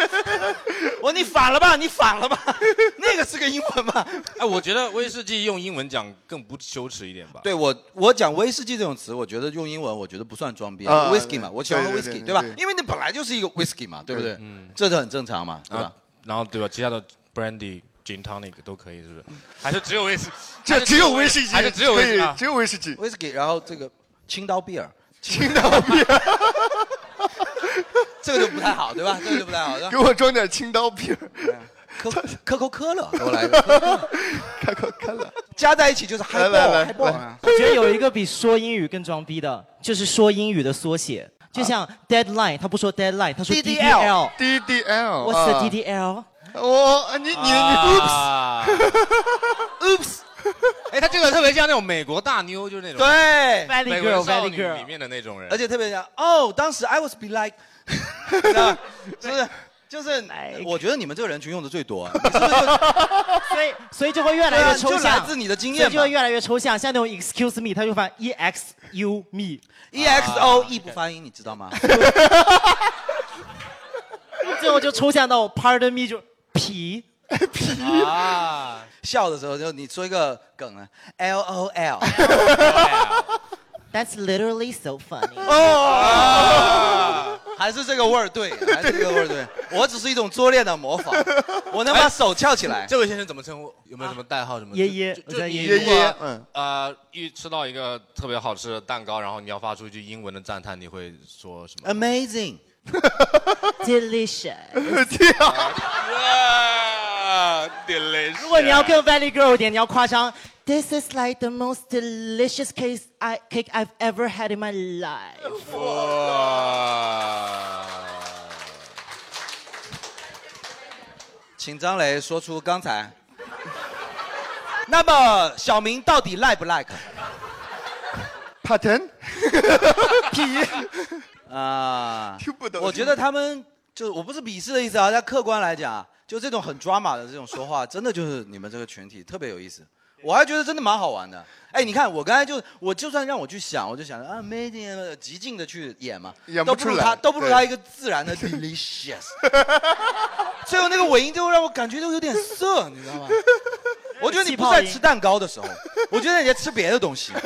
Speaker 3: 我说你反了吧，你反了吧， 那个是个英文吧？
Speaker 1: 哎，我觉得威士忌用英文讲更不羞耻一点吧。
Speaker 3: 对我，我讲威士忌这种词，我觉得用英文我觉得不算装逼
Speaker 1: 啊
Speaker 3: ，whisky 嘛，我喜欢喝
Speaker 1: 对对
Speaker 3: whisky，
Speaker 1: 对
Speaker 3: 吧
Speaker 1: 对？
Speaker 3: 因为那本来就是一个 whisky 嘛，对不对
Speaker 1: 对？嗯
Speaker 3: 这是很正常嘛，对吧？
Speaker 1: 然后对吧？其他的 brandy、gin tonic 都可以，是不
Speaker 3: 嗯
Speaker 1: 是？还是只 有威士？
Speaker 2: 这
Speaker 1: 还是
Speaker 2: 只有威士忌
Speaker 1: 还是只有威士
Speaker 2: 对
Speaker 1: 啊
Speaker 2: 只有威士忌
Speaker 3: ，whisky，然后这个青岛 beer，
Speaker 2: 青岛 beer，
Speaker 3: 这个就不太好，对吧？这个就不太好，对吧
Speaker 2: 给我装点青刀片。
Speaker 3: 啊 可可口可乐，给我来一个，可口可乐， 加在一起就是 h i g h b a l l h i g h b a l l
Speaker 8: 我觉得有一个比说英语更装逼的，就是说英语的缩写，就像 deadline，他不说 deadline，他说 DDL。
Speaker 2: D D L，
Speaker 8: What's the DDL？
Speaker 2: 我你你你
Speaker 1: 啊
Speaker 3: oops，oops，
Speaker 1: 哎，他这个特别像那种美国大妞，就是那种
Speaker 3: 对
Speaker 1: 美国少女里面的那种人，
Speaker 3: 而且特别像哦，当时 I was be like，你 知 道吗是不是？就是我觉得你们这个人群用的最 多，你是不是
Speaker 8: 所以所以就会越来越抽象，
Speaker 3: 对啊就来自你的经验嘛
Speaker 8: 所以就会越来越抽象。像那种 excuse me，他就翻 e x u me。
Speaker 1: 啊
Speaker 3: EXO E 不发音，你知道吗？
Speaker 8: 最后就抽象到 pardon me 就皮
Speaker 3: 皮啊！ 笑的时候就你说一个梗 啊，L O L。
Speaker 8: That's literally so funny.
Speaker 3: 哦，还是这个味儿对，还是这个味儿对。我只是一种拙劣的模仿，我能把手翘起来。
Speaker 1: 哎这位先生怎么称呼？有没有什么代号什么？
Speaker 8: 爷爷
Speaker 1: 就
Speaker 8: 啊我
Speaker 1: 就
Speaker 8: 叫
Speaker 1: 你
Speaker 8: 爷
Speaker 1: 如
Speaker 8: 爷
Speaker 1: 果
Speaker 8: 爷嗯
Speaker 1: 呃，一吃到一个特别好吃的蛋糕，然后你要发出一句英文的赞叹，你会说什么？
Speaker 8: 嗯
Speaker 3: Amazing,
Speaker 8: delicious。
Speaker 3: 啊
Speaker 2: 啊
Speaker 1: delicious
Speaker 8: 如果你要更 Valley Girl 一点，你要夸张。This is like the most delicious cake I cake I've ever had in my life。
Speaker 3: 请张磊说出刚才。 那么小明到底 like 不 like？
Speaker 2: pattern
Speaker 3: 皮啊，
Speaker 2: 听不懂。
Speaker 3: 我觉得他们就是我不是鄙视的意思啊，但客观来讲，就这种很 drama 的这种说话，真的就是你们这个群体特别有意思。我还觉得真的蛮好玩的。哎，你看我刚才就我就算让我去想，我就想着啊，amazing，极尽的去演嘛，
Speaker 2: 演
Speaker 3: 都
Speaker 2: 不
Speaker 3: 不
Speaker 2: 出
Speaker 3: 如
Speaker 2: 来
Speaker 3: 他，都不如他
Speaker 2: 对
Speaker 3: 一个自然 的 delicious。最后那个尾音就让我感觉都有点涩，你知道吗？我觉得你不是在吃蛋糕的时候，我觉得你在吃别的东西。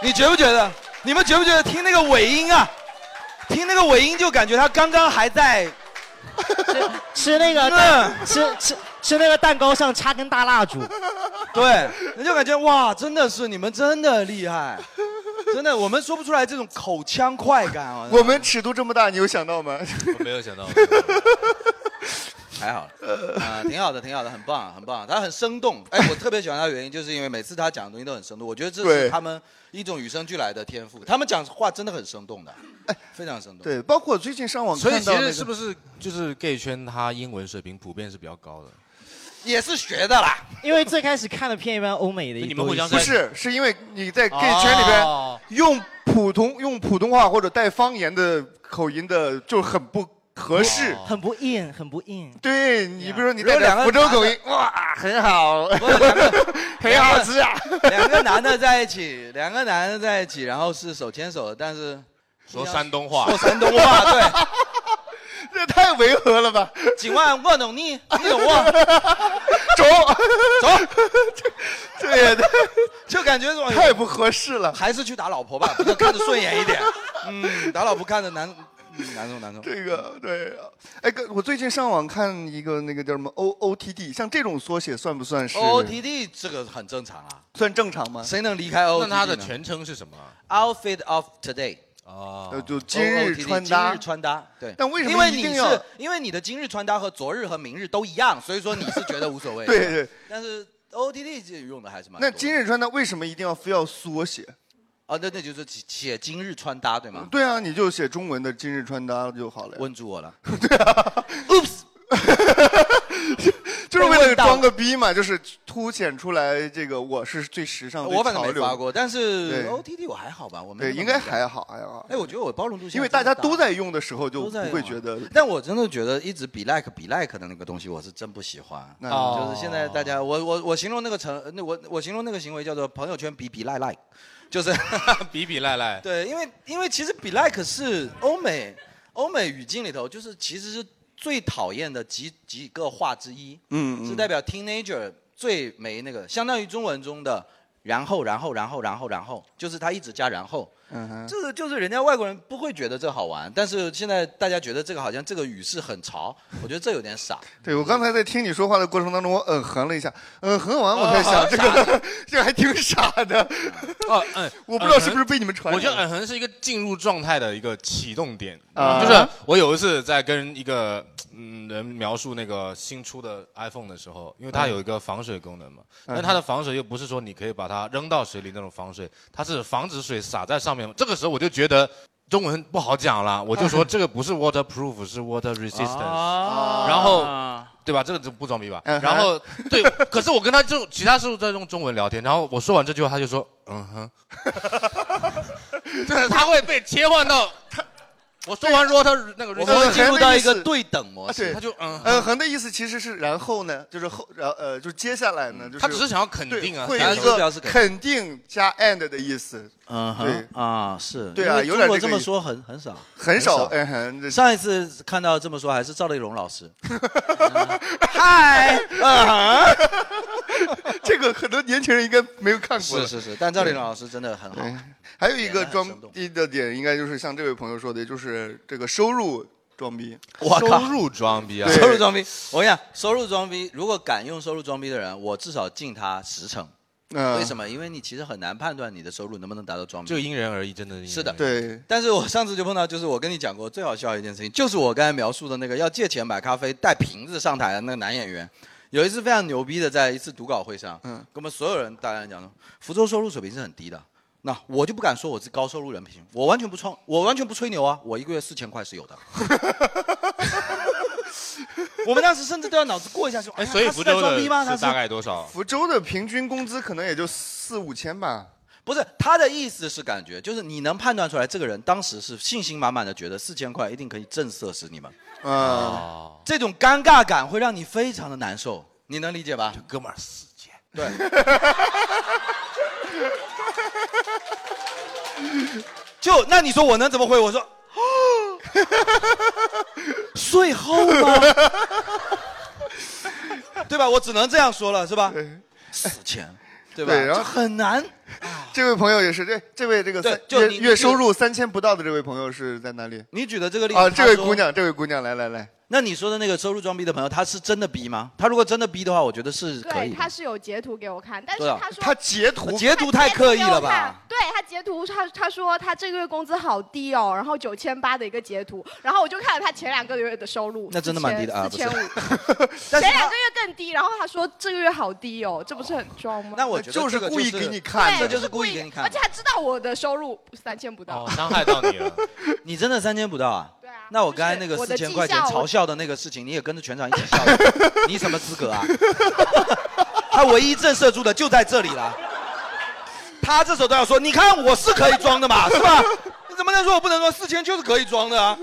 Speaker 3: 你觉不觉得？你们觉不觉得听那个尾音啊？听那个尾音就感觉他刚刚还在嗯
Speaker 8: 吃那个蛋吃吃吃那个蛋糕上插根大蜡烛。
Speaker 3: 对，你就感觉哇，真的是你们真的厉害，真的我们说不出来这种口腔快感啊。
Speaker 2: 我们尺度这么大，你有想到吗？
Speaker 1: 我没 有想到，
Speaker 3: 还好啊、挺好的，挺好的，很棒，很棒。他很生动，哎，我特别喜欢他的原因，就是因为每次他讲的东西都很生动。我觉得这是
Speaker 2: 对
Speaker 3: 他们一种与生俱来的天赋，他们讲话真的很生动的，非常生 动。
Speaker 2: 对，包括最近上网
Speaker 1: 所以
Speaker 2: 看
Speaker 1: 其
Speaker 2: 到、那
Speaker 1: 实
Speaker 2: 个，
Speaker 1: 是不是就是 gay 圈他英文水平普遍是比较高的？
Speaker 3: 也是学的啦。
Speaker 8: 因为最开始看的片一般欧美的，你
Speaker 1: 们互相
Speaker 2: 不是，是因为你在 gay 圈里边
Speaker 8: 哦
Speaker 2: 用普通用普通话或者带方言的口音的就很不合适。
Speaker 8: 很不硬，很不硬。
Speaker 2: 对
Speaker 3: 啊
Speaker 2: 你，比如说你
Speaker 8: 如果
Speaker 2: 带
Speaker 8: 两个
Speaker 2: 点福州口音，
Speaker 8: 男的
Speaker 2: 哇，很好，很好吃啊。
Speaker 3: 两个男的在一起，两个男的在一起，然后是手牵手的，但是
Speaker 1: 说山东话
Speaker 3: 说山东话，对，
Speaker 2: 这太违和了吧？
Speaker 3: 今晚我懂你，你懂我，
Speaker 2: 走
Speaker 3: 走，
Speaker 2: 这也
Speaker 3: 就感觉
Speaker 2: 太不合适了，
Speaker 3: 还是去打老婆吧，比较看着顺眼 一点。嗯，打老婆看着难嗯难受难哦受。
Speaker 2: 这个对啊，哎哥，我最近上网看一个那个叫什么 O O T D，像这种缩写算不算是
Speaker 3: OOTD 这个很正常啊。
Speaker 2: 算正常吗？
Speaker 3: 谁能离开 OOTD
Speaker 1: 那它的
Speaker 3: 呢
Speaker 1: 全称是什么？啊
Speaker 3: Outfit of today。
Speaker 1: 哦
Speaker 2: 呃就今日
Speaker 3: OOTD
Speaker 2: 穿搭
Speaker 3: 今日穿搭，对。
Speaker 2: 但为什么
Speaker 3: 因为
Speaker 2: 一
Speaker 3: 你
Speaker 2: 定
Speaker 3: 是
Speaker 2: 要
Speaker 3: 因为你的今日穿搭和昨日和明日都一样，所以说你是觉得无所谓。
Speaker 2: 对对。
Speaker 3: 但是 OOTD 这用的还是蛮
Speaker 2: 那
Speaker 3: 多的
Speaker 2: 今日穿搭为什么一定要非要缩写？
Speaker 3: 啊，那那就是写写今日穿搭对吗？
Speaker 2: 对啊，你就写中文的今日穿搭就好了。啊
Speaker 3: 问住 我了。
Speaker 2: 就是为
Speaker 3: 被
Speaker 2: 了
Speaker 3: 问到
Speaker 2: 装个逼嘛，就是凸显出来这个我是最时尚、
Speaker 3: 我反正
Speaker 2: 最
Speaker 3: 没
Speaker 2: 潮流
Speaker 3: 发过，但是
Speaker 2: 对
Speaker 3: OOTD 我还好吧，我没
Speaker 2: 对
Speaker 3: 那么
Speaker 2: 应该
Speaker 3: 敏感
Speaker 2: 还好还好。
Speaker 3: 哎，我觉得我包容度
Speaker 2: 因为大家都在用的时候就
Speaker 3: 都在
Speaker 2: 不会觉得。
Speaker 3: 但我真的觉得一直比 like 比 like 的那个东西，我是真不喜欢。
Speaker 2: 那
Speaker 3: 嗯
Speaker 2: 哦
Speaker 3: 就是现在大家，我我我形容那个成，那我我形容那个行为叫做朋友圈比比赖赖，就是
Speaker 1: 比比赖赖。
Speaker 3: 对，因为因为其实比 like 是欧美欧美语境里头，就是其实是最讨厌的几几个话之一，
Speaker 2: 嗯嗯
Speaker 3: 是代表 teenager 最没那个，相当于中文中的然后然后然后然后然后，就是他一直加然后。
Speaker 2: 嗯哼，
Speaker 3: 这个就是人家外国人不会觉得这好玩，但是现在大家觉得这个好像这个语势很潮，我觉得这有点傻。
Speaker 2: 对我刚才在听你说话的过程当中，我嗯哼了一下，嗯哼完我在想、
Speaker 3: 哦
Speaker 2: 这个这个还挺傻的。
Speaker 1: 哦，嗯，
Speaker 2: 我不知道是不是被你们传染
Speaker 1: 我觉得嗯，可能是一个进入状态的一个启动点，
Speaker 2: 啊
Speaker 1: 就是我有一次在跟一个嗯人描述那个新出的 iPhone 的时候，因为它
Speaker 7: 嗯
Speaker 1: 有一个防水功能嘛，
Speaker 7: 嗯
Speaker 1: 但它的防水又不是说你可以把它扔到水里那种防水，它是防止水洒在上面。这个时候我就觉得。中文不好讲了，我就说这个不是 waterproof，是 water resistance，、然
Speaker 2: 啊
Speaker 1: 后
Speaker 8: 哦
Speaker 12: 啊
Speaker 1: 对吧？这个就不装逼吧。
Speaker 7: 嗯哼
Speaker 1: 然后对， 可是我跟他就其他时候在用中文聊天，然后我说完这句话，他 就说嗯哼，就是他会被切换到我说完之后，他那个
Speaker 3: 我们会进入到一个对等模
Speaker 2: 啊对
Speaker 3: 式，
Speaker 2: 他就
Speaker 1: 嗯
Speaker 2: 呃，恒的意思其实是然后呢，就是后，然后呃，就是接下来呢，就是
Speaker 1: 嗯他只是想要肯定啊
Speaker 2: 对
Speaker 1: 他
Speaker 2: 会有
Speaker 1: 只
Speaker 2: 一
Speaker 1: 是表
Speaker 2: 个
Speaker 1: 示肯定
Speaker 2: 肯定加 and 的意思。
Speaker 3: 嗯
Speaker 2: 对
Speaker 3: 哼，啊是，
Speaker 2: 对啊
Speaker 3: 因为
Speaker 2: 有点
Speaker 3: 中国
Speaker 2: 这
Speaker 3: 这
Speaker 2: 个
Speaker 3: 么
Speaker 2: 意思
Speaker 3: 说很很少，
Speaker 2: 很少
Speaker 3: 少
Speaker 2: 哎很。
Speaker 3: 上一次看到这么说还是赵丽蓉老师， 嗨，嗯哼。
Speaker 2: 啊这个很多年轻人应该没有看过了。
Speaker 3: 是是是，但赵丽蓉老师真的很好
Speaker 2: 对。还有一个装逼的点，应该就是像这位朋友说的，就是这个收入装逼。
Speaker 3: 我靠
Speaker 1: 收入装逼啊
Speaker 2: 对
Speaker 3: 收入装逼，我跟你讲，收入装逼，如果敢用收入装逼的人，我至少敬他十成。
Speaker 1: 嗯
Speaker 3: 为什么？因为你其实很难判断你的收入能不能达到装逼。
Speaker 1: 这个因人而异，真的因人
Speaker 3: 是的，
Speaker 1: 而异。
Speaker 3: 但是我上次就碰到，就是我跟你讲过最好笑的一件事情，就是我刚才描述的那个要借钱买咖啡带瓶子上台的那个男演员，有一次非常牛逼的，在一次读稿会上，嗯，跟我们所有人大家讲说，福州收入水平是很低的。那我就不敢说我是高收入人群，我完全不创，我完全不吹牛啊，我一个月四千块是有的。我们当时甚至都要脑子过一下说，哎呀，
Speaker 1: 所以
Speaker 3: 他是
Speaker 1: 福
Speaker 3: 在
Speaker 1: 州
Speaker 3: 装
Speaker 1: 的
Speaker 3: 逼吗？他
Speaker 1: 是大概多少？
Speaker 2: 福州的平均工资可能也就四五千吧。
Speaker 3: 不是他的意思是感觉，就是你能判断出来这个人当时是信心满满的，觉得四千块一定可以震慑死你们。
Speaker 2: 嗯，
Speaker 3: 这种尴尬感会让你非常的难受，你能理解吧？
Speaker 1: 哥们儿四千，
Speaker 3: 对，就那你说我能怎么回？我说，税 后吗？对吧？我只能这样说了，是吧？四 千，对吧？
Speaker 2: 然后
Speaker 3: 就很难。
Speaker 2: 这位朋友也是，这这位这个
Speaker 3: 对
Speaker 2: 三
Speaker 3: 就
Speaker 2: 月
Speaker 3: 你
Speaker 2: 月收入三千不到的这位朋友是在哪里？
Speaker 3: 你举的这个例子
Speaker 2: 啊，
Speaker 3: 他
Speaker 2: 这位
Speaker 3: 说
Speaker 2: 姑娘，这位姑娘，来来来，
Speaker 3: 那你说的那个收入装逼的朋友，他是真的逼吗？他如果真的逼的话，我觉得是可
Speaker 12: 对，
Speaker 3: 以的。
Speaker 12: 他是有截图给我看，但是
Speaker 3: 对啊
Speaker 12: 他说
Speaker 3: 他截图截图太刻意
Speaker 12: 他截
Speaker 3: 了吧
Speaker 12: 图给我看对他截图，他他说他这个月工资好低哦，然后九千八的一个截图，然后我就看了他前两个月的收入，
Speaker 3: 那真的蛮低的啊，
Speaker 12: 四
Speaker 3: 不
Speaker 12: 千
Speaker 3: 是
Speaker 12: 五，。前 两个月更低，然后他说这个月好低哦，这不是很装吗？
Speaker 3: 那我觉得这个就是
Speaker 12: 对
Speaker 3: 这就是故意给你看
Speaker 12: 而且
Speaker 3: 的。
Speaker 12: 他知道我的收入三千不到，
Speaker 1: 哦
Speaker 10: 哦
Speaker 1: 伤害到你了。
Speaker 3: 你真的三千不到啊？对啊。那我刚才那个
Speaker 12: 就是我
Speaker 3: 四
Speaker 12: 的
Speaker 3: 千块钱
Speaker 12: 绩效我
Speaker 3: 嘲笑的那个事情，你也跟着全场一起笑的， 你什么资格啊？ 他唯一震慑住的就在这里了。他这时候都要说，你看我是可以装的嘛，是吧？你怎么能说我不能装？四千就是可以装的啊！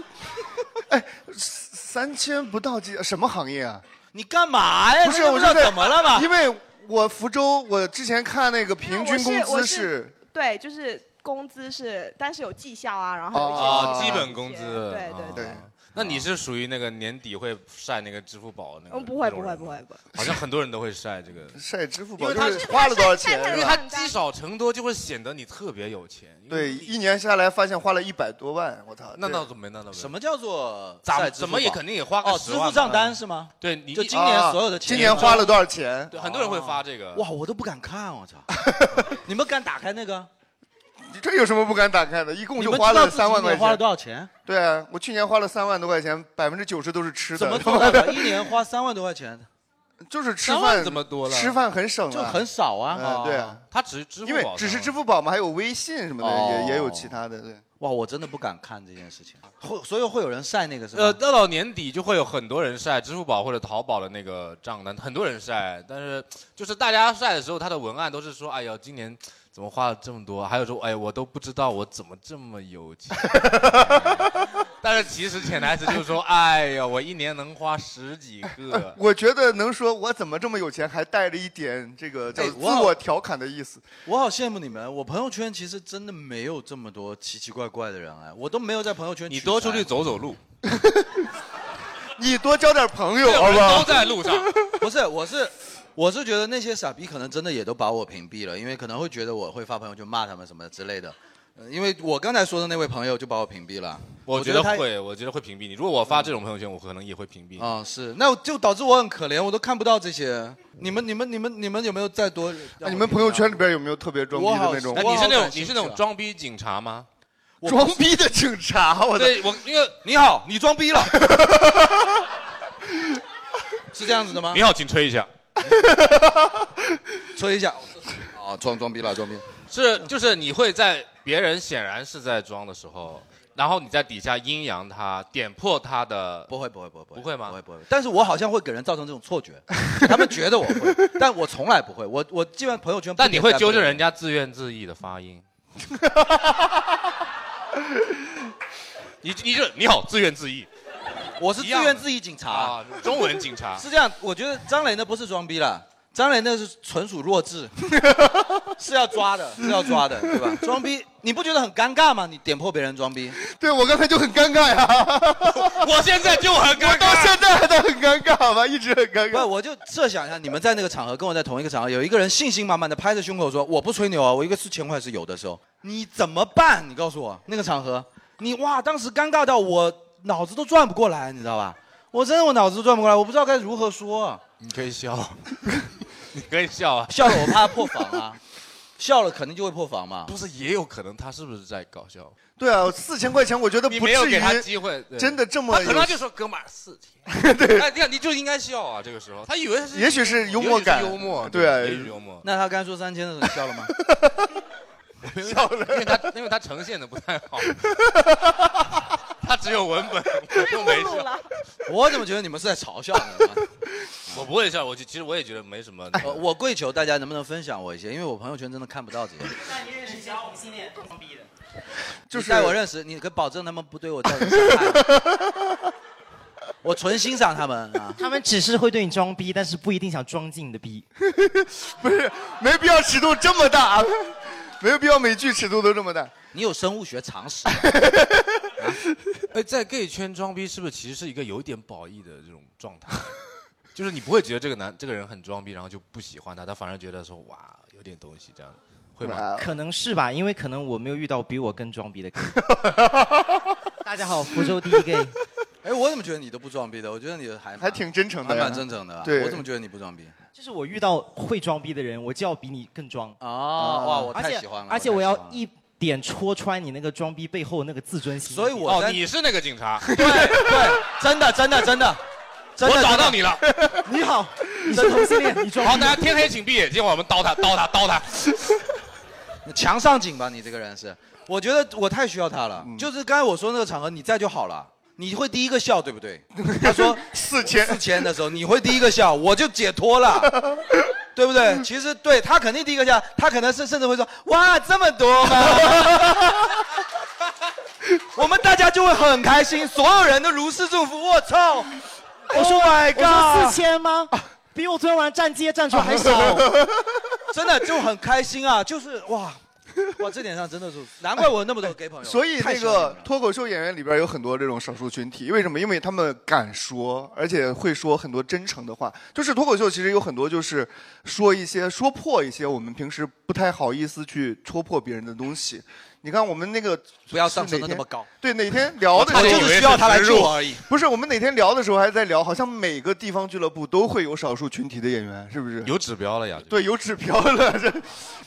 Speaker 2: 三千不到几，什么行业啊？
Speaker 3: 你干嘛呀？
Speaker 2: 不是，
Speaker 3: 他
Speaker 2: 我
Speaker 3: 知道
Speaker 2: 是在
Speaker 3: 怎么了嘛？
Speaker 2: 因为我福州，我之前看那个平均工
Speaker 12: 我
Speaker 2: 资
Speaker 12: 是
Speaker 2: 是
Speaker 12: 对，就是工资是，但是有绩效啊，然后有一些
Speaker 1: 哦，基
Speaker 12: 一些
Speaker 1: 本工资。
Speaker 12: 对对对。
Speaker 1: 哦。那你是属于那个年底会晒那个支付宝那个？
Speaker 12: 嗯，不会
Speaker 1: 那
Speaker 12: 不
Speaker 1: 种
Speaker 12: 会
Speaker 1: 人
Speaker 12: 不
Speaker 1: 吗
Speaker 12: 会不会。
Speaker 1: 好像很多人都会晒这个。
Speaker 2: 晒支付
Speaker 1: 因
Speaker 2: 宝，
Speaker 1: 为
Speaker 2: 就
Speaker 1: 他
Speaker 2: 是花了多少钱？
Speaker 1: 因为
Speaker 2: 是
Speaker 1: 他
Speaker 2: 吧
Speaker 1: 积少成多，就会显得你特别有钱。
Speaker 2: 对，一年下来发现花了一百多万，我操！
Speaker 1: 啊那
Speaker 2: 这
Speaker 1: 倒没，那倒没。什
Speaker 3: 么叫做
Speaker 1: 咋
Speaker 3: 在支付
Speaker 1: 怎么也肯定也花
Speaker 3: 宝
Speaker 1: 个
Speaker 3: 哦
Speaker 1: 十
Speaker 3: 支
Speaker 1: 万吧
Speaker 3: 付账单是吗？
Speaker 1: 对你啊
Speaker 3: 就今年所有的钱，
Speaker 2: 今年花了多少钱？
Speaker 1: 对，很多人会发这个。
Speaker 3: 哇，我都不敢看，我 操！你们敢打开那个？
Speaker 2: 这有什么不敢打开的？一共
Speaker 3: 你
Speaker 2: 就
Speaker 3: 们
Speaker 2: 花
Speaker 3: 知道
Speaker 2: 了
Speaker 3: 自己
Speaker 2: 三万块
Speaker 3: 一年
Speaker 2: 钱。
Speaker 3: 花了多少钱？
Speaker 2: 对啊，我去年花了三万多块钱，百分之九十都是吃的。
Speaker 3: 怎么
Speaker 2: 他
Speaker 3: 做
Speaker 2: 妈
Speaker 3: 到
Speaker 2: 的
Speaker 3: 的？一 年花三万多块钱，
Speaker 2: 就是吃
Speaker 3: 三万
Speaker 2: 饭
Speaker 3: 怎么多了
Speaker 2: 吃饭很省啊，
Speaker 3: 就很少啊
Speaker 2: 嗯，对啊，
Speaker 1: 他只支
Speaker 2: 因为只是支付宝嘛，还有微信什么的，也也有其他的。对，
Speaker 3: 哦哇，我真的不敢看这件事情，会所以会有人晒那个是吧？
Speaker 1: 呃，到到年底就会有很多人晒支付宝或者淘宝的那个账单，很多人晒，但是就是大家晒的时候，他的文案都是说，哎呀，今年怎么花了这么多？还有说，哎，我都不知道我怎么这么有钱。 但是其实潜台词就是说，哎呀，我一年能花十几个。
Speaker 2: 哎我觉得能说我怎么这么有钱，还带着一点这个叫
Speaker 3: 哎
Speaker 2: 自
Speaker 3: 我好
Speaker 2: 我调侃的意思。
Speaker 3: 我好羡慕你们，我朋友圈其实真的没有这么多奇奇怪怪的人哎，我都没有在朋友圈。
Speaker 1: 你多出去走走路，
Speaker 2: 你多交点朋友，好
Speaker 3: 人
Speaker 2: 不好？
Speaker 1: 在路上。
Speaker 3: 不是，我是我是觉得那些傻逼可能真的也都把我屏蔽了，因为可能会觉得我会发朋友圈骂他们什么之类的。呃因为我刚才说的那位朋友就把我屏蔽了，
Speaker 1: 我觉得嗯
Speaker 3: 他
Speaker 1: 会，我觉得会屏蔽你。如果我发这种朋友圈，我可能也会屏蔽你。
Speaker 3: 啊、是，那我就导致我很可怜，我都看不到这些。你们、你们、你们、你们有没有再多？
Speaker 2: 那哎你们朋友圈里边有没有特别装逼的那种？
Speaker 1: 哎你是那种你是那种装逼警察吗？
Speaker 2: 装逼的警察，我的
Speaker 1: 对，我因为
Speaker 3: 你好，你装逼 了，是这样子的吗？
Speaker 1: 你好，请吹一下。
Speaker 3: 吹一下，啊，装装逼了，装逼。
Speaker 1: 是，就是你会在别人显然是在装的时候，然后你在底下阴阳他，点破他的。
Speaker 3: 不会，不会，不会，不
Speaker 1: 会吗？不
Speaker 3: 会，不会。但是我好像会给人造成这种错觉，他们觉得我 会，但我从来不会。我我基本上朋友圈不
Speaker 1: 但你
Speaker 3: 点
Speaker 1: 会
Speaker 3: 赞
Speaker 1: 纠
Speaker 3: 不
Speaker 1: 正
Speaker 3: 点
Speaker 1: 人家自怨自艾的发音。你你就
Speaker 3: 哦
Speaker 1: 你好，自怨自艾。
Speaker 3: 我是自怨自艾警察，
Speaker 1: 啊中文警 察
Speaker 3: 是这样。我觉得张磊那不是装逼了，张磊那是纯属弱 智，是要抓的，是要抓的，对吧？装逼，你不觉得很尴尬吗？你点破别人装逼，
Speaker 2: 对我刚才 就很尴尬呀，
Speaker 1: 我现在就很尴尬，
Speaker 2: 到现在还在很尴尬好吧，一直很尴
Speaker 3: 尬。不，我就设想一下，你们在那个场合跟我在同一个场合，有一个人信心满满的拍着胸口说：“我不吹牛啊，我一个四千块是有的。”时候，你怎么办？你告诉我，那个场合，你哇，当时尴尬到我脑子都转不过来，你知道吧？我真的我脑子都转不过来，我不知道该如何说。
Speaker 1: 你可以笑， 你可以笑啊，
Speaker 3: 笑了我怕破防 啊，笑了肯定就会破防嘛。
Speaker 1: 不是，也有可能他是不是在搞笑？
Speaker 2: 对啊，四千块钱我觉得
Speaker 1: 你
Speaker 2: 不
Speaker 1: 没有
Speaker 2: 至于
Speaker 1: 给他机会，对
Speaker 2: 真的这么
Speaker 1: 他可能他
Speaker 2: 有
Speaker 1: 就说哥们儿四 千，对，哎，你看你就应该笑啊，这个时候他以为是，
Speaker 2: 也许是幽默感
Speaker 1: 也许是幽默，
Speaker 2: 对啊
Speaker 1: 也许 是幽默，
Speaker 3: 那他刚才说三千的时候，你笑了 吗？
Speaker 1: 笑了，因为他因为他呈现的不太 好，他只有文本，我就没笑，
Speaker 3: 我怎么觉得你们是在嘲笑我？
Speaker 1: 我不会笑，我就其实我也觉得没什
Speaker 2: 哎
Speaker 1: 么，
Speaker 3: 呃，我跪求大家能不能分享我一些，因为我朋友圈真的看不到这些。
Speaker 13: 你认识小五系列装逼的，
Speaker 3: 你带我认识，你可保证他们不对我造成伤害。 我纯欣赏他们啊！
Speaker 8: 他们只是会对你装逼，但是不一定想装进你的逼。
Speaker 2: 不是没必要尺度这么大，啊没有必要每句尺度都这么大。
Speaker 3: 你有生物学常识，
Speaker 1: 哎，在 gay 圈装逼是不是其实是一个有一点褒义的这种状态？ 就是你不会觉得这个男这个人很装逼，然后就不喜欢他，他反而觉得说哇有点东西这样，会吗？
Speaker 8: 可能是吧，因为可能我没有遇到比我更装逼的。 大家好，福州第一 gay。
Speaker 3: 哎，我怎么觉得你都不装逼的？我觉得你还还
Speaker 2: 挺真诚
Speaker 8: 的呀
Speaker 3: 还蛮真诚的。啊
Speaker 8: 对
Speaker 3: 我怎么觉得你不 装逼？
Speaker 8: 就是我遇到会装逼的人，我就要比你更装。嗯
Speaker 3: 哦哇我太喜欢了
Speaker 8: 而且而且
Speaker 3: 我
Speaker 8: 我
Speaker 3: 太喜欢
Speaker 8: 要
Speaker 3: 了
Speaker 8: 一点戳穿你那个装逼背后那个自尊心。哦
Speaker 3: 所以我在
Speaker 1: 哦是那个警 察，
Speaker 3: 真的真的真的，真的
Speaker 1: 我找到 你了。
Speaker 8: 你好，你是同性恋，你装逼。
Speaker 1: 好，大家天黑请闭眼，今晚我们刀他，刀他，刀他。
Speaker 3: 强上紧吧，你这个人是。我觉得我太需要他了，
Speaker 2: 嗯
Speaker 3: 就是刚才我说那个场合，你在就好了。你会第一个笑，对不对？他说
Speaker 2: 四千
Speaker 3: 四千的时候，你会第一个笑，我就解脱了， 对不对？其实对他肯定第一个笑，他可能是甚至会说哇这么多吗？ 我们大家就会很开心，所有人都如释重负。我操！
Speaker 8: 我说
Speaker 3: Oh my
Speaker 8: 我说
Speaker 3: god！
Speaker 8: 四千吗？
Speaker 3: 啊
Speaker 8: 比我昨天晚上站街站出来还少。
Speaker 3: 真的就很开心啊， 就是哇哇，这点上真的是，难怪我哎有那么多 gay 朋友。
Speaker 2: 所以
Speaker 3: 太
Speaker 2: 那
Speaker 3: 幸运了
Speaker 2: 个脱口秀演员里边有很多这种少数群体，为什么？因为他们敢说，而且会说很多真诚的话。就是脱口秀其实有很多就是说一些说破一些我们平时不太好意思去戳破别人的东西。你看我们那个
Speaker 3: 不要上升得
Speaker 2: 是哪天
Speaker 3: 那么高
Speaker 2: 对，哪天聊的时
Speaker 3: 我
Speaker 2: 候
Speaker 3: 差点以为是我就是需要他来救我而已。
Speaker 2: 不是，我们哪天聊的时候还在聊，好像每个地方俱乐部都会有少数群体的演员，是不是？
Speaker 1: 有指标了呀？
Speaker 2: 对，有指标了。这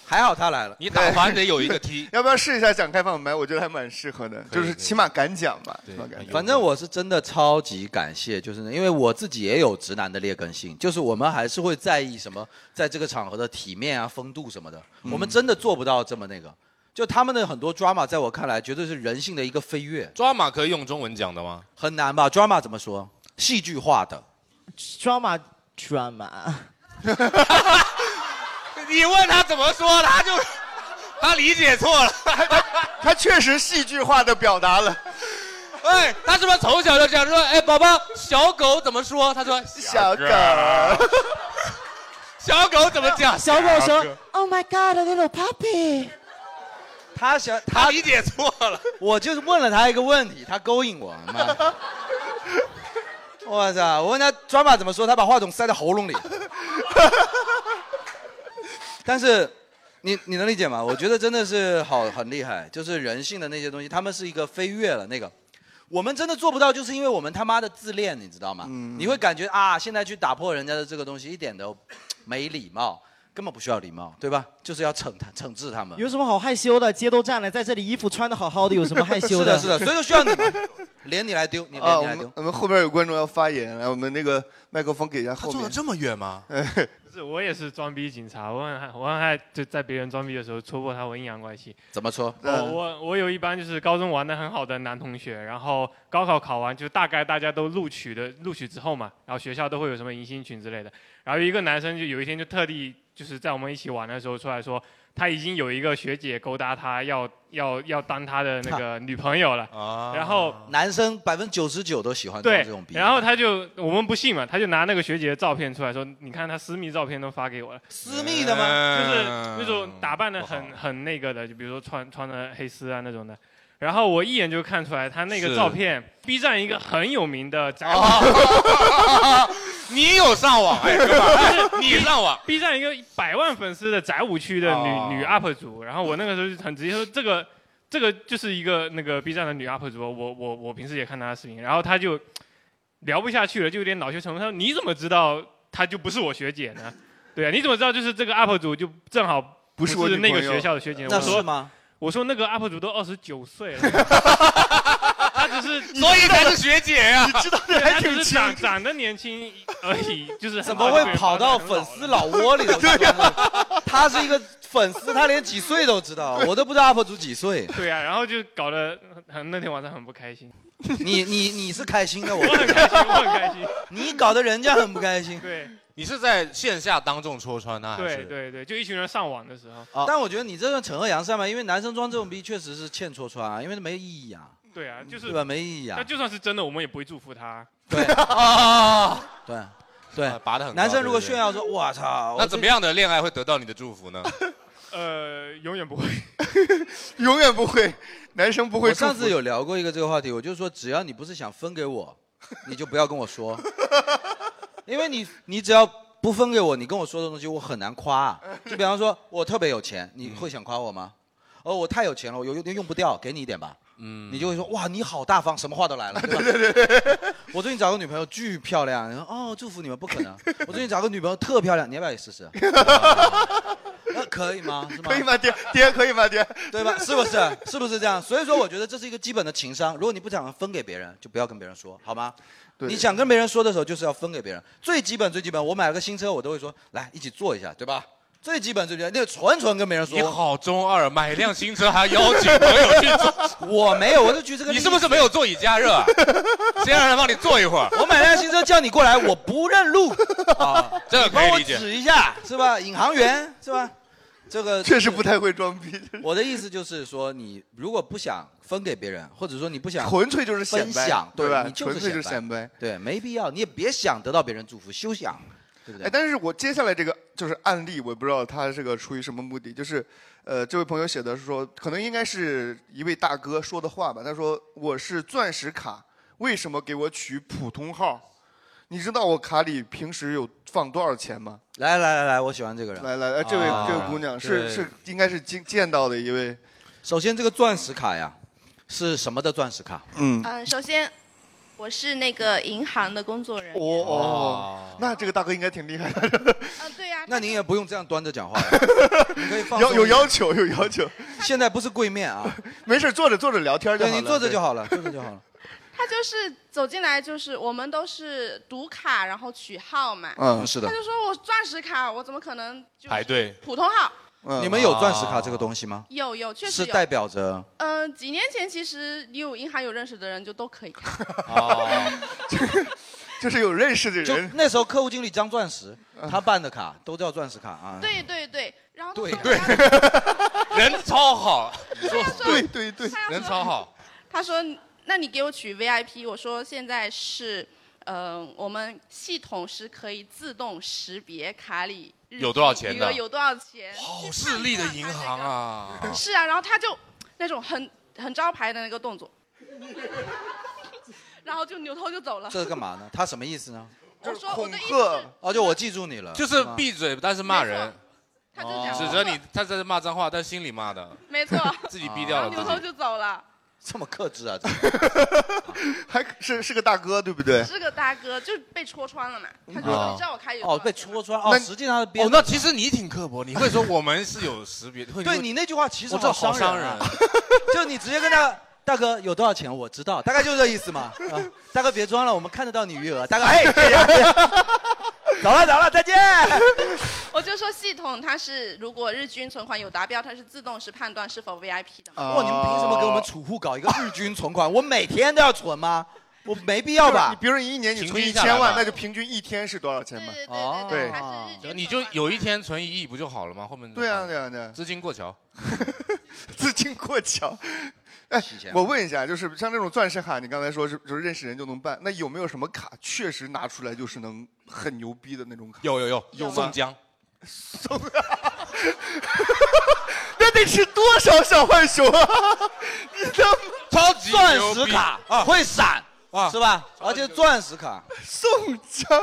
Speaker 3: 还好他来 了，
Speaker 1: 你打 环得有一个 T。
Speaker 2: 要不要试一下讲开放麦？我觉得还蛮适合的，就是起码敢讲吧，起码
Speaker 1: 哎
Speaker 2: 敢讲。
Speaker 3: 反正我是真的超级感谢，就是因为我自己也有直男的劣根性，就是我们还是会在意什么，在这个场合的体面啊、风度什么的，
Speaker 1: 嗯
Speaker 3: 我们真的做不到这么那个。就他们的很多 drama，在我看来，绝对是人性的一个飞跃。
Speaker 1: drama 可以用中文讲的吗？
Speaker 3: 很难吧？drama 怎么说？戏剧化的。
Speaker 8: drama drama。
Speaker 1: 你问他怎么说，他就他理解错了，
Speaker 2: 他确实戏剧化的表达了。
Speaker 1: 哎，他是不是从小就这样说？哎，宝宝，小狗怎么说？他说
Speaker 2: 小狗，
Speaker 1: 小狗怎么 讲？
Speaker 8: 小狗说：“Oh my God, a little puppy。
Speaker 3: 他想
Speaker 1: 他理解错了，
Speaker 3: 我就是问了他一个问题，他勾引我，妈 的！我操！我问他 drama 怎么说，他把话筒塞到喉咙里。但是，你你能理解吗？我觉得真的是好很厉害，就是人性的那些东西，他们是一个飞跃了那个。我们真的做不到，就是因为我们他妈的自恋，你知道吗？你会感觉啊，现在去打破人家的这个东西，一点都没礼貌，根本不需要礼貌，对吧？就是要惩他惩治他们。
Speaker 8: 有什么好害羞的？街都站了，在这里衣服穿的好好的，有什么害羞的？
Speaker 3: 是的，是的，所以就需 要你们，连你来丢，你
Speaker 2: 啊，我
Speaker 3: 连你来
Speaker 2: 们
Speaker 3: 丢。
Speaker 2: 我们后边有观众要发言，来，我们那个麦克风给一下后面。
Speaker 14: 他坐得这么
Speaker 1: 远 吗？
Speaker 14: 是我也是装逼警察，我很害，我很害，就在别人装逼的时候戳破他我阴阳怪气。
Speaker 3: 怎么说？
Speaker 14: 我哦我我有一班就是高中玩的很好的男同学，然后高考考完就大概大家都录取的，录取之后嘛，然后学校都会有什么迎新群之类的，然后一个男生就有一天就特地就是在我们一起玩的时候出来说，他已经有一个学姐勾搭他，要要要当他的那个女朋友了。
Speaker 3: 啊
Speaker 14: 然后
Speaker 3: 男生百分之九十九都喜欢装
Speaker 14: 对
Speaker 3: 这种，逼。
Speaker 14: 然后他就我们不信嘛，他就拿那个学姐的照片出来说，你看他私密照片都发给我了。嗯
Speaker 3: 私密的吗
Speaker 14: 就是
Speaker 1: 嗯
Speaker 14: 那种打扮的很很那个的，就比如说穿穿的黑丝啊那种的。然后我一眼就看出来，他那个
Speaker 1: 是哦
Speaker 14: 照片，B 站一个很有名的宅网，
Speaker 1: 你有上网哎，哥们儿你上网，
Speaker 14: B 站一个百万粉丝的宅舞区的女、
Speaker 1: 哦
Speaker 14: 女 UP 主，然后我那个时候就很直接说这个这个就是一个那个 B 站的女 UP 主，我我我平时也看她的视频，然后她就聊不下去了，就有点恼羞成怒，她说你怎么知道她就不是我学姐呢？ 对啊，你怎么知道就是这个 UP 主就正好
Speaker 2: 不
Speaker 14: 是
Speaker 2: 是我女
Speaker 14: 那个
Speaker 2: 朋友
Speaker 14: 学校的学姐？
Speaker 2: 那
Speaker 14: 我说
Speaker 2: 是吗？
Speaker 14: 我说那个 UP 主都二十九 岁了，她只是
Speaker 1: 所以才是学姐呀、
Speaker 14: 你知道的还挺轻，长长得年轻而已， 就是
Speaker 3: 怎么会跑到粉丝老窝里头？对他是一个粉丝，他连几岁都知道，我都不知道 UP 主几岁。
Speaker 14: 对啊，然后就搞得很那天晚上很不开心。
Speaker 3: 你你你是开心的，我
Speaker 14: 我很开心，我很开心。
Speaker 3: 你搞得人家很不开心。
Speaker 14: 对
Speaker 1: 你是在线下当众戳穿他，还
Speaker 14: 对
Speaker 1: 是？
Speaker 14: 对对，就一群人上网的时候。
Speaker 3: 啊但我觉得你这个惩恶扬善嘛，因为男生装这种逼确实是欠戳穿啊，因为没意义啊，
Speaker 14: 对啊，就是
Speaker 3: 对吧？没意义啊
Speaker 14: 那。就算是真的，我们也不会祝福他。
Speaker 3: 对
Speaker 1: 啊，
Speaker 3: 对对，
Speaker 1: 哎拔得很高
Speaker 3: 男生如果
Speaker 1: 对不对
Speaker 3: 炫耀说“我操”，
Speaker 1: 那怎么样的恋爱会得到你的祝福 呢？
Speaker 14: 呃，永远不会。
Speaker 2: 永远不会，男生不会
Speaker 3: 我上
Speaker 2: 祝福
Speaker 3: 次有聊过一个这个话题，我就说只要你不是想分给我， 你就不要跟我说，因为你你只要不分给我，你跟我说的东西我很难夸、啊。就比方说我特别有钱，你会想夸我吗？哦，我太有钱了，我有有点用不掉，给你一点吧。
Speaker 1: 嗯，
Speaker 3: 你就会说哇，你好大方，什么话都来 了。对吧对对对，我最近找个女朋友巨漂亮，然后哦，祝福你们，不 可能。我最近找个女朋友特漂亮，你要不要也试 试？那可以吗？是吗？
Speaker 2: 可以吗？爹爹可以吗？爹
Speaker 3: 对吧？是不是？是不是这样？所以说，我觉得这是一个基本的情商。如果你不想分给别人，就不要跟别人说，好吗？你想跟别人说的时候，就是要分给别人。最基本最基本，我买了个新车，我都会说来一起坐一下，对吧？最基本最基本，那个纯纯跟别人说。
Speaker 1: 你好中二，买一辆新车还邀请朋友去 坐，
Speaker 3: 我没有，我就举这个。
Speaker 1: 你是不是没有座椅加热啊？先让人帮你坐一会儿。
Speaker 3: 我买辆新车叫你过来，我不认
Speaker 2: 哎
Speaker 3: 路啊！
Speaker 1: 这个可以理
Speaker 3: 你
Speaker 1: 解
Speaker 3: 帮我指一下是吧？引航员是吧？这 个
Speaker 2: 确实不太会装逼。
Speaker 3: 我的意思就是说，你如果不想分给别人，或者说你不想
Speaker 2: 纯粹就是显摆
Speaker 3: 分享，
Speaker 2: 对吧
Speaker 3: 你就是
Speaker 2: 纯粹就是显摆，
Speaker 3: 对，没必要，你也别想得到别人祝福，休想，对不对？
Speaker 2: 哎，但是我接下来这个就是案例，我不知道他这个出于什么目的，就是，呃，这位朋友写的是说，可能应该是一位大哥说的话吧。他说我是钻石卡，为什么给我取普通号？你知道我卡里平时有放多少钱吗？
Speaker 3: 来来来来，我喜欢这个人。
Speaker 2: 来来来，这位、
Speaker 3: 啊
Speaker 2: 这位姑娘是
Speaker 3: 对
Speaker 2: 是应该是见见到的一位。
Speaker 3: 首先，这个钻石卡呀，是什么的钻石卡？
Speaker 2: 嗯
Speaker 5: 嗯，首先我是那个银行的工作人员。
Speaker 2: 哦哦，那这个大哥应该挺厉害的，
Speaker 3: 那您也不用这样端着讲话呀， 你可以放
Speaker 2: 要
Speaker 3: 松一
Speaker 2: 有
Speaker 3: 点
Speaker 2: 要求有要求。
Speaker 3: 现在不是跪面啊，
Speaker 2: 没事，坐着坐着聊天就好
Speaker 3: 对
Speaker 2: 了。
Speaker 3: 你坐着
Speaker 2: 对
Speaker 3: 就好了，坐着就好了。
Speaker 5: 他就是走进来，就是我们都是读卡，然后取号嘛。
Speaker 3: 嗯是的
Speaker 5: 他就说我钻石卡，我怎么可能就
Speaker 3: 排队
Speaker 5: 普通号？
Speaker 3: 嗯
Speaker 2: 嗯
Speaker 3: 你们有钻石卡这个东西吗？
Speaker 5: 有有，确实
Speaker 3: 是
Speaker 5: 有。
Speaker 3: 代表着
Speaker 5: 嗯、几年前其实有银行有认识的人就都可以看。
Speaker 1: 哦
Speaker 3: 哦
Speaker 2: 就是有认识的嗯
Speaker 3: 人。那时候客户经理张钻石，他办的卡都叫钻石卡啊。
Speaker 5: 对对对，然后
Speaker 3: 对
Speaker 5: 对，
Speaker 1: 人超好，
Speaker 2: 对对对，
Speaker 1: 人超好。
Speaker 5: 他说：“那你给我取 VIP。”我说：“现在是，呃，我们系统是可以自动识别卡里日
Speaker 1: 有多少钱
Speaker 5: 余
Speaker 1: 的
Speaker 5: 额有多少钱。
Speaker 1: 好势力的银行啊！
Speaker 5: 是啊，然后他就那种很很招牌的那个动作， 然后就扭头就走了。
Speaker 3: 这是干嘛呢？他什么意思呢？
Speaker 5: 我说我的意 思
Speaker 2: 呵，
Speaker 3: 哦，就我记住你了，
Speaker 1: 就是
Speaker 3: 吗
Speaker 1: 闭嘴，但是骂人。
Speaker 5: 他就讲
Speaker 1: 指责你，他在这骂脏话，但心里骂的。，
Speaker 5: 没错
Speaker 1: 自己逼掉了
Speaker 5: 然后扭头就走了。
Speaker 3: 这么克制啊？
Speaker 2: 还是是个大哥，对不对？嗯
Speaker 5: 是个大哥，就被戳穿了嘛。他就
Speaker 1: 哦
Speaker 5: 说：“你知道我卡里有
Speaker 3: 哦，被戳穿哦
Speaker 1: 那，
Speaker 3: 实际上是编
Speaker 1: 哦，
Speaker 3: 的
Speaker 1: 那其实你挺刻薄，你会说我们是有识别。会
Speaker 3: 对你那句话其实
Speaker 1: 我这好
Speaker 3: 伤
Speaker 1: 伤人
Speaker 3: 啊， 就你直接跟他大哥有多少钱我知道，大概就这意思嘛。啊大哥别装了，我们看得到你余额。大哥哎，别呀别呀 走了走了，再见。
Speaker 5: 我就说系统它是如果日均存款有达标，它是自动是判 断
Speaker 1: 啊
Speaker 5: 是否 VIP 的嘛。
Speaker 3: 哇，你们凭什么给我们储户搞一个日均存款？我每天都要存吗？我没必要吧？
Speaker 2: 你比如你一年你
Speaker 1: 平
Speaker 2: 存
Speaker 1: 均
Speaker 2: 一
Speaker 1: 下来
Speaker 2: 千万，
Speaker 1: 吧
Speaker 2: 那就平均一天是多少钱嘛？
Speaker 1: 哦
Speaker 2: 对，
Speaker 1: 你就有一天存一亿不就好了吗？后面
Speaker 2: 对啊，对啊，对啊，
Speaker 1: 资金过桥，
Speaker 2: 资金过桥。 哎，我问一下，就是像这种钻石卡，你刚才说是就是认识人就能办，那有没有什么卡确实拿出来就是能很牛逼的那种卡？
Speaker 1: 有有有
Speaker 2: 有吗
Speaker 1: 宋江，
Speaker 2: 那得吃多少小浣熊啊？你他
Speaker 1: 超级
Speaker 3: 钻石卡会闪
Speaker 1: 啊，
Speaker 3: 是吧？而且钻石卡，
Speaker 2: 宋江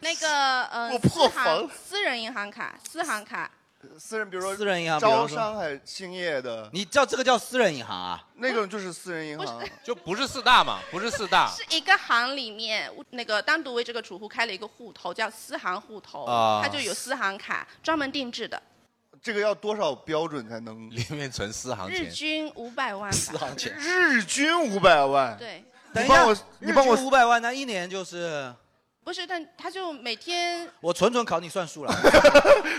Speaker 5: 那个呃，
Speaker 2: 我破
Speaker 5: 私行
Speaker 2: 防了
Speaker 5: 私人银行卡，私行卡，
Speaker 2: 私人比如说
Speaker 3: 私人银行比
Speaker 2: 招
Speaker 3: 方说
Speaker 2: 商海兴业的，
Speaker 3: 你叫这个叫私人银行啊？
Speaker 2: 那种就是私人银
Speaker 5: 行，
Speaker 1: 就不是四大嘛，不是四大
Speaker 5: 是一个行里面那个单独为这个主户开了一个户头，叫私行户头，
Speaker 1: 啊
Speaker 5: 它就有私行卡，专门定制的，
Speaker 2: 这个要多少标准才能？
Speaker 1: 里面存四行
Speaker 5: 日
Speaker 1: 钱，
Speaker 5: 均五百万吧。
Speaker 3: 行钱
Speaker 2: 日均五百万，
Speaker 5: 对，
Speaker 3: 等一
Speaker 2: 你
Speaker 3: 下
Speaker 2: 帮我，
Speaker 3: 日
Speaker 2: 你帮我
Speaker 3: 均五百万，那一年就是
Speaker 5: 不是，但他就每天
Speaker 3: 我纯纯考你算数了。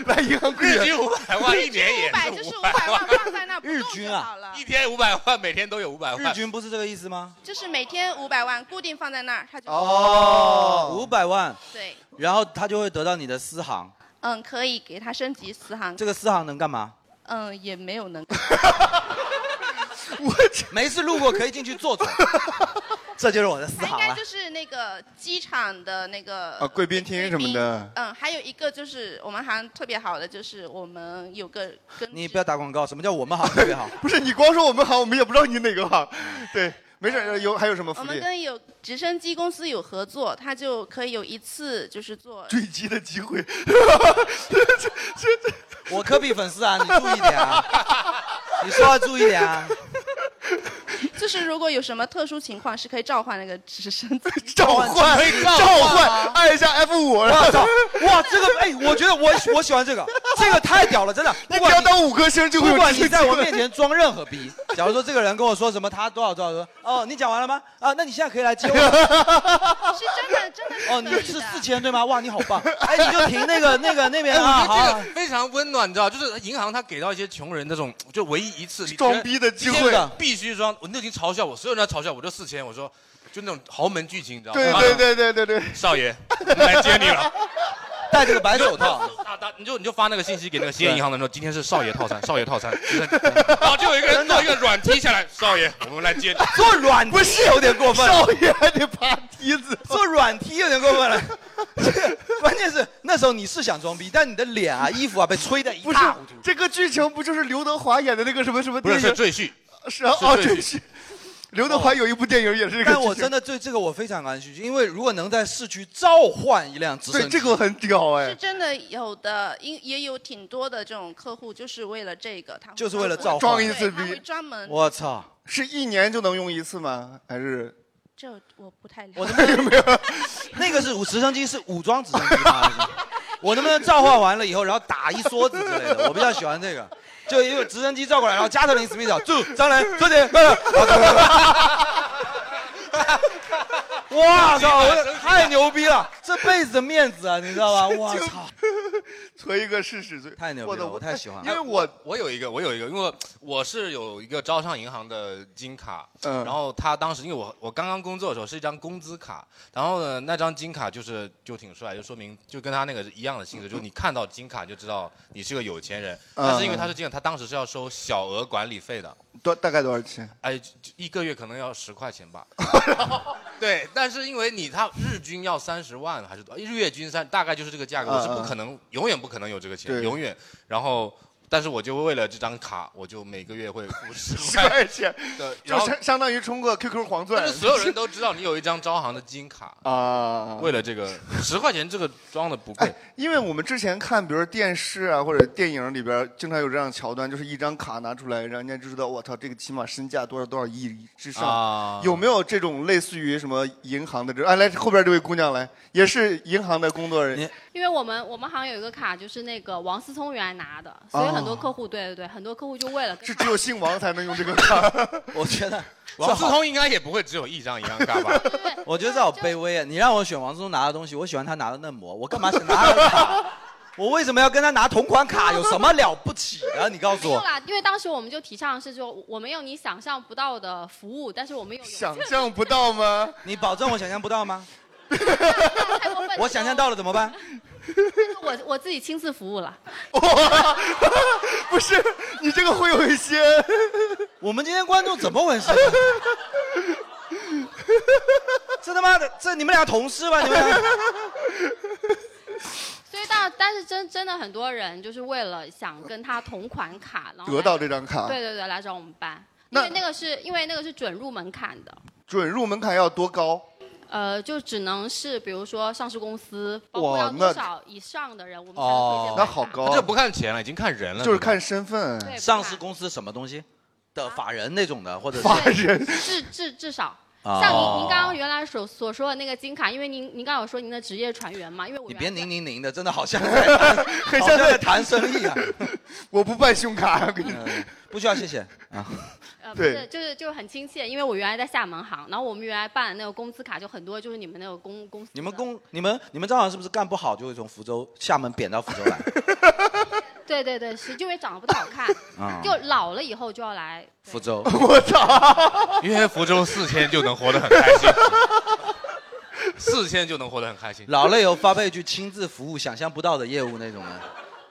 Speaker 2: 来银行
Speaker 1: 日均五百万一年也
Speaker 5: 500就是五百万放在那不
Speaker 3: 日
Speaker 5: 动
Speaker 3: 均
Speaker 5: 就好
Speaker 3: 啊，
Speaker 5: 了，
Speaker 1: 一天五百万，每天都有五百
Speaker 3: 日
Speaker 1: 万，
Speaker 3: 均不是这个意思吗？
Speaker 5: 就是每天五百万固定放在那儿，它就
Speaker 3: 哦五百万，
Speaker 5: 对，
Speaker 3: 然后他就会得到你的私行，
Speaker 5: 嗯，可以给它升级私行，
Speaker 3: 这个私行能干嘛？
Speaker 5: 嗯也没有能。
Speaker 2: 我
Speaker 3: 没事路过可以进 去坐坐，这就是我的私
Speaker 5: 它应
Speaker 3: 行
Speaker 5: 该
Speaker 3: 了
Speaker 5: 就。是那个机场的那个
Speaker 2: 啊，贵宾厅什么的，
Speaker 5: 嗯，还有一个就是我们行特别好的，就是我们有个跟
Speaker 3: 你不要打广告，什么叫我们行特别好？
Speaker 2: 不是你光说我们行，我们也不知道你哪个行。对，没事儿，有还有什
Speaker 3: 哦
Speaker 2: 么
Speaker 5: 我
Speaker 2: 福
Speaker 5: 们
Speaker 2: 利？
Speaker 5: 跟有直升机公司有合作，它就可以有一次就是做
Speaker 2: 坠机的机会，
Speaker 3: 我科比粉丝啊，你注意 点啊，你说话注意点啊。
Speaker 5: 就是如果有什么特殊情况是可以召唤那个直升机，
Speaker 2: 召唤
Speaker 3: 可以召唤召唤
Speaker 2: 按一下 F 五
Speaker 3: 哇操！哇，这个哎，我觉得我我喜欢这个，这个太屌了，真的。不管
Speaker 2: 你只要当五颗星就会有
Speaker 3: 不管你
Speaker 2: 这个
Speaker 3: 在我面前装任何逼，假如说这个人跟我说什么他多少多少多少，哦，你讲完了吗？啊，那你现在可以来接 我了。
Speaker 5: 是真的真的
Speaker 3: 哦，你是四千对吗？哇，你好棒！哎，你就停那个那个那边啊，
Speaker 1: 哎，我觉得
Speaker 3: 好
Speaker 1: 这。个非常温暖，你知道，就是银行它给到一些穷人那种，就唯一一次你
Speaker 2: 装逼的机会
Speaker 1: 你觉得必须装。我那已经嘲笑我，所有人都在嘲笑我，就四千，我说就那种豪门剧情，你知道吗？
Speaker 2: 对对对对对对，
Speaker 1: 哎 少爷，我们来接你了。
Speaker 3: 戴这个白手套，
Speaker 1: 打打你就你就啊发那个信息给那个兴业银行的说，今天是少爷套餐，少爷套餐，就是 然
Speaker 2: 哦
Speaker 1: 后就有一个人做一个软梯下来，少爷，我们来接你。
Speaker 3: 做软不是有点过分，
Speaker 2: 少爷还得爬梯 子，
Speaker 3: 做软梯有点过分了。 关键是那时候你是想装逼，但你的脸啊、衣服啊被吹得一
Speaker 2: 不是
Speaker 3: 塌糊涂。
Speaker 2: 这个剧情不就是刘德华演的那个什么什么
Speaker 3: 不是
Speaker 2: 电影？
Speaker 3: 是赘婿
Speaker 2: 是啊
Speaker 3: 是
Speaker 2: 哦，
Speaker 3: 赘
Speaker 2: 赘
Speaker 3: 婿
Speaker 2: 婿。刘德华有一部电影也是这个剧情。
Speaker 3: 但我真的对这个我非常感兴趣，因为如果能在市区召唤一辆直升
Speaker 2: 对
Speaker 3: 机，
Speaker 2: 这个很屌哎
Speaker 5: 是。真的有的，因也有挺多的这种客户就是为了这个，他会
Speaker 3: 就是为了召唤
Speaker 2: 装一次
Speaker 5: 他会
Speaker 2: 逼，
Speaker 5: 专
Speaker 4: 嗯
Speaker 5: 门
Speaker 3: 我操！
Speaker 2: 是一年就能用一次吗？还是
Speaker 5: 这我不太了解。
Speaker 3: 我能不能 那个是直升机是武装直升机吗？那个我能不能召唤完了以后，然后打一梭子之类的？我比较喜欢这个，就因为直升机照过来，然后加特林史密斯就张兰快点快点！哇操！我太牛逼了，这辈子的面子啊，你知道吧？我操！
Speaker 2: 存一个试试？太
Speaker 3: 牛逼了我太喜 欢了
Speaker 2: 因为我
Speaker 1: 我有一个，我有一个，因为我是有一个招商银行的金卡，
Speaker 2: 嗯
Speaker 1: 然后他当时因为我我刚刚工作的时候是一张工资卡，然后呢那张金卡就是就挺帅，就说明就跟他那个是一样的性质，就是你看到金卡就知道你是个有钱人，
Speaker 2: 嗯
Speaker 1: 但是因为他是金卡，他当时是要收小额管理费的，
Speaker 2: 多大概多少钱？
Speaker 1: 哎，就就一个月可能要十块钱吧，对，但是因为你他日均要三十万还是多日月均三，大概就是这个价格，
Speaker 2: 嗯
Speaker 1: 我是不可能永远不可能有这个钱，
Speaker 2: 对
Speaker 1: 永远。然后，但是我就为了这张卡，我就每个月会 付十
Speaker 2: 十
Speaker 1: 块
Speaker 2: 块钱，
Speaker 1: 对，
Speaker 2: 就
Speaker 1: 然后
Speaker 2: 相相当于充个 QQ 黄钻。
Speaker 1: 但是所有人都知道你有一张招行的金 卡，
Speaker 2: 啊，
Speaker 1: 为了这 个十块钱这个装的不贵，
Speaker 2: 因为我们之前看，比如电视啊或者电影里边，经常有这样的桥段，就是一张卡拿出来，让人家就知道，我操，这个起码身价多少多少亿之上。
Speaker 1: 啊
Speaker 2: 有没有这种类似于什么银行的这？哎，来后边这位姑娘来，也是银行的工作人员。
Speaker 4: 因为我们我们行有一个卡，就是那个王思聪原来拿的，所以很多
Speaker 2: 哦
Speaker 4: 客户，对对对，很多客户就为了跟
Speaker 2: 是只有姓王才能用这个 卡。
Speaker 3: 呃我觉得
Speaker 1: 王思聪应该也不会只有一张 银行卡吧？
Speaker 3: 我觉得这好卑微啊！你让我选王思聪拿的东西，我喜欢他拿的嫩模，我干嘛想拿他的卡？我为什么要跟他拿同款卡？有什么了不起的？你告诉
Speaker 4: 没有
Speaker 3: 我。
Speaker 4: 啦，因为当时我们就提倡是说，我们有你想象不到的服务，但是我们有
Speaker 2: 想象不到吗？
Speaker 3: 你保证我想象不到吗？
Speaker 4: 太过分了
Speaker 3: 我想象到了怎么办？
Speaker 4: 我我自己亲自服务了。
Speaker 2: 不是，你这个会有一些。
Speaker 3: 我们今天观众怎么 回事？这他妈的，这你们俩同事吧？你们俩。
Speaker 4: 所以但但是真真的很多人就是为了想跟他同款卡，然后来
Speaker 2: 得到这张卡
Speaker 4: 对对对，来找我们办，因为那个是因为那个是准入门槛的，
Speaker 2: 准入门槛要多高？
Speaker 4: 呃，就只能是比如说上市公司，包括
Speaker 2: 哇
Speaker 4: 要多
Speaker 2: 那
Speaker 4: 少以上的人，我们才能推
Speaker 3: 哦
Speaker 4: 荐，
Speaker 2: 那好高啊
Speaker 3: 不看钱了，已经看人
Speaker 2: 就是看身份。
Speaker 3: 上市公司什么东西的法人那种的，或者是
Speaker 2: 法人
Speaker 4: 至至至少。
Speaker 3: 哦
Speaker 4: 像您您刚刚原来所所说的那个金卡，因为您您刚刚有说您的职业船员嘛，因为我
Speaker 3: 你别宁宁宁的，真的好像在 谈
Speaker 2: 很
Speaker 3: 好
Speaker 2: 像
Speaker 3: 像
Speaker 2: 在
Speaker 3: 在谈生意啊。 嗯
Speaker 2: 我不办信用卡，我跟你。
Speaker 3: 不需要谢谢啊。
Speaker 4: 呃不是就是就是很亲切，因为我原来在厦门行，然后我们原来办的那个工资卡就很多，就是你们那个公公司
Speaker 3: 你们公你们你们招行是不是干不好就会从福州厦门贬到福州来？
Speaker 4: 对对对，是就因为长得不太好看
Speaker 3: 啊，
Speaker 4: 就老了以后就要来。
Speaker 3: 福州，
Speaker 2: 我操！
Speaker 1: 因为福州四天就能活得很开心，四天就能活得很开心。
Speaker 3: 老了以后发配去亲自服务，想象不到的业务那种的。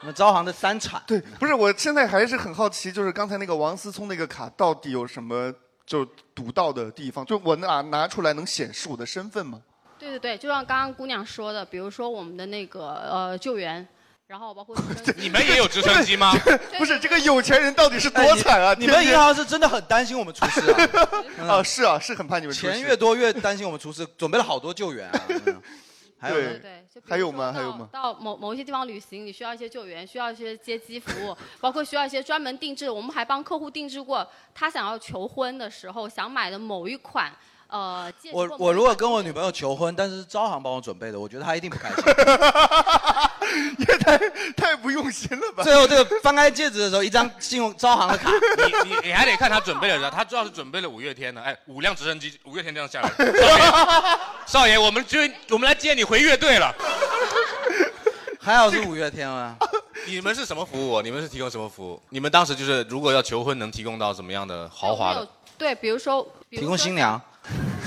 Speaker 3: 你们招行的三产，
Speaker 2: 对，不是，我现在还是很好奇，就是刚才那个王思聪那个卡到底有什么就独到的地方？就我拿拿出来能显示我的身份吗？
Speaker 4: 对对对，就像刚刚姑娘说的，比如说我们的那个呃救援，然后包括
Speaker 1: 你们哎也有直升 机吗？
Speaker 2: 不是，这个有钱人到底是多惨啊！
Speaker 3: 哎你们银
Speaker 2: 天
Speaker 3: 行是真的很担心我们出事啊！
Speaker 2: 天 啊，是啊，是很怕你们出
Speaker 3: 钱
Speaker 2: 事
Speaker 3: 越多越担心我们出事，准备了好多救 援啊。嗯还有呢
Speaker 2: 对还有吗？还有吗？
Speaker 4: 到某某一些地方旅行，你需要一些救援，需要一些接机服务，包括需要一些专门定制。我们还帮客户定制过，他想要求婚的时候想买的某一款呃戒指或
Speaker 3: 我
Speaker 4: 某
Speaker 3: 我
Speaker 4: 一
Speaker 3: 如果
Speaker 4: 款
Speaker 3: 跟我女朋友求婚，但是招行帮我准备的，我觉得她一定不 开心。
Speaker 2: 太不用心了吧？
Speaker 3: 最后这个翻开戒指的时候，一张信用招行的卡，
Speaker 1: 你你你还得看他准备了啥，他主要是准备了五月天呢，哎，五辆直升机，五月天这样下来， 少爷，少爷，我们追，我们来接你回乐队了。
Speaker 3: 还好是五月天啊。
Speaker 1: 你们是什么服务、你们是提供什么服务？你们当时就是如果要求婚，能提供到什么样的豪华的？
Speaker 4: 对，比如说比如
Speaker 1: 提供
Speaker 4: 说
Speaker 1: 新娘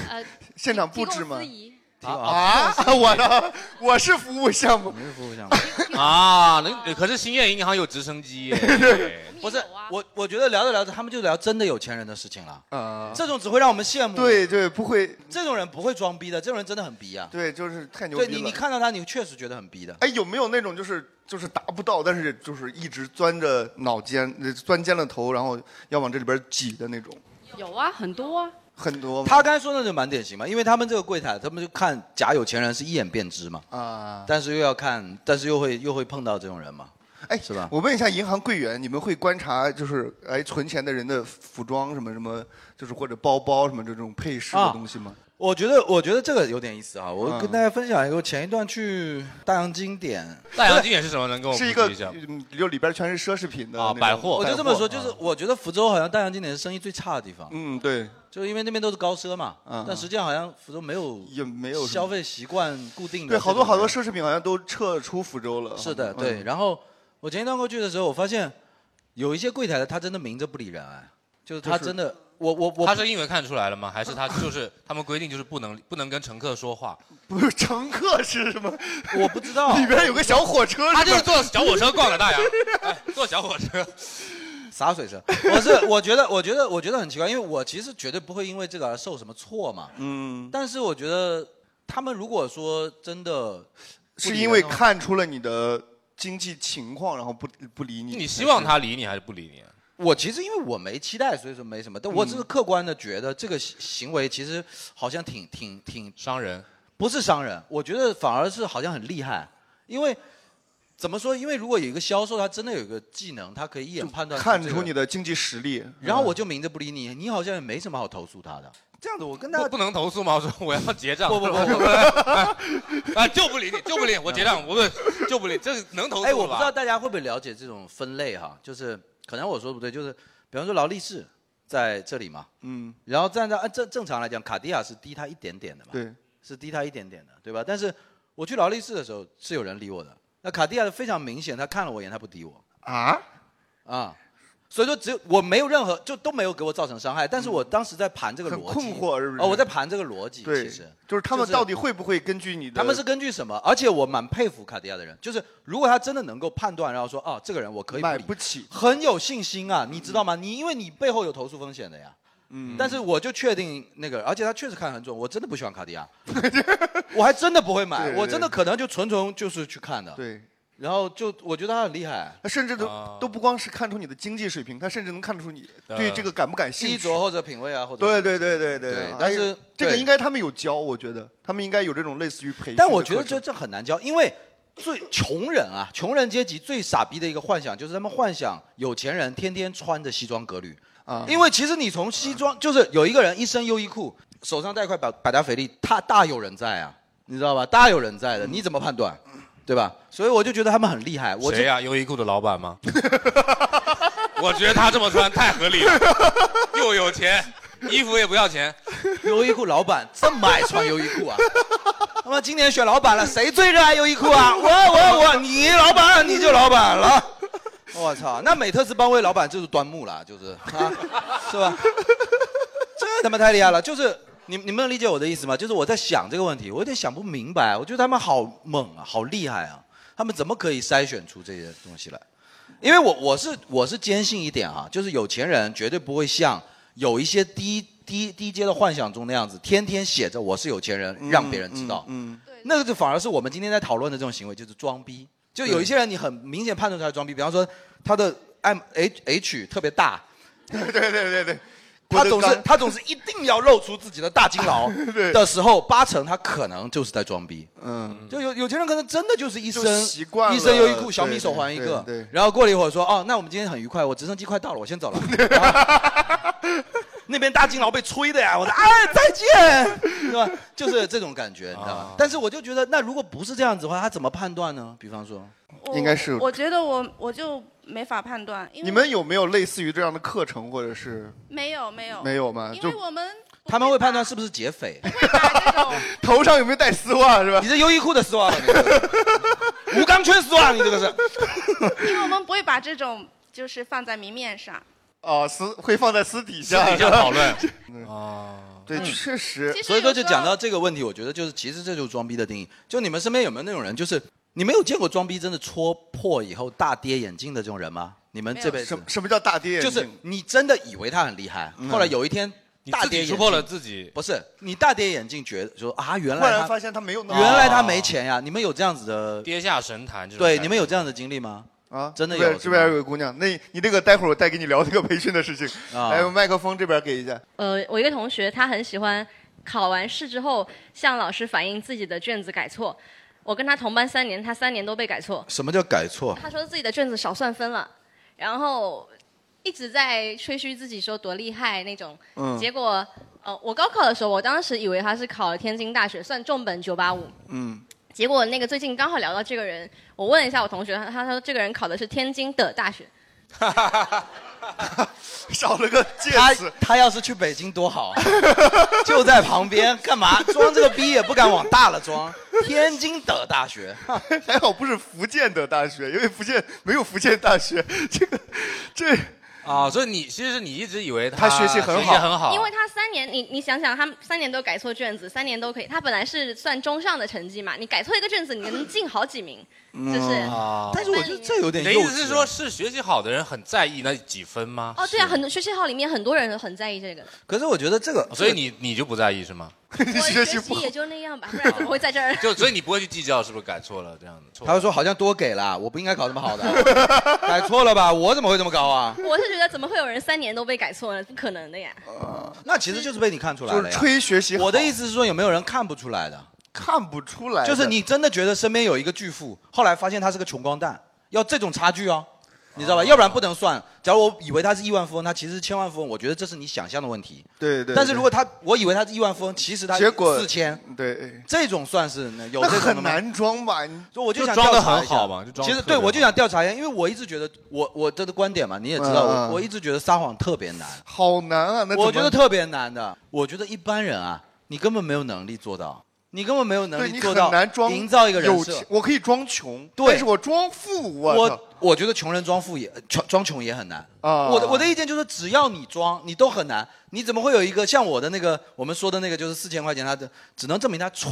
Speaker 4: 呃
Speaker 2: 现场布
Speaker 4: 提供
Speaker 2: 置吗
Speaker 4: 司仪
Speaker 2: 啊！我的我是服务项目，
Speaker 3: 是服务 项
Speaker 1: 目 啊！那可是兴业银行有直升机耶，
Speaker 3: 不是我，我觉得聊着聊着，他们就聊真的有钱人的事情了。
Speaker 2: 啊，
Speaker 3: 这种只会让我们羡慕。
Speaker 2: 对对，不会，
Speaker 3: 这种人不会装逼的，这种人真的很逼啊。
Speaker 2: 对，就是太牛逼
Speaker 3: 对
Speaker 2: 了。
Speaker 3: 你，你看到他，你确实觉得很逼的。
Speaker 2: 哎，有没有那种就是就是达不到，但是就是一直钻着脑尖，呃钻尖了头，然后要往这里边挤的那种？
Speaker 4: 有啊，很多啊。
Speaker 2: 很多吗
Speaker 3: 他刚才说那就蛮典型嘛，因为他们这个柜台，他们就看假有钱人是一眼便知嘛，
Speaker 2: 啊，
Speaker 3: 但是又要看，但是又会又会碰到这种人嘛，
Speaker 2: 哎，
Speaker 3: 是吧？
Speaker 2: 我问一下银行柜员，你们会观察就是哎存钱的人的服装什么什么，就是或者包包什么这种配饰的
Speaker 3: 啊
Speaker 2: 东西吗？
Speaker 3: 我觉得，我觉得这个有点意思啊！我
Speaker 2: 嗯
Speaker 3: 跟大家分享一个，我前一段去大洋经典，
Speaker 1: 大洋经典是什么？能跟我
Speaker 2: 是一
Speaker 1: 普
Speaker 2: 个
Speaker 1: 及一下吗
Speaker 2: 嗯就里边全是奢侈品的啊
Speaker 1: 百货啊
Speaker 3: 我就这么说，
Speaker 2: 啊
Speaker 3: 就是我觉得福州好像大洋经典是生意最差的地方，
Speaker 2: 嗯，对，
Speaker 3: 就是因为那边都是高奢嘛，
Speaker 2: 嗯
Speaker 3: 但实际上好像福州没有
Speaker 2: 也没有什么
Speaker 3: 消费习惯固定的，
Speaker 2: 对，好多好多奢侈品好像都撤出福州了。
Speaker 3: 是的，
Speaker 2: 嗯
Speaker 3: 对。然后我前一段过去的时候，我发现有一些柜台的他真的明着不理人，哎，就是他
Speaker 1: 就是
Speaker 3: 真的，我我我
Speaker 1: 他是因为看出来了吗？还是他就是他们规定就是不能不能跟乘客 说话？
Speaker 2: 不是乘客是什么？
Speaker 3: 我不知道
Speaker 2: 里边有个小火车，
Speaker 1: 他就是坐小火车逛的大 洋，哎坐小火车。
Speaker 3: 洒水车。我是我觉得我觉得我觉得很奇怪，因为我其实绝对不会因为这个而受什么挫嘛。
Speaker 2: 嗯，
Speaker 3: 但是我觉得他们如果说真的不理
Speaker 5: 哦
Speaker 2: 是
Speaker 3: 人
Speaker 2: 因为
Speaker 3: 的话
Speaker 2: 看出了你的经济情况，然后不不理你。
Speaker 1: 你希望他理你还是不理你？
Speaker 3: 我其实因为我没期待，所以说没什么，但我只是
Speaker 2: 嗯
Speaker 3: 客观的觉得这个行行为其实好像挺挺挺
Speaker 1: 伤人，
Speaker 3: 不是伤人，我觉得反而是好像很厉害，因为怎么说？因为如果有一个销售，他真的有一个技能，他可以一眼判断
Speaker 2: 看
Speaker 3: 这个
Speaker 2: 出你的经济实力，嗯
Speaker 3: 然后我就明着不理你，你好像也没什么好投诉他的。这样子，我跟他
Speaker 1: 不不能投诉吗？我说我要结账。
Speaker 3: 不不不
Speaker 1: 是吧哎 啊，就不理你，就不理你，我结账，我不就不理，这个能投诉吧？
Speaker 3: 哎，我不知道大家会不会了解这种分类哈，就是可能我说得不对，就是比方说劳力士在这里嘛，
Speaker 2: 嗯，
Speaker 3: 然后站在按正正常来讲，卡地亚是低他一点点的嘛，
Speaker 2: 对，
Speaker 3: 是低他一点点的，对吧？但是我去劳力士的时候是有人理我的，那卡地亚的非常明显，他看了我一眼，他不敌我
Speaker 2: 啊
Speaker 3: 啊，所以说只有我没有任何就都没有给我造成伤害，但是我当时在盘这个逻
Speaker 2: 嗯
Speaker 3: 辑，
Speaker 2: 困惑是不是
Speaker 3: 哦，我在盘这个逻辑，
Speaker 2: 对
Speaker 3: 其实
Speaker 2: 就是他们
Speaker 3: 就
Speaker 2: 到底会不会根据你的？
Speaker 3: 他们是根据什么？而且我蛮佩服卡地亚的人，就是如果他真的能够判断，然后说啊，这个人我可以买不
Speaker 2: 起，
Speaker 3: 很有信心啊，你知道吗？你因为你背后有投诉风险的呀。
Speaker 2: 嗯
Speaker 3: 但是我就确定那个，而且他确实看得很准，我真的不喜欢卡地 亚，我还真的不会买，
Speaker 2: 对对
Speaker 3: 我真的可能就纯纯就是去看的。
Speaker 2: 对，
Speaker 3: 然后就我觉得他很厉害，啊
Speaker 2: 他甚至都、都不光是看出你的经济水平，他甚至能看出你对这个感不感兴趣。
Speaker 3: 衣着或者品味啊，或者
Speaker 2: 对对对对
Speaker 3: 对
Speaker 2: 哎
Speaker 3: 但是
Speaker 2: 这个
Speaker 3: 对
Speaker 2: 应该他们有教，我觉得他们应该有这种类似于培训的课程。
Speaker 3: 但我觉得这这很难教，因为最穷人啊，穷人阶级最傻逼的一个幻想就是他们幻想有钱人天天穿着西装革履
Speaker 2: 啊
Speaker 3: 因为其实你从西装就是有一个人一身优衣库，手上戴块百百达翡丽，他大有人在啊，你知道吧？大有人在的，你怎么判断？对吧？所以我就觉得他们很厉害。我就
Speaker 1: 谁呀、优衣库的老板吗？我觉得他这么穿太合 理了，又有钱，衣服也不要钱。
Speaker 3: 优衣库老板这么爱穿优衣库啊？ 他妈今年选老板了，谁最热爱优衣库啊？我我我，你老板你就老板了。我操，那美特斯邦威老板就是端木了，就是啊，是吧？这 他妈太厉害了，就是你你们能理解我的意思吗？就是我在想这个问题，我有点想不明白，我觉得他们好猛啊，好厉害啊，他们怎么可以筛选出这些东西来？因为我我是我是坚信一点哈、就是有钱人绝对不会像有一些低低低阶的幻想中那样子，天天写着我是有钱人，让别人知道。
Speaker 2: 嗯，
Speaker 3: 那个就反而是我们今天在讨论的这种行为，就是装逼。就有一些人，你很明显判断出来装逼，比方说他的 M H H 特别大，
Speaker 2: 对对对对，
Speaker 3: 他
Speaker 2: 郭
Speaker 3: 总
Speaker 2: 德
Speaker 3: 是
Speaker 2: 纲
Speaker 3: 他总是一定要露出自己的大金牢
Speaker 2: 对
Speaker 3: 的时候，八成他可能就是在装逼。
Speaker 2: 嗯，
Speaker 3: 就有有钱人可能真的就是一身
Speaker 2: 就习惯了
Speaker 3: 一身优衣库、小米手环一个
Speaker 2: 对对对，
Speaker 3: 然后过了一会儿说哦，那我们今天很愉快，我直升机快到了，我先走 了。那边大金牢被吹的呀，我说哎再见， 对吧？就是这种感觉，你知道吗？但是我就觉得，那如果不是这样子的话，他怎么判断呢？比方说，
Speaker 5: 我
Speaker 2: 应该是
Speaker 5: 我觉得我我就没法判断，因为
Speaker 2: 你们有没有类似于这样的课程，或者是
Speaker 5: 没有没有
Speaker 2: 没有
Speaker 3: 啊
Speaker 2: 吗
Speaker 5: 因
Speaker 2: 就
Speaker 5: 为我们
Speaker 3: 他们会判断是不是劫匪，
Speaker 2: 头上有没有带丝袜是吧？
Speaker 3: 你是优衣库的丝袜吧？你这 个吴刚圈丝袜，你这个是。
Speaker 5: 因为我们不会把这种就是放在明面上。
Speaker 2: 哦，私会放在私底下
Speaker 3: 私底下讨论
Speaker 2: 哦，对，
Speaker 1: 嗯
Speaker 2: 确实
Speaker 5: 其实
Speaker 3: 所以说，
Speaker 5: 有
Speaker 3: 就
Speaker 5: 时候
Speaker 3: 讲到这个问题，我觉得就是其实这就是装逼的定义。就你们身边有没有那种人，就是你没有见过装逼真的戳破以后大跌眼镜的这种人吗？你们这辈子
Speaker 2: 什么什么叫大跌眼
Speaker 3: 就
Speaker 2: 镜？
Speaker 3: 是你真的以为他很厉害，
Speaker 2: 嗯
Speaker 3: 后来有一天
Speaker 1: 你
Speaker 3: 大
Speaker 1: 自
Speaker 3: 跌眼
Speaker 1: 己
Speaker 3: 镜
Speaker 1: 突破了自己，
Speaker 3: 不是你大跌眼镜，觉得说啊，原
Speaker 2: 忽
Speaker 3: 来
Speaker 2: 然
Speaker 3: 他
Speaker 2: 发现他没有那么
Speaker 3: 原来他没钱呀。你们有这样子的
Speaker 1: 跌下神坛这种
Speaker 3: 对，
Speaker 1: 感
Speaker 3: 你们有这样的经历吗？
Speaker 2: 啊，
Speaker 3: 真的
Speaker 2: 这边
Speaker 3: 有
Speaker 2: 这边有个姑娘，那你这个待会儿我再给你聊这个培训的事情。
Speaker 3: 啊
Speaker 2: 来，麦克风这边给一下。
Speaker 15: 呃，我一个同学他很喜欢考完试之后向老师反映自己的卷子改错。我跟他同班三年，他三年都被改错。
Speaker 3: 什么叫改错？
Speaker 15: 他说自己的卷子少算分了，然后一直在吹嘘自己说多厉害那种。
Speaker 16: 嗯
Speaker 15: 结果呃，我高考的时候，我当时以为他是考了天津大学，算重本九八五。
Speaker 2: 嗯
Speaker 15: 结果那个最近刚好聊到这个人，我问了一下我同学，他他说这个人考的是天津的大学。
Speaker 2: 少了个介
Speaker 3: 词。他要是去北京多好啊， 就在旁边，干嘛装这个逼也不敢往大了装。天津的大学，
Speaker 2: 还好不是福建的大学，因为福建没有福建大学。 这个这
Speaker 1: 啊、所以你其实你一直以为
Speaker 2: 他学习很好
Speaker 1: 学习很好，
Speaker 15: 因为他三年，你你想想，他三年都改错卷子，三年都可以。他本来是算中上的成绩嘛，你改错一个卷子，你能进好几名。就是
Speaker 3: 嗯
Speaker 1: 啊
Speaker 3: 但是我觉得这有点
Speaker 1: 你的意
Speaker 3: 幼
Speaker 1: 思
Speaker 3: 稚
Speaker 1: 是说，是学习好的人很在意那几分吗？
Speaker 15: 哦，对啊，很多学习好里面很多人很在意 这个，
Speaker 3: 可是我觉得这个，
Speaker 1: 所以你你就不在意是吗？
Speaker 15: 学习也就那样吧，不然怎么会在这儿？
Speaker 1: 就所以你不会去计较是不是改错了这样子。
Speaker 3: 他就说好像多给了，我不应该考这么好的， 改错了吧？我怎么会这么高啊？
Speaker 15: 我是觉得怎么会有人三年都被改错呢？不可能的呀！
Speaker 3: 那其实就是被你看出来了呀
Speaker 2: 就是吹学习好
Speaker 3: 我的意思是说，有没有人看不出来的？
Speaker 2: 看不出来的，
Speaker 3: 就是你真的觉得身边有一个巨富，后来发现他是个穷光蛋，要这种差距哦，你知
Speaker 2: 啊
Speaker 3: 道吧？要不然不能算。假如我以为他是亿万富翁，他其实是千万富翁，我觉得这是你想象的问题。
Speaker 2: 对对对
Speaker 3: 但是如果他我以为他是亿万富翁，其实他
Speaker 2: 结果
Speaker 3: 四千，
Speaker 2: 对，哎
Speaker 3: 这种算是呢有
Speaker 2: 那
Speaker 3: 这种的
Speaker 2: 很
Speaker 3: 吗？
Speaker 2: 难装吧？
Speaker 3: 就我就想
Speaker 1: 装得
Speaker 3: 调查
Speaker 1: 很
Speaker 3: 一下
Speaker 1: 好嘛就装
Speaker 3: 其
Speaker 1: 得
Speaker 3: 实
Speaker 1: 特
Speaker 3: 对
Speaker 1: 别好
Speaker 3: 我就想调查一下，因为我一直觉得我我的观点嘛，你也知道，
Speaker 2: 嗯嗯
Speaker 3: 我我一直觉得撒谎特别难，
Speaker 2: 好难啊！那怎么
Speaker 3: 我觉得特别难的。我觉得一般人啊，你根本没有能力做到。你根本没有能
Speaker 2: 对
Speaker 3: 力
Speaker 2: 你
Speaker 3: 做
Speaker 2: 很
Speaker 3: 到
Speaker 2: 难装
Speaker 3: 营造一个人
Speaker 2: 有
Speaker 3: 设
Speaker 2: 钱。我可以装穷，
Speaker 3: 对
Speaker 2: 但是我装富，操
Speaker 3: 我我觉得穷人装富也装装穷也很难
Speaker 2: 啊
Speaker 3: 我的我的意见就是，只要你装，你都很难。你怎么会有一个像我的那个我们说的那个，就是四千块钱，他的只能证明他蠢，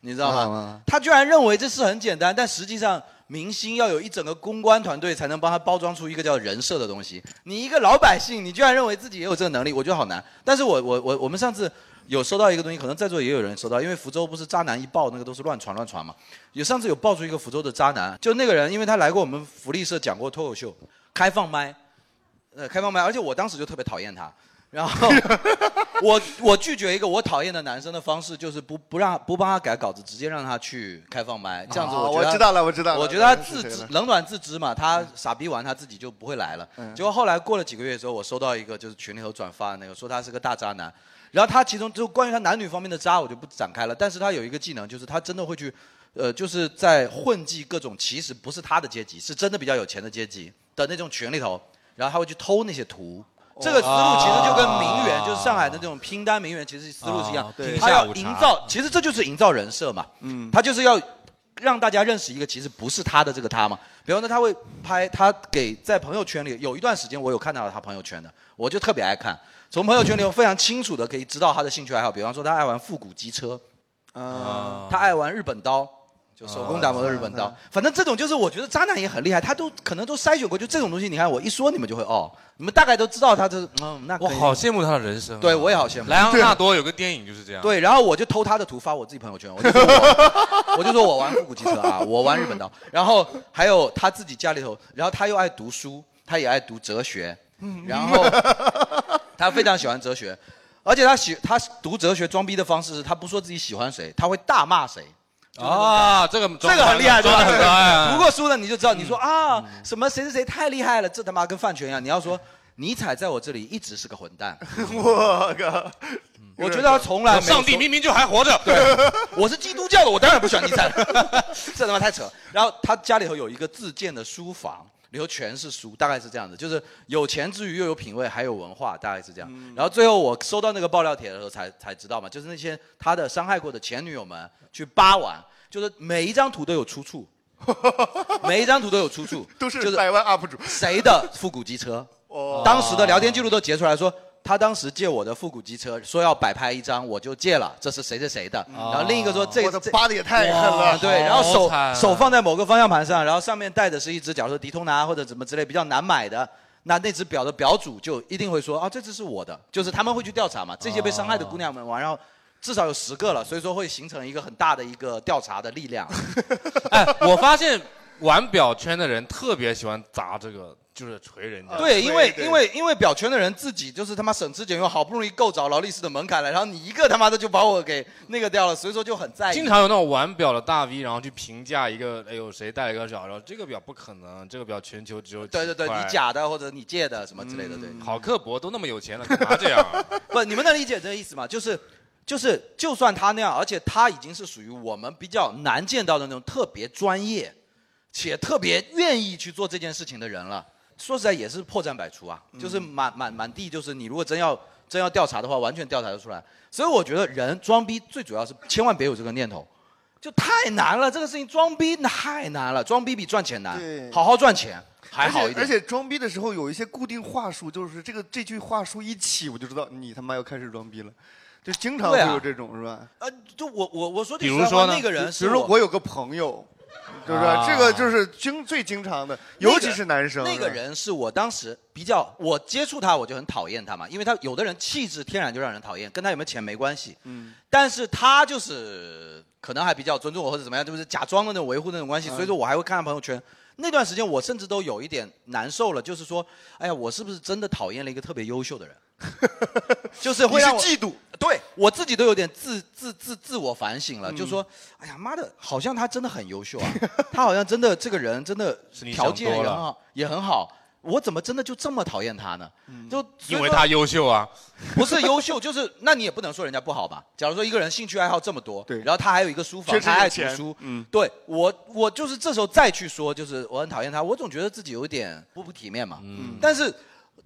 Speaker 3: 你知道
Speaker 2: 嗯
Speaker 3: 吗？他居然认为这事很简单，但实际上明星要有一整个公关团队才能帮他包装出一个叫人设的东西。你一个老百姓，你居然认为自己也有这个能力，我觉得好难。但是我我我我们上次。有收到一个东西，可能在座也有人收到，因为福州不是渣男一爆，那个都是乱传乱传嘛。有上次有爆出一个福州的渣男，就那个人，因为他来过我们福利社讲过脱口秀，开放麦，呃，开放麦，而且我当时就特别讨厌他。然 后我我拒绝一个我讨厌的男生的方式，就是不不让不帮他改稿子，直接让他去开放麦。这样子
Speaker 2: 啊
Speaker 3: 我觉得他、
Speaker 2: 我知道了我知道了
Speaker 3: 我觉得他
Speaker 2: 我知道
Speaker 3: 自
Speaker 2: 是谁
Speaker 3: 知
Speaker 2: 了
Speaker 3: 冷暖自知嘛，他傻逼完他自己就不会来了。
Speaker 2: 嗯
Speaker 3: 结果后来过了几个月之后，我收到一个就是群里头转发的那个，说他是个大渣男。然后他其中就关于他男女方面的渣，我就不展开了。但是他有一个技能，就是他真的会去，呃，就是在混迹各种其实不是他的阶级，是真的比较有钱的阶级的那种群里头，然后他会去偷那些图。
Speaker 2: 哦
Speaker 3: 这个思路其实就跟名媛，就是上海的那种拼单名媛，其实思路是一样
Speaker 2: 啊对。
Speaker 3: 他要
Speaker 2: 下午茶
Speaker 3: 营造，其实这就是营造人设嘛。嗯，他就是要让大家认识一个其实不是他的这个他嘛。比方说他会拍他给在朋友圈里有一段时间，我有看到他朋友圈的，我就特别爱看。从朋友圈里我非常清楚的可以知道他的兴趣爱好，比方说他爱玩复古机车，
Speaker 2: 啊
Speaker 3: 他爱玩日本刀，就手工打磨的日本刀。反正这种就是我觉得渣男也很厉害，他都可能都筛选过，就这种东西，你看我一说你们就会哦，你们大概都知道他这是嗯那可
Speaker 1: 我
Speaker 3: 以
Speaker 1: 好羡慕他的人生啊。
Speaker 3: 对我也好羡慕
Speaker 1: 莱昂纳多有个电影就是这样。
Speaker 3: 对，然后我就偷他的图发我自己朋友圈，我就说 我我就说我玩复古机车啊，我玩日本刀，然后还有他自己家里头，然后他又爱读书，他也爱读哲学，然 后他非常喜欢哲学，而且他喜他读哲学装逼的方式是他不说自己喜欢谁，他会大骂谁。
Speaker 1: 啊，这个
Speaker 3: 这个很厉害，
Speaker 1: 真的很厉害。啊嗯
Speaker 3: 读过书的你就知道，你说啊，什么谁谁谁太厉害了，这他妈跟饭圈一样。你要说尼采在我这里一直是个混蛋，
Speaker 2: 我靠！
Speaker 3: 我觉得他从来没有说
Speaker 1: 上帝明明就还活着。
Speaker 3: 对， 我是基督教的，我当然不喜欢尼 采了，这他妈太扯。然后他家里头有一个自建的书房，里头全是书，大概是这样子，就是有钱之余又有品味，还有文化，大概是这样。然后最后我收到那个爆料帖的时候才才知道嘛，就是那些他的伤害过的前女友们去扒完，就是每一张图都有出 处。每一张图都有出处，
Speaker 2: 都是
Speaker 3: 就是
Speaker 2: 百万 UP 主
Speaker 3: 谁的复古机车，
Speaker 2: 哦
Speaker 3: 当时的聊天记录都截出来说，他当时借我的复古机车，说要摆拍一张，我就借了，这是谁谁谁的。然后另一个说这
Speaker 2: 我的扒哦的也太狠
Speaker 3: 哇
Speaker 2: 了，哦
Speaker 3: 对，然后手手放在某个方向盘上，然后上面带的是一只，假如说迪通拿或者怎么之类比较难买的，那那只表的表主就一定会说啊，这只是我的，就是他们会去调查嘛，这些被伤害的姑娘们玩，然后至少有十个了，所以说会形成一个很大的一个调查的力量。
Speaker 1: 我发现玩表圈的人特别喜欢砸这个，就是锤人家。
Speaker 3: 啊对，因为因为因为表圈的人自己就是他妈省吃俭用，好不容易够着劳力士的门槛了，然后你一个他妈的就把我给那个掉了，所以说就很在意。
Speaker 1: 经常有那种玩表的大 V，然后去评价一个，哎呦谁戴了一个表，然后这个表不可能，这个表全球只有
Speaker 3: 对对对，你
Speaker 1: 假
Speaker 3: 假的或者你借的什么之类的，对。
Speaker 1: 好刻薄，都那么有钱了，干嘛这样？
Speaker 3: 不，你们能理解这个意思吗？就是就是，就算他那样，而且他已经是属于我们比较难见到的那种特别专业且特别愿意去做这件事情的人了。说实在，也是破绽百出啊，
Speaker 2: 嗯
Speaker 3: 就是满满满地，就是你如果真要真要调查的话，完全调查得出来。所以我觉得人装逼最主要是千万别有这个念头，就太难了，这个事情装逼太难了，装逼比赚钱难
Speaker 2: 对，
Speaker 3: 好好赚钱还好一点。
Speaker 2: 而且而且装逼的时候有一些固定话术，就是这个这句话术一起，我就知道你他妈要开始装逼了，就经常会
Speaker 3: 对啊
Speaker 2: 有这种、是吧？
Speaker 3: 呃，就我我我说句
Speaker 2: 比
Speaker 3: 实
Speaker 2: 如
Speaker 3: 在话
Speaker 2: 说呢
Speaker 3: 那个人
Speaker 2: 比
Speaker 3: 是
Speaker 2: 如说
Speaker 3: 我
Speaker 2: 我有个朋友，就是吧、
Speaker 3: 啊
Speaker 2: 这个就是经最经常的，
Speaker 3: 那个
Speaker 2: 尤其是男生。啊
Speaker 3: 那个
Speaker 2: 是吧
Speaker 3: 人是我当时比较，我接触他我就很讨厌他嘛，因为他有的人气质天然就让人讨厌，跟他有没有钱没关系。
Speaker 2: 嗯，
Speaker 3: 但是他就是可能还比较尊重我或者怎么样，就是假装的那种维护那种关系，
Speaker 2: 嗯
Speaker 3: 所以说我还会看他朋友圈。那段时间我甚至都有一点难受了，就是说，哎呀，我是不是真的讨厌了一个特别优秀 的人？就是会让我
Speaker 2: 你是嫉妒，
Speaker 3: 对我自己都有点自自自自我反省了，
Speaker 2: 嗯
Speaker 3: 就说，哎呀妈的，好像他真的很优秀啊， 他好像真的这个人真的
Speaker 1: 你想
Speaker 3: 条件也
Speaker 1: 多
Speaker 3: 很
Speaker 1: 了
Speaker 3: 好，也很好，我怎么真的就这么讨厌他呢？就
Speaker 1: 因为他优秀啊。
Speaker 3: 不是优秀，就是那你也不能说人家不好吧？假如说一个人兴趣爱好这么多，对，然后他还有一个书房，
Speaker 2: 确实
Speaker 3: 他爱
Speaker 2: 有
Speaker 3: 读
Speaker 2: 钱
Speaker 3: 书，
Speaker 2: 嗯
Speaker 3: 对我我就是这时候再去说，就是我很讨厌他，我总觉得自己有一点不不体面嘛。嗯，但是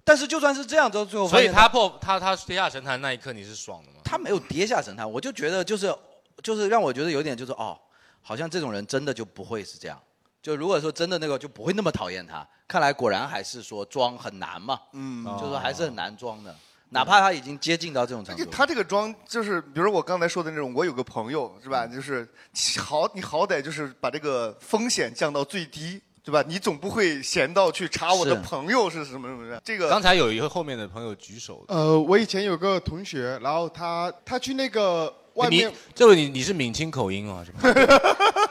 Speaker 3: 但是就算是这样，到最后发
Speaker 1: 所以
Speaker 3: 现
Speaker 1: 他破他他跌下神坛那一刻，你是爽的吗？
Speaker 3: 他没有跌下神坛，我就觉得就是就是让我觉得有点就是哦，好像这种人真的就不会是这样。就如果说真的那个就不会那么讨厌他，看来果然还是说装很难嘛，
Speaker 2: 嗯
Speaker 3: 就是说还是很难装
Speaker 16: 哦
Speaker 3: 的，哪怕他已经接近到这种程
Speaker 2: 就
Speaker 3: 度。
Speaker 2: 他这个妆，就是比如我刚才说的那种，我有个朋友是
Speaker 3: 嗯
Speaker 2: 吧？就是好，你好歹就是把这个风险降到最低，对吧？你总不会闲到去查我的
Speaker 1: 是
Speaker 2: 朋友是什么什么的。这个
Speaker 1: 刚才有一个后面的朋友举手，
Speaker 16: 呃，我以前有个同学，然后他他去那个外
Speaker 1: 你
Speaker 16: 面，
Speaker 1: 这位你你是闽清口音哦，是吧？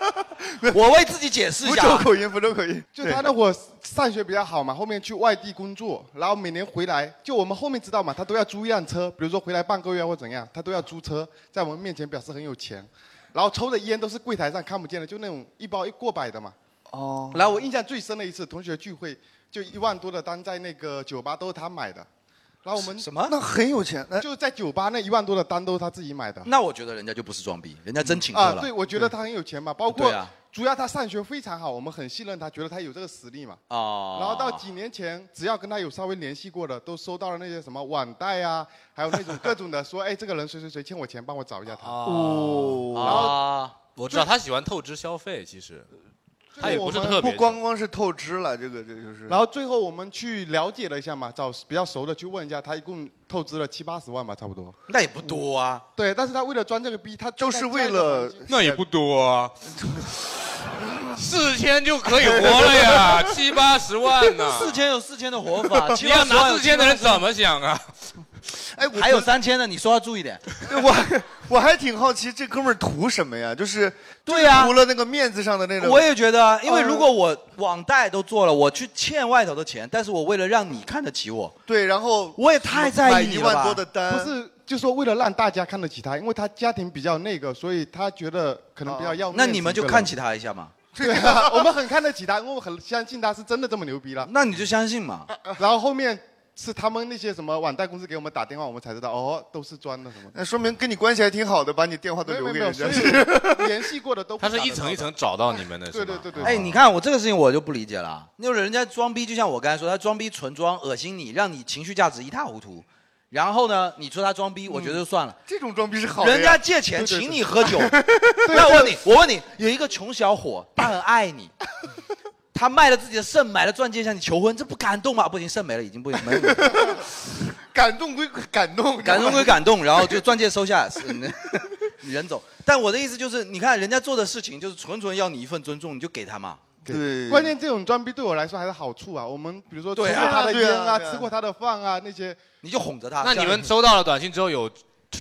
Speaker 3: 我为自己解释
Speaker 16: 一下福州口
Speaker 2: 音，福州口 音。
Speaker 16: 就他那会儿上学比较好嘛，后面去外地工作，然后每年回来，就我们后面知道嘛，他都要租一辆车，比如说回来半个月或怎样，他都要租车，在我们面前表示很有钱， 然后抽的烟都是柜台上看不见的，就那种一包一过百的嘛。
Speaker 2: 哦
Speaker 16: 然后我印象最深的一次同学聚会，就一万多的单在那个酒吧都是他买的，然后我们
Speaker 3: 什么？
Speaker 2: 那很有钱，
Speaker 16: 就在酒吧那一万多的单都是他自己买的。
Speaker 3: 那我觉得人家就不是装逼，人家真请客
Speaker 16: 啊
Speaker 3: 了。，
Speaker 16: 对，我觉得他很有钱嘛，包括
Speaker 3: 对啊
Speaker 16: 主要他上学非常好，我们很信任他，觉得他有这个实力嘛。
Speaker 3: 哦，
Speaker 16: 然后到几年前，只要跟他有稍微联系过的，都收到了那些什么网贷啊，还有那种各种的，说哎，这个人谁谁谁欠我钱，帮我找一下他。
Speaker 1: 哦
Speaker 16: 然后
Speaker 3: 啊
Speaker 1: 我知道他喜欢透支消费，其实他也不是
Speaker 16: 我们
Speaker 1: 特别
Speaker 16: 不
Speaker 1: 喜欢
Speaker 2: 光光是透支了，这个这就是。
Speaker 16: 然后最后我们去了解了一下嘛，找比较熟的去问一下，他一共透支了七八十万吧，差不多。
Speaker 3: 那也不多啊。
Speaker 16: 对，但是他为了装这个逼，他
Speaker 2: 就是为了
Speaker 1: 那也不多啊，四千就可以活了呀，七八十万 呢、
Speaker 3: 四千有四千的活法，
Speaker 1: 你要拿四千的人怎
Speaker 3: 么？
Speaker 1: 么想 啊？
Speaker 2: 哎，
Speaker 3: 还有三千的，你说话注意点。
Speaker 2: 我还挺好奇这哥们儿图什么呀？就是
Speaker 3: 对
Speaker 2: 就
Speaker 3: 呀
Speaker 2: 是图了那个面子上的那种。
Speaker 3: 我也觉得啊，因为
Speaker 2: 嗯
Speaker 3: 如果我网贷都做了，我去欠外头的钱，但是我为了让你看得起我，
Speaker 2: 对，然后
Speaker 3: 我也太在意你了吧
Speaker 16: 不是，就说为了让大家看得起他，因为他家庭比较那个，所以他觉得可能比较要面子
Speaker 3: 哦那你们就看起
Speaker 16: 一个人。
Speaker 3: 他一下嘛。
Speaker 16: 对啊，我们很看得起他，因为我很相信他是真的这么牛逼了。
Speaker 3: 那你就相信嘛。
Speaker 16: 然后后面是他们那些什么网贷公司给我们打电话，我们才知道哦，都是装的什么的。
Speaker 2: 那说明跟你关系还挺好的，把你电话都
Speaker 16: 没有
Speaker 2: 留
Speaker 16: 没
Speaker 2: 给
Speaker 16: 有没有，
Speaker 2: 人
Speaker 16: 所
Speaker 2: 家。
Speaker 16: 以 联系过的都不
Speaker 1: 他是
Speaker 16: 打
Speaker 1: 一
Speaker 16: 得
Speaker 1: 层
Speaker 16: 到
Speaker 1: 一层找到你们的，是吧？
Speaker 16: 对对对
Speaker 3: 哎，你看我这个事情我就不理解了，那人家装逼，就像我刚才说，他装逼纯装，恶心你，让你情绪价值一塌糊涂。然后呢，你说他装逼，我觉得就算了。
Speaker 2: 这种装逼是好的呀
Speaker 3: 人家借钱
Speaker 2: 对对对
Speaker 3: 请你喝 酒，
Speaker 2: 对
Speaker 3: 那我问你，我问你，有一个穷小伙，他很 爱你，他卖了自己的肾，买了钻戒向你求婚，这不感动吗？不行，肾没了，已经不行，没有。
Speaker 2: 感动归感动，
Speaker 3: 感动归感动，然后就钻戒收 下，是人走。但我的意思就是，你看人家做的事情，就是纯纯要你一份尊重，你就给他嘛。
Speaker 2: 对
Speaker 16: 关键这种装逼对我来说还是好处啊，我们比如说吃过
Speaker 3: 对啊
Speaker 16: 他的
Speaker 3: 对啊
Speaker 16: 烟啊，
Speaker 3: 对啊
Speaker 16: 吃过他的饭啊那些，
Speaker 3: 你就哄着他
Speaker 1: 那你们收到了短信之后有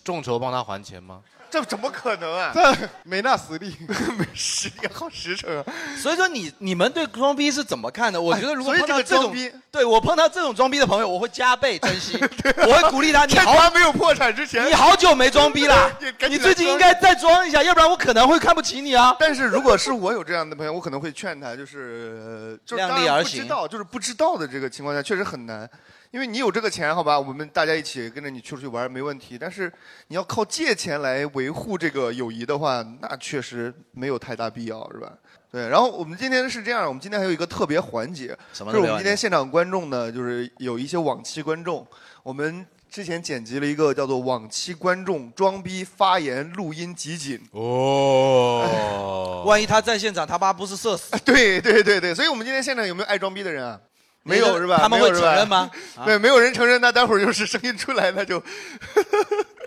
Speaker 1: 众筹帮他还钱 吗？
Speaker 2: 这怎么可能啊？
Speaker 16: 这没那实力，
Speaker 2: 没实力，好实诚啊！哎
Speaker 3: 所以说你你们对装逼是怎么看的？我觉得如果
Speaker 2: 所以
Speaker 3: 碰到
Speaker 2: 这个
Speaker 3: 这种
Speaker 2: 装逼，
Speaker 3: 对我碰到这种装逼的朋友，我会加倍珍 惜，我会鼓励他。你
Speaker 2: 趁他
Speaker 3: 好
Speaker 2: 没有破产之前，
Speaker 3: 你好久没装逼了
Speaker 2: 也 赶紧来装
Speaker 3: 你最近应该再装一下，要不然我可能会看不起你啊。
Speaker 2: 但是如果是我有这样的朋友，我可能会劝他，就是呃就是
Speaker 3: 量
Speaker 2: 当
Speaker 3: 力
Speaker 2: 然
Speaker 3: 而
Speaker 2: 不知
Speaker 3: 行
Speaker 2: 道，就是不知道的这个情况下确实很难，因为你有这个钱，好吧，我们大家一起跟着你出去玩没问题。但是你要靠借钱来维护这个友谊的话，那确实没有太大必要，是吧？对，然后我们今天是这样，我们今天还有一个特别环节，
Speaker 3: 什么
Speaker 2: 就是我
Speaker 3: 特别
Speaker 2: 们今
Speaker 3: 环节
Speaker 2: 天现场观众呢，就是有一些往期观众，我们之前剪辑了一个叫做“往期观众装逼发言录音集锦”。
Speaker 1: 哦
Speaker 3: 万一他在现场，他妈不是社死？
Speaker 2: 啊对对对对，所以我们今天现场有没有爱装逼的人啊？没有是吧？
Speaker 3: 他们
Speaker 2: 没
Speaker 3: 会
Speaker 2: 有是吧
Speaker 3: 承认吗 啊
Speaker 2: 对，没有人承认，那待会儿就是声音出来，那就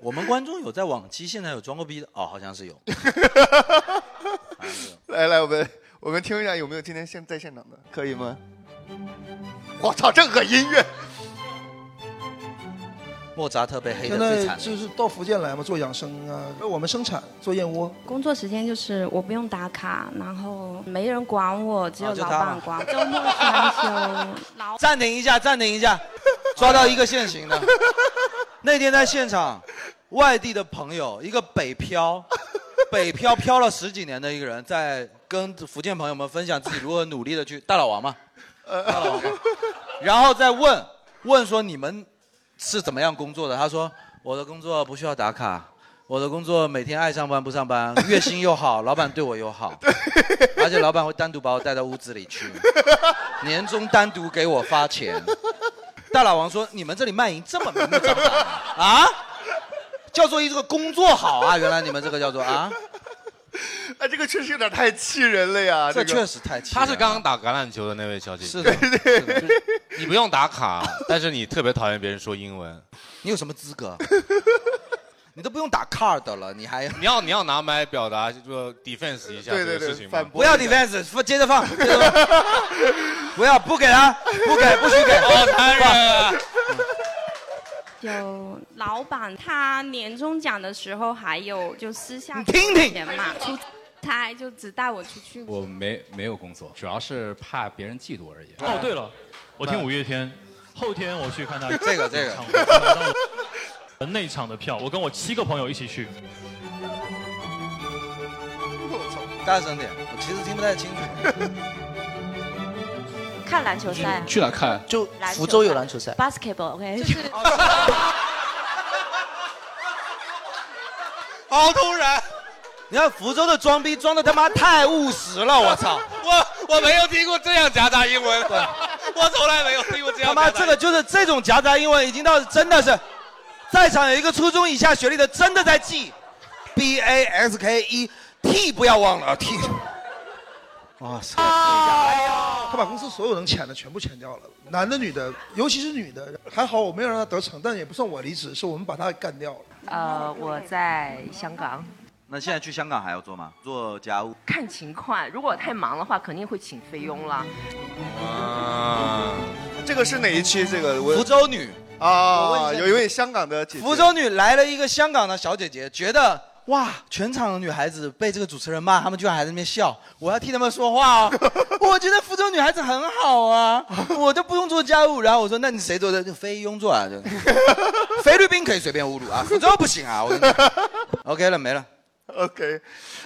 Speaker 3: 我们观众有在往期现场有装过逼的哦，好像是有。
Speaker 2: 来来，我们我们听一下有没有今天现在现场的，可以吗？
Speaker 3: 嗯
Speaker 2: 我操，这个音乐！
Speaker 3: 莫扎特被黑的
Speaker 17: 现
Speaker 3: 最
Speaker 17: 在
Speaker 3: 惨。
Speaker 17: 就是到福建来嘛，做养生啊，那我们生产做燕窝。
Speaker 18: 工作时间就是我不用打卡，然
Speaker 1: 哦
Speaker 18: 后没人管我，只有
Speaker 3: 啊就
Speaker 18: 老
Speaker 3: 他啊
Speaker 18: 板管。周末 双休，
Speaker 3: 暂停一下，暂停一下，抓到一个现行的。那天在现场，外地的朋友，一个北漂， 北漂漂了十几年的一个人，在跟福建朋友们分享自己如何努力的去大老王嘛，
Speaker 2: 呃
Speaker 3: 大老王嘛，然后再问问说你们是怎么样工作的？他说我的工作不需要打卡，我的工作每天爱上班不上班， 月薪又好，老板对我又好，而且老板会单独把我带到屋子里去，年终单独给我发钱。大老王说：“你们这里卖淫这么明 目张胆啊？叫做一个工作好啊？原来你们这个叫做啊？
Speaker 2: 哎，这个确实有点太气人了呀！
Speaker 1: 这
Speaker 2: 个
Speaker 1: 确实
Speaker 3: 太
Speaker 1: 她是刚刚打橄榄球的那位小姐姐，
Speaker 3: 是的
Speaker 1: 对对，你不用打卡，但是你特别讨厌别人说英文，
Speaker 3: 你有什么资格？你都不用打 card 了，你还
Speaker 1: 你要你要拿麦表达就说 defense 一下
Speaker 3: 对
Speaker 1: 这
Speaker 3: 对
Speaker 1: 个
Speaker 3: 对
Speaker 1: 事情吗
Speaker 3: 反？驳一下不要 defense，接着放，接着放 不要不给他，不给不许给，
Speaker 1: 好残忍！啊
Speaker 13: 有老板他年终奖的时候，还有就私下
Speaker 3: 听听
Speaker 13: 钱嘛，出差就只带我出去。
Speaker 19: 我没没有工作，主要是怕别人嫉妒而已。
Speaker 9: 哦，对了，我听五月天，后天我去 看他
Speaker 19: 这个 这个
Speaker 9: 唱会晚上我内场的票，我跟我七个朋友一起去。
Speaker 3: 大声点，我其实听不太 清楚。
Speaker 20: 看篮球赛啊，
Speaker 19: 去哪看？
Speaker 20: 就
Speaker 3: 篮球福州有
Speaker 20: 篮
Speaker 3: 球赛
Speaker 20: ，basketball，OK，、
Speaker 3: 好突然！你看福州的装逼装的他妈太务实了，我操！
Speaker 1: 我我没有听过这样夹杂英文， 我从来没有听过 这
Speaker 3: 他
Speaker 1: 样夹杂英文。
Speaker 3: 妈这个就是这种夹杂英文已经到真的是，在场有一个初中以下学历的真的在记，B A S K E T 不要忘了 T。哇 塞！
Speaker 17: 他把公司所有能潜的全部潜掉了，男的女的，尤其是女的，还好我没有让他得逞，但也不算我离职，是我们把他干掉了。
Speaker 3: 啊
Speaker 20: 呃，我在香港
Speaker 3: 那现在去香港还要做吗？做家务？
Speaker 20: 看情况，如果太忙的话，肯定会请菲佣了。
Speaker 2: 啊，这个是哪一期？这个我
Speaker 3: 福州女我
Speaker 2: 啊，
Speaker 3: 问一下
Speaker 2: 有一位香港的姐姐，
Speaker 3: 福州女来了一个香港的小姐姐，觉得哇，全场的女孩子被这个主持人骂，她们居然还在那边笑，我要替她们说话哦。 我觉得福州女孩子很好啊，我都不用做家务。然后我说，那你谁做的？就菲佣做啊， 就菲律宾可以随便侮辱啊，福州不行啊。我跟你 讲 OK 了，没了。
Speaker 2: OK，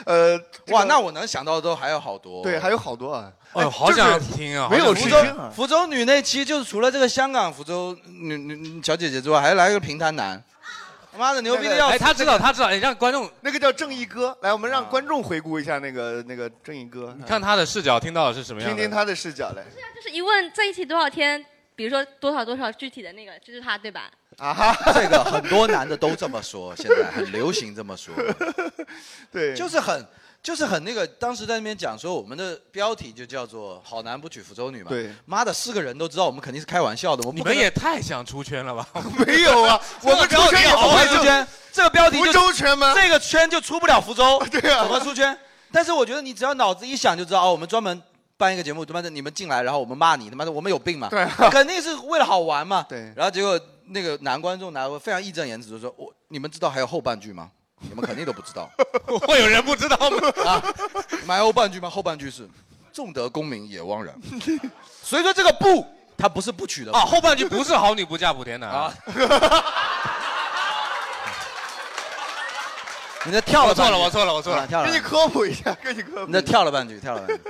Speaker 2: 呃，
Speaker 3: 哇，那我能想到的都还有好多。
Speaker 2: 对，还有好多啊。
Speaker 1: 哎呦好
Speaker 3: 就是
Speaker 1: 想听啊好
Speaker 3: 没有
Speaker 1: 想
Speaker 3: 福
Speaker 1: 听
Speaker 3: 州
Speaker 1: 啊
Speaker 3: 福州女那期，就是除了这个香港福州女女小姐姐之外，还来一个平潭男。妈的牛逼的要死
Speaker 1: 哎，他知道，他知道，你让观众啊
Speaker 2: 那个叫正义哥，来，我们让观众回顾一下那个那个正义哥，
Speaker 1: 看他的视角，听到的是什么样
Speaker 2: 听
Speaker 1: 的？
Speaker 2: 听他的视角来。
Speaker 15: 就是一问在一起多少天，比如说多少多少具体的那个，就是他对吧？
Speaker 2: 啊哈，
Speaker 3: 这个很多男的都这么说，现在很流行这么说。
Speaker 2: 对，
Speaker 3: 就是很就是很那个，当时在那边讲说我们的标题就叫做“好男不娶福州女”嘛。
Speaker 2: 对，
Speaker 3: 妈的，是个人都知道我们肯定是开玩笑的。我们
Speaker 1: 你
Speaker 3: 不可
Speaker 1: 们
Speaker 3: 能
Speaker 1: 也太想出圈 了吧？
Speaker 2: 没有啊，我们
Speaker 3: 这个
Speaker 2: 出圈也
Speaker 3: 标题
Speaker 2: 不
Speaker 3: 好
Speaker 2: 会
Speaker 3: 会出圈，这个标题
Speaker 2: 福州圈吗？
Speaker 3: 这个圈就出不了福州，
Speaker 2: 对啊
Speaker 3: 怎么出圈？但是我觉得你只要脑子一想就知道，哦，我们专门办一个节目，他妈的你们进来，然后我们骂你，他妈的我们有病嘛？
Speaker 2: 对啊
Speaker 3: 肯定是为了好玩嘛。
Speaker 2: 对。
Speaker 3: 然后结果那个男观众拿我非常义正言辞的说：“我你们知道还有后半句吗？你们肯定都不 知道。
Speaker 1: 会有人不知道吗？
Speaker 3: 啊，埋后半句吗？后半句是重德公民 也枉然。所以说这个不，它不是不娶的
Speaker 1: 啊，后半句不是好女不嫁补天 男啊，
Speaker 3: 你这跳了半句，
Speaker 1: 我错了我错了我错了
Speaker 3: 啊跳了
Speaker 2: 给
Speaker 3: 半
Speaker 2: 你
Speaker 3: 句，
Speaker 2: 科普一下，给你科普。
Speaker 3: 你这跳了半句，跳了半句。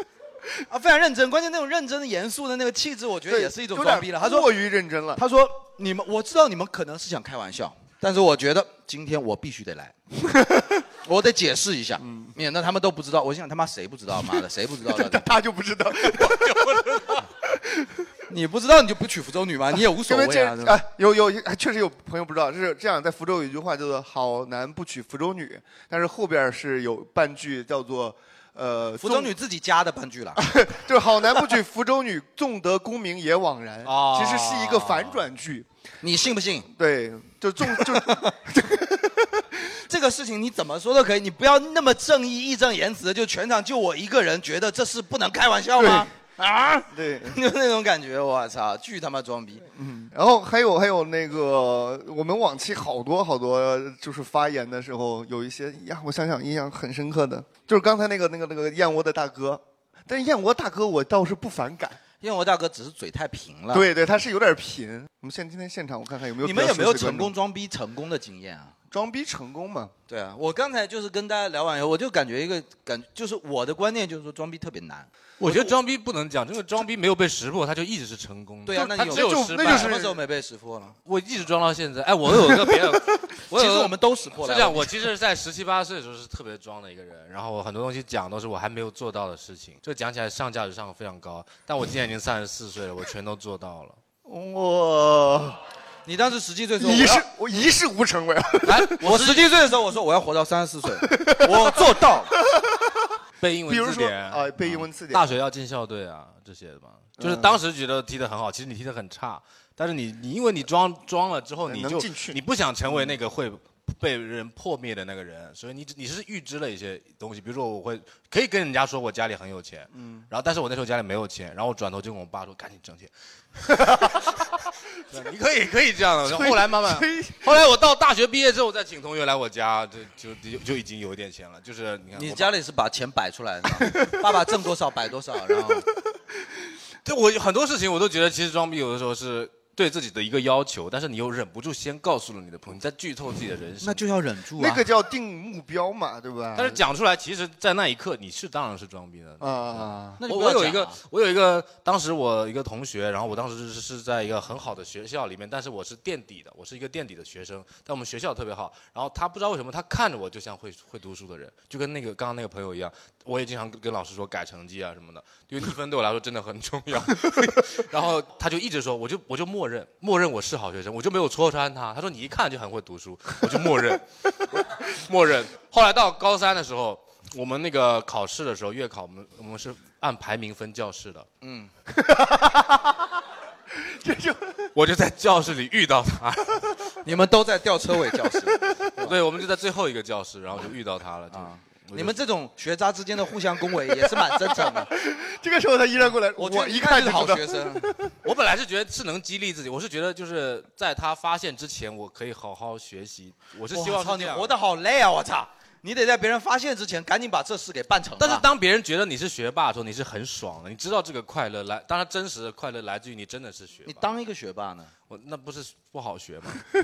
Speaker 3: 啊，非常认真，关键那种认真的、严肃的那个气质，我觉得
Speaker 2: 对
Speaker 3: 也是一种
Speaker 2: 有点
Speaker 3: 装逼了。他说
Speaker 2: 过于认真了。
Speaker 3: 他说你们，我知道你们可能是想开玩笑，但是我觉得今天我必须得 来，我得解释一下，免得他们都不知道。我心想他妈谁不知道？妈 的，谁不知道的？
Speaker 2: 嗯他就不知道，
Speaker 3: 你不知道你就不娶福州女吗？你也无所
Speaker 2: 因为
Speaker 3: 谓
Speaker 2: 这
Speaker 3: 啊。是吧
Speaker 2: 哎，有有，哎确实有朋友不知道，是这样，在福州有一句话叫做“好男不娶福州女”，但是后边是有半句叫做“呃，
Speaker 3: 福州
Speaker 2: 纵
Speaker 3: 女自己加的半句了。
Speaker 2: 就是好男不娶福州女，纵得功名也枉然”，
Speaker 3: 哦
Speaker 2: 其实是一个反转句。
Speaker 3: 你信不信？
Speaker 2: 对，就纵 就
Speaker 3: 这个事情你怎么说都可以，你不要那么正义、义正言辞的，就全场就我一个人觉得这是不能开玩笑吗？啊，
Speaker 2: 对，
Speaker 3: 就那种感觉，我操，巨他妈装逼。
Speaker 2: 嗯，然后还有还有那个，我们往期好多好多，就是发言的时候有一些呀，我想想印象很深刻的，就是刚才那个那个那个燕窝的大哥，但是燕窝大哥我倒是不反感，
Speaker 3: 因为我大哥只是嘴太贫了。
Speaker 2: 对对，他是有点贫。我们现今天现场我看看有没有
Speaker 3: 你们
Speaker 2: 比较
Speaker 3: 有没有
Speaker 2: 熟悉的
Speaker 3: 成功
Speaker 2: 观
Speaker 3: 装逼成功的经验啊？
Speaker 2: 众装逼成功嘛？
Speaker 3: 对啊，我刚才就是跟大家聊完以后，我就感觉一个感，就是我的观念就是说装逼特别难。
Speaker 1: 我觉得装逼不能讲，这个装逼没有被识破，他就一直是成功的。
Speaker 3: 对啊，那
Speaker 1: 他
Speaker 3: 你
Speaker 1: 只有失败。
Speaker 3: 什么时候没被识破了？
Speaker 1: 我一直装到现在。哎，我有一个别 的，有
Speaker 3: 其
Speaker 1: 一个
Speaker 3: 实我们都识破了
Speaker 1: 是这样，我其实，在十七八岁的时候是特别装的一个人，然后我很多东西讲都是我还没有做到的事情， 这讲起来上价值上非常高。但我今年已经三十四岁了，我全都做到 了。
Speaker 2: 哇！
Speaker 3: 你当时十七岁的时候，
Speaker 2: 一
Speaker 3: 我
Speaker 2: 事
Speaker 3: 要
Speaker 2: 我一事 无成，我要。
Speaker 3: 哎，我十七岁的时候，我说我要活到三十四岁，我做到了。
Speaker 1: 背英文
Speaker 2: 比如
Speaker 1: 字
Speaker 2: 说
Speaker 1: 典
Speaker 3: 哎
Speaker 2: 啊， 背英文字典，
Speaker 1: 大学要进校队啊这些的吧，就是
Speaker 2: 嗯
Speaker 1: 当时觉得踢得很好，其实你踢得很差，但是你你因为你装装了之后，你
Speaker 2: 能
Speaker 1: 就
Speaker 2: 进去嗯
Speaker 1: 你不想成为那个会被人破灭的那个人，所以你只你是预知了一些东西，比如说我会可以跟人家说我家里很有钱，
Speaker 2: 嗯
Speaker 1: 然后但是我那时候家里没有钱，然后我转头就跟我爸 说赶 紧挣钱，你可以可以这样的，然后
Speaker 2: 催
Speaker 1: 后来慢慢
Speaker 2: 催，
Speaker 1: 后来我到大学毕业之后再请同学来我家，就就就就已经有一点钱了，就是
Speaker 3: 你
Speaker 1: 你看我爸
Speaker 3: 家里是把钱摆出来的，爸爸挣多少摆多少，然后
Speaker 1: 对我很多事情我都觉得，其实装逼有的时候是对自己的一个要求，但是你又忍不住先告诉了你的朋友，你在剧透自己的人生。
Speaker 3: 那就要忍住
Speaker 2: 那个叫定目标嘛，对吧？
Speaker 1: 但是讲出来，其实，在那一刻你是当然是装逼的。
Speaker 2: 啊，
Speaker 1: 我我有一个，我有一个，当时我一个同学，然后我当时是是在一个很好的学校里面，但是我是垫底的，我是一个垫底的学生，但我们学校特别好。然后他不知道为什么，他看着我就像会会读书的人，就跟那个刚刚那个朋友一样，我也经常跟跟老师说改成绩啊什么的，因为一分对我来说真的很重要。 然后他就一直说，我就我就默认默认我是好学生，我就没有戳穿他。他说你一看就很会读书，我就默认默认。后来到高三的时候，我们那个考试的时候，月考我们我们是按排名分教室的，
Speaker 3: 嗯，
Speaker 1: 我就在教室里遇到 他，
Speaker 3: 你们都在吊车尾教室，
Speaker 1: 对，我们就在最后一个教室，然后就遇到他了。啊，
Speaker 3: 你们这种学渣之间的互相恭维也是蛮正常 的。
Speaker 2: 这个时候他依然过来，
Speaker 3: 我觉得
Speaker 2: 我
Speaker 3: 你
Speaker 2: 一
Speaker 3: 看
Speaker 2: 看
Speaker 3: 是
Speaker 2: 就
Speaker 3: 好
Speaker 2: 知道
Speaker 3: 学生。
Speaker 1: 我本来是觉得是能激励自己，我是觉得就是在他发现之前，我可以好好学习。我是希望
Speaker 3: 哇操
Speaker 1: 是这
Speaker 3: 你
Speaker 1: 样
Speaker 3: 活得好累啊！我操，你得在别人发现之前赶紧把这事给办成啊。
Speaker 1: 但是当别人觉得你是学霸的时候，你是很爽的，你知道这个快乐来，当然真实的快乐来自于你真的是学霸。你
Speaker 3: 当一个学霸呢？
Speaker 1: 我那不是不好 学吗？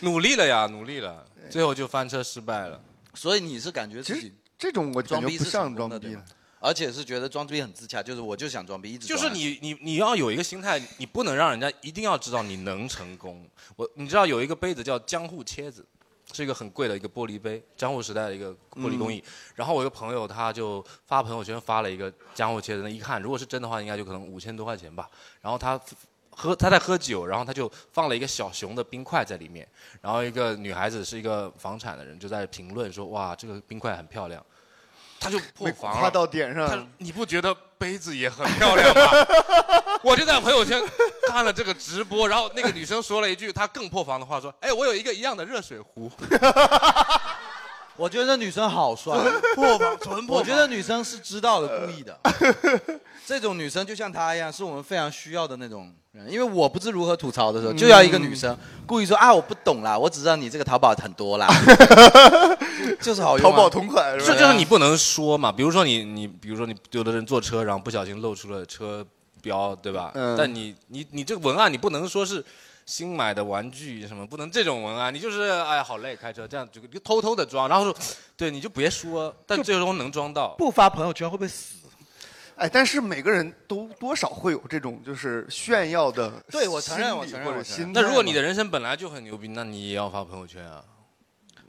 Speaker 1: 努力了呀，努力了，最后就翻车失败了。
Speaker 3: 所以你是感觉自己
Speaker 2: 这种我
Speaker 1: 感觉
Speaker 3: 装逼
Speaker 1: 不
Speaker 3: 是
Speaker 1: 像
Speaker 3: 成功的
Speaker 1: 装逼
Speaker 3: 对
Speaker 1: 了
Speaker 3: 吗而且是觉得装逼很自洽，就是我就想装逼，一直
Speaker 1: 就是
Speaker 3: 装下去
Speaker 1: 你你你要有一个心态，你不能让人家一定要知道你能成功。我你知道有一个杯子叫江户切子，是一个很贵的一个玻璃杯，江户时代的一个玻璃
Speaker 2: 嗯
Speaker 1: 工艺。然后我一个朋友他就发朋友圈发了一个江户切子，那一看如果是真的话，应该就可能五千多块钱吧。然后他喝他在喝酒，然后他就放了一个小熊的冰块在里面，然后一个女孩子是一个房产的人就在评论说哇这个冰块很漂亮，他就破
Speaker 2: 没
Speaker 1: 防
Speaker 2: 夸
Speaker 1: 了。
Speaker 2: 到点
Speaker 1: 他
Speaker 2: 上，
Speaker 1: 你不觉得杯子也很漂亮 吗？我就在朋友圈看了这个直播，然后那个女生说了一句她更破防的话，说：“哎，我有一个一样的热水壶。
Speaker 3: 我觉得这女生好帅，
Speaker 1: 破防纯破防
Speaker 3: 我觉得女生是知道的，故意 的。这种女生就像她一样，是我们非常需要的那种人。因为我不知如何吐槽的时候，
Speaker 6: 嗯
Speaker 3: 就要一个女生故意说啊，我不懂啦，我只知道你这个淘宝很多 啦， 就就是好用、啊。
Speaker 1: 淘宝同
Speaker 2: 款
Speaker 1: 这就是你不能说嘛，比如说你你，比如说你有的人坐车，然后不小心露出了车标，对吧？
Speaker 2: 嗯
Speaker 1: 但你你你这个文案你不能说是。新买的玩具什么不能这种文案，你就是哎好累开车这样就就偷偷的装，然后说对你就别说，但最终能装到。
Speaker 3: 不发朋友圈会不会死？
Speaker 2: 哎，但是每个人都多少会有这种就是炫耀的心理
Speaker 3: 对我承认我承认
Speaker 2: 或者
Speaker 3: 我承认
Speaker 2: 心态
Speaker 1: 那
Speaker 2: 嘛。
Speaker 1: 如果你的人生本来就很牛逼，那你也要发朋友圈啊？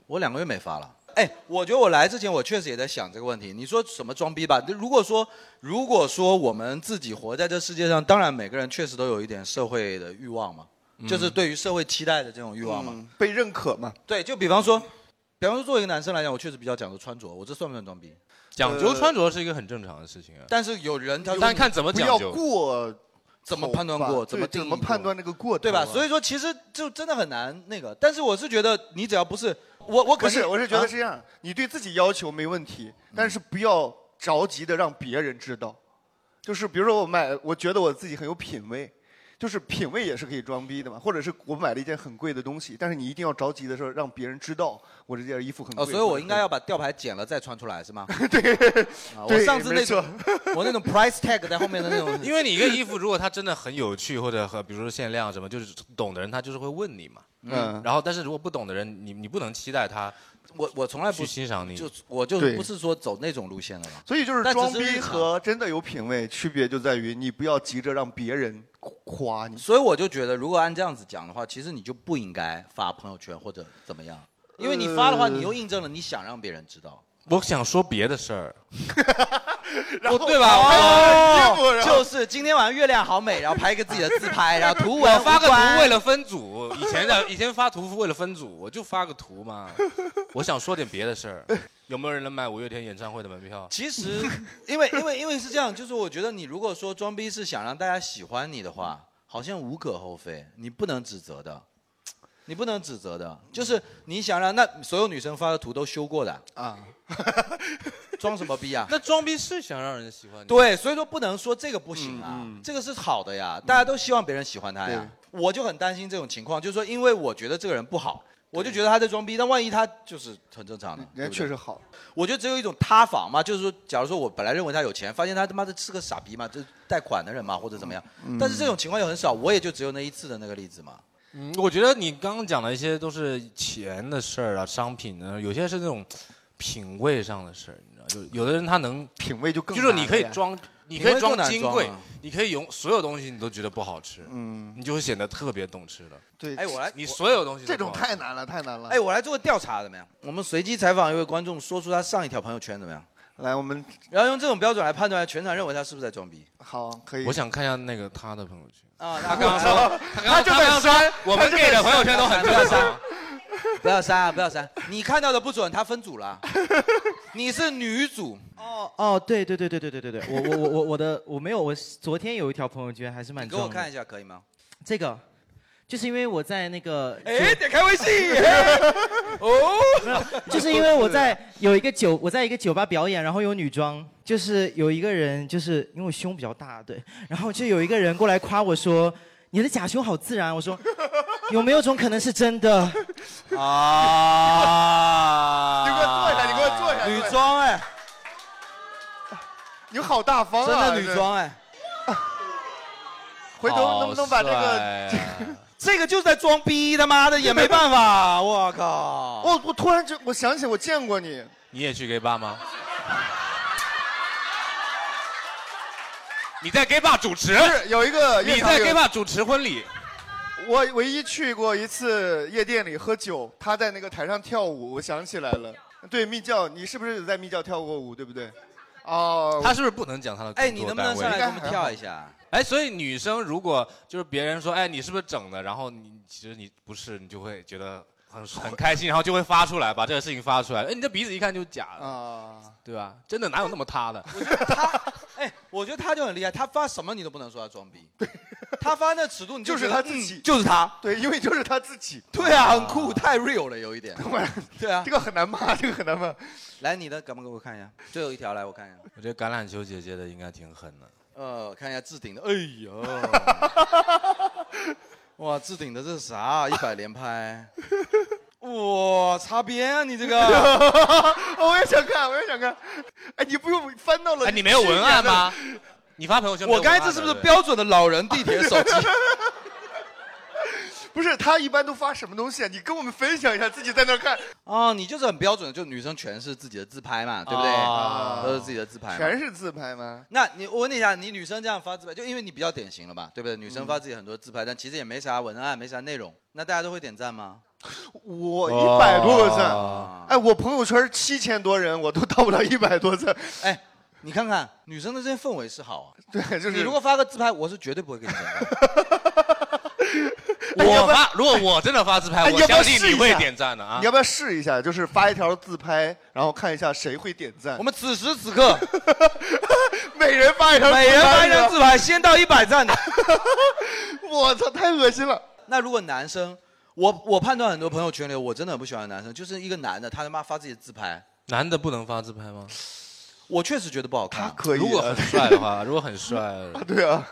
Speaker 3: 我两个月没发了。哎，我觉得我来之前，我确实也在想这个问题。你说什么装逼吧？如果说，如果说我们自己活在这世界上，当然每个人确实都有一点社会的欲望嘛，
Speaker 2: 嗯
Speaker 3: 就是对于社会期待的这种欲望嘛。
Speaker 2: 嗯被认可嘛，
Speaker 3: 对，就比方说，比方说作为一个男生来讲，我确实比较讲究穿着，我这算不算装逼？
Speaker 1: 讲究穿着是一个很正常的事情啊。
Speaker 3: 但是有人他，
Speaker 1: 但看怎么讲究
Speaker 2: 不要过，
Speaker 3: 怎么判断过，怎么定
Speaker 2: 怎
Speaker 3: 义
Speaker 2: 么
Speaker 3: 过
Speaker 2: 判断这个过，啊
Speaker 3: 对吧？所
Speaker 2: 以
Speaker 3: 以说其实就真的很难那个。但是我是觉得，你只要不是我，
Speaker 2: 不
Speaker 3: 我肯定
Speaker 2: 是，我是觉
Speaker 3: 啊嗯
Speaker 2: 得是这样，你对自己要求没问题，但是不要着急的让别人知道。就是比如说我买，我觉得我自己很有品味。就是品味也是可以装逼的嘛，或者是我买了一件很贵的东西，但是你一定要着急的时候让别人知道我这件衣服很贵。
Speaker 3: 哦，所以我应该要把吊牌剪了再穿出来是吗？ 啊
Speaker 2: 对，
Speaker 3: 我
Speaker 2: 对
Speaker 3: 上次那
Speaker 2: 没错
Speaker 3: 种我那种 price tag 在后面的那种，
Speaker 1: 因为你一个衣服，如果它真的很有趣，或者和比如说限量什么，就是懂的人他就是会问你嘛。
Speaker 3: 嗯
Speaker 1: 嗯。然后，但是如果不懂的人，你你不能期待他。
Speaker 3: 我我从来不
Speaker 1: 去欣赏你，
Speaker 3: 就我就
Speaker 2: 对
Speaker 3: 不是说走那种路线的了。
Speaker 2: 所以就是
Speaker 3: 但只
Speaker 2: 装
Speaker 3: 是日
Speaker 2: 逼
Speaker 3: 常
Speaker 2: 和真的有品味区别就在于，你不要急着让别人夸你。
Speaker 3: 所以我就觉得，如果按这样子讲的话，其实你就不应该发朋友圈或者怎么样，因为你发的话，
Speaker 1: 呃
Speaker 3: 你又印证了你想让别人知道。
Speaker 1: 我想说别的事儿，
Speaker 3: 哦，对吧？
Speaker 1: 哦然后
Speaker 3: 就是今天晚上月亮好美，然后拍一个自己的自拍，然后图文
Speaker 1: 我发个
Speaker 3: 无关
Speaker 1: 图为了分组，以前的以前发图是为了分组，我就发个图嘛。我想说点别的事儿。有没有人能买五月天演唱会的门票？
Speaker 3: 其实，因为因为因为是这样，就是我觉得你如果说装逼是想让大家喜欢你的话，好像无可厚非，你不能指责的，你不能指责的，就是你想让那所有女生发的图都修过的啊，装什么逼啊？
Speaker 1: 那装逼是想让人喜欢你，
Speaker 3: 对，所以说不能说这个不行啊，这个是好的呀，大家都希望别人喜欢他呀。我就很担心这种情况，就是说，因为我觉得这个人不好，我就觉得他在装逼，但万一他就是很正常的，
Speaker 2: 人家确实好。
Speaker 3: 我觉得只有一种塌房嘛，就是说，假如说我本来认为他有钱，发现他他妈的是个傻逼嘛，就是贷款的人嘛，或者怎么样。
Speaker 1: 嗯
Speaker 3: 但是这种情况又很少，我也就只有那一次的那个例子嘛。
Speaker 1: 嗯，我觉得你刚刚讲的一些都是钱的事儿啊，商品啊，有些是那种品味上的事儿，你知道，就有的人他能
Speaker 2: 品味就更
Speaker 1: 就是
Speaker 2: 难
Speaker 1: 你
Speaker 2: 了
Speaker 1: 可以
Speaker 2: 呀
Speaker 1: 装，你
Speaker 2: 品
Speaker 1: 可以
Speaker 2: 味
Speaker 1: 装
Speaker 2: 更难
Speaker 1: 金
Speaker 2: 装
Speaker 1: 贵
Speaker 2: 啊，
Speaker 1: 你可以用所有东西你都觉得不好吃，
Speaker 2: 嗯，
Speaker 1: 你就会显得特别懂吃了。
Speaker 2: 对，
Speaker 3: 哎我来
Speaker 1: 你所有东西都
Speaker 2: 这种
Speaker 1: 不好吃
Speaker 2: 太难了，太难了。
Speaker 3: 哎，我来做个调查怎么样？我们随机采访一位观众，说出他上一条朋友圈怎么样？
Speaker 2: 来，我们
Speaker 3: 然后用这种标准来判断全场认为他是不是在装逼。
Speaker 2: 好，可以
Speaker 1: 我想看一下那个他的朋友圈
Speaker 3: 啊，
Speaker 1: 他刚刚 说，他刚刚说我们 gay 的朋友圈都很
Speaker 3: 不要
Speaker 1: 正
Speaker 3: 删
Speaker 1: 常。，
Speaker 3: 不要 删啊，不要删！你看到的不准，他分组了，你是女组。
Speaker 8: 哦，对对对对对对对对，我我我我我的我没有，我昨天有一条朋友圈还是蛮
Speaker 3: 你给我
Speaker 8: 装的
Speaker 3: 看一下可以吗？
Speaker 8: 这个，就是因为我在那个
Speaker 3: 哎，点开微 信，哦，
Speaker 8: 就是因为我在有一个酒，我在一个酒吧表演，然后有女装，就是有一个人，就是因为我胸比较大，对，然后就有一个人过来夸我说：“你的假胸好自然。”我说：“有没有种可能是真的
Speaker 3: 啊！
Speaker 2: 你给我坐一下，你给我坐一下。
Speaker 3: 女装哎，
Speaker 2: 你好大方啊！
Speaker 3: 真的女装哎。
Speaker 2: 回头能不能把这
Speaker 3: 好
Speaker 2: 个
Speaker 3: 帅？
Speaker 1: 啊
Speaker 3: 这个就是在装逼，他妈的也没办法，我靠！
Speaker 2: 我我突然就我想起我见过你，
Speaker 1: 你也去 gay 吧吗？你在 gay 吧主持？
Speaker 2: 是有一个
Speaker 1: 你
Speaker 2: 夜场
Speaker 1: 在
Speaker 2: 有
Speaker 1: gay 吧主持婚礼。
Speaker 2: 我唯一去过一次夜店里喝酒，他在那个台上跳舞，我想起来了。对，密教，你是不是有在密教跳过舞，对不对？哦，哎
Speaker 1: 他是不是哎不能讲他的工作单位？
Speaker 3: 下？
Speaker 1: 哎，所以女生如果就是别人说，哎，你是不是整的？然后你其实你不是，你就会觉得很很开心，然后就会发出来，把这个事情发出来。哎，你这鼻子一看就是假的，
Speaker 3: 啊
Speaker 1: 对吧？真的哪有那么塌的？
Speaker 3: 我觉得他就很厉害，他发什么你都不能说他装 逼，他发那尺度你
Speaker 2: 就是
Speaker 3: 觉得
Speaker 2: 他自己
Speaker 3: 嗯就是他，
Speaker 2: 对，因为就是他自己。
Speaker 3: 对啊，很酷，太 real 了，有一 点。对啊，这
Speaker 2: 个很难骂，这个很难骂。
Speaker 3: 来，你的敢不敢给我看一下？最后一条，来我看一下。
Speaker 1: 我觉得橄榄球姐姐的应该挺狠的。
Speaker 3: 呃，看一下置顶的，哎 呦，哇，置顶的这是啥？一百连 拍，哇，擦边啊你 这个。
Speaker 2: 我也想看，我也想看。哎，你不用翻到了。
Speaker 1: 哎，你没有文案吗？ 你发朋友圈没有
Speaker 3: 我
Speaker 1: 文案
Speaker 3: 刚
Speaker 1: 的？
Speaker 3: 才这是不是标准的老人地铁手机？
Speaker 2: 不是，他一般都发什么东西啊？你跟我们分享一下，自己在那儿 看，
Speaker 3: 哦，你就是很标准的，就女生全是自己的自拍嘛，对不对？
Speaker 2: 哦
Speaker 1: 啊
Speaker 3: 都是自己的自拍嘛。
Speaker 2: 全是自拍吗？
Speaker 3: 那你我问你一下，你女生这样发自拍，就因为你比较典型了吧，对不对？女
Speaker 2: 嗯
Speaker 3: 生发自己很多自拍，但其实也没啥文案，没啥内容，那大家都会点赞吗？
Speaker 2: 我一百多个赞
Speaker 3: 哦。
Speaker 2: 哎，我朋友圈七千多人，我都到不了一百多赞。
Speaker 3: 哎，你看看女生的这些氛围是好啊。
Speaker 2: 对，就是
Speaker 3: 你如果发个自拍，我是绝对不会给你点赞的。
Speaker 1: 我发，如果我真的发自拍，
Speaker 2: 哎
Speaker 1: 我
Speaker 2: 你要不要
Speaker 1: 相信
Speaker 2: 试一
Speaker 1: 你会
Speaker 2: 下
Speaker 1: 点赞的啊
Speaker 2: 你要。不要试一下？就是发一条自拍，然后看一下谁会点赞。
Speaker 3: 我们此时此刻，
Speaker 2: 每人发一条，
Speaker 3: 每人发一张自拍，先到一百赞的。
Speaker 2: 我操，太恶心了。
Speaker 3: 那如果男生，我我判断很多朋友圈里，我真的很不喜欢的男生，就是一个男的，他他妈发自己的自拍，
Speaker 1: 男的不能发自拍吗？
Speaker 3: 我确实觉得不好看。
Speaker 1: 可以啊如果很帅的话，如果很 帅，
Speaker 2: 对啊，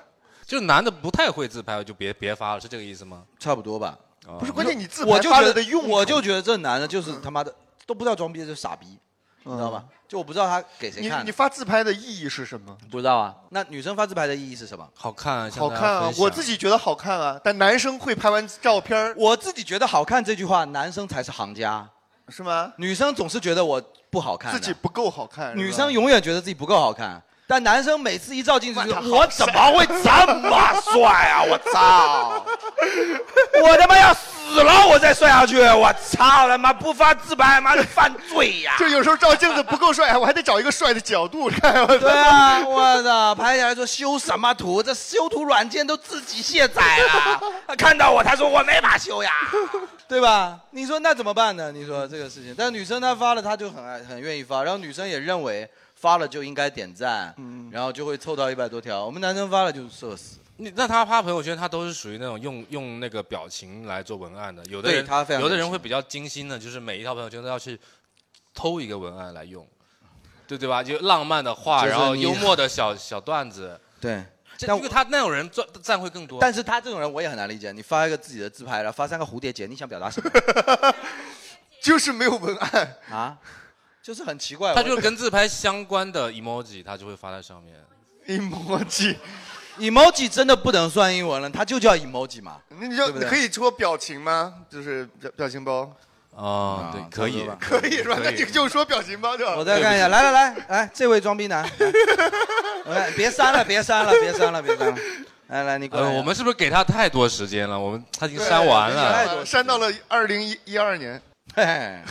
Speaker 1: 就男的不太会自拍，就别别发了，是这个意思吗？哦
Speaker 3: 差不多吧。
Speaker 1: 不
Speaker 2: 是关键你自
Speaker 3: 我就
Speaker 2: 发
Speaker 3: 觉
Speaker 2: 了
Speaker 3: 得
Speaker 2: 的用途
Speaker 3: 我就觉得这男的就是他妈的都不知道装逼，就是傻逼，你知道吧？就我不知道他给谁
Speaker 2: 嗯你
Speaker 3: 看
Speaker 2: 你
Speaker 3: 的，
Speaker 2: 发自拍的意义是什么？
Speaker 3: 不知道啊。那女生发自拍的意义是什么？
Speaker 1: 好看啊，
Speaker 2: 好看啊，我自己觉得好看啊，但男生会拍完照片儿
Speaker 3: 我自己觉得好看这句话，男生才是行家，
Speaker 2: 是吗？
Speaker 3: 女生总是觉得我不好看的，
Speaker 2: 自己不够好看。是吧
Speaker 3: 女生永远觉得自己不够好看，但男生每次一照镜子就觉得，
Speaker 2: 哇他好
Speaker 3: 我怎
Speaker 2: 帅
Speaker 3: 么会这么帅
Speaker 2: 哎
Speaker 3: 啊！我 操， 我他妈要死了，我再帅下去，我操他妈不发自拍，妈的犯罪呀、
Speaker 2: 就有时候照镜子不够帅，我还得找一个帅的角度看。我操
Speaker 3: 对 啊，我操！拍下来说修什么图？这修图软件都自己卸载了， 看到我，他说我没法修呀，对吧？你说那怎么办呢？你说这个事情，但女生她发了，她就很爱，很愿意发，然后女生也认为发了就应该点赞，
Speaker 2: 嗯
Speaker 3: 然后就会凑到一百多条。我们男生发了就社死，
Speaker 1: 你那他发朋友圈，他都是属于那种用用那个表情来做文案的。有的
Speaker 3: 对
Speaker 1: 人
Speaker 3: 他非常
Speaker 1: 有的人
Speaker 3: 有
Speaker 1: 会比较精心的，就是每一条朋友圈都要去偷一个文案来用，对对吧？就浪漫的话，
Speaker 3: 就是
Speaker 1: 然后
Speaker 3: 你
Speaker 1: 幽默的小小段子。
Speaker 3: 对。
Speaker 1: 这因为他那种人赚赞会更多。
Speaker 3: 但是他这种人我也很难理解，你发一个自己的自拍，然后发三个蝴蝶结，你想表达什么？
Speaker 2: 就是没有文案
Speaker 3: 啊，就是很奇怪。
Speaker 1: 他就是跟自拍相关的 emoji，他就会发在上 面。
Speaker 3: emoji。emoji 真的不能算英文了，它就叫 emoji 嘛。
Speaker 2: 那你就
Speaker 3: 对不对
Speaker 2: 可以戳表情吗？就是表表情包。
Speaker 3: 啊
Speaker 1: 哦，对，可以，
Speaker 2: 可以是吧？那就就说表情包就好。
Speaker 3: 我再看一下，来来来来，哎这位装逼男，来 我看别删了，别删了，别删了，别删了。来来，你过来
Speaker 1: 呃，我们是不是给他太多时间了？我们他已经删
Speaker 2: 对
Speaker 1: 完
Speaker 2: 太
Speaker 1: 了。
Speaker 2: 多删到了二零一一二年。
Speaker 3: 哎，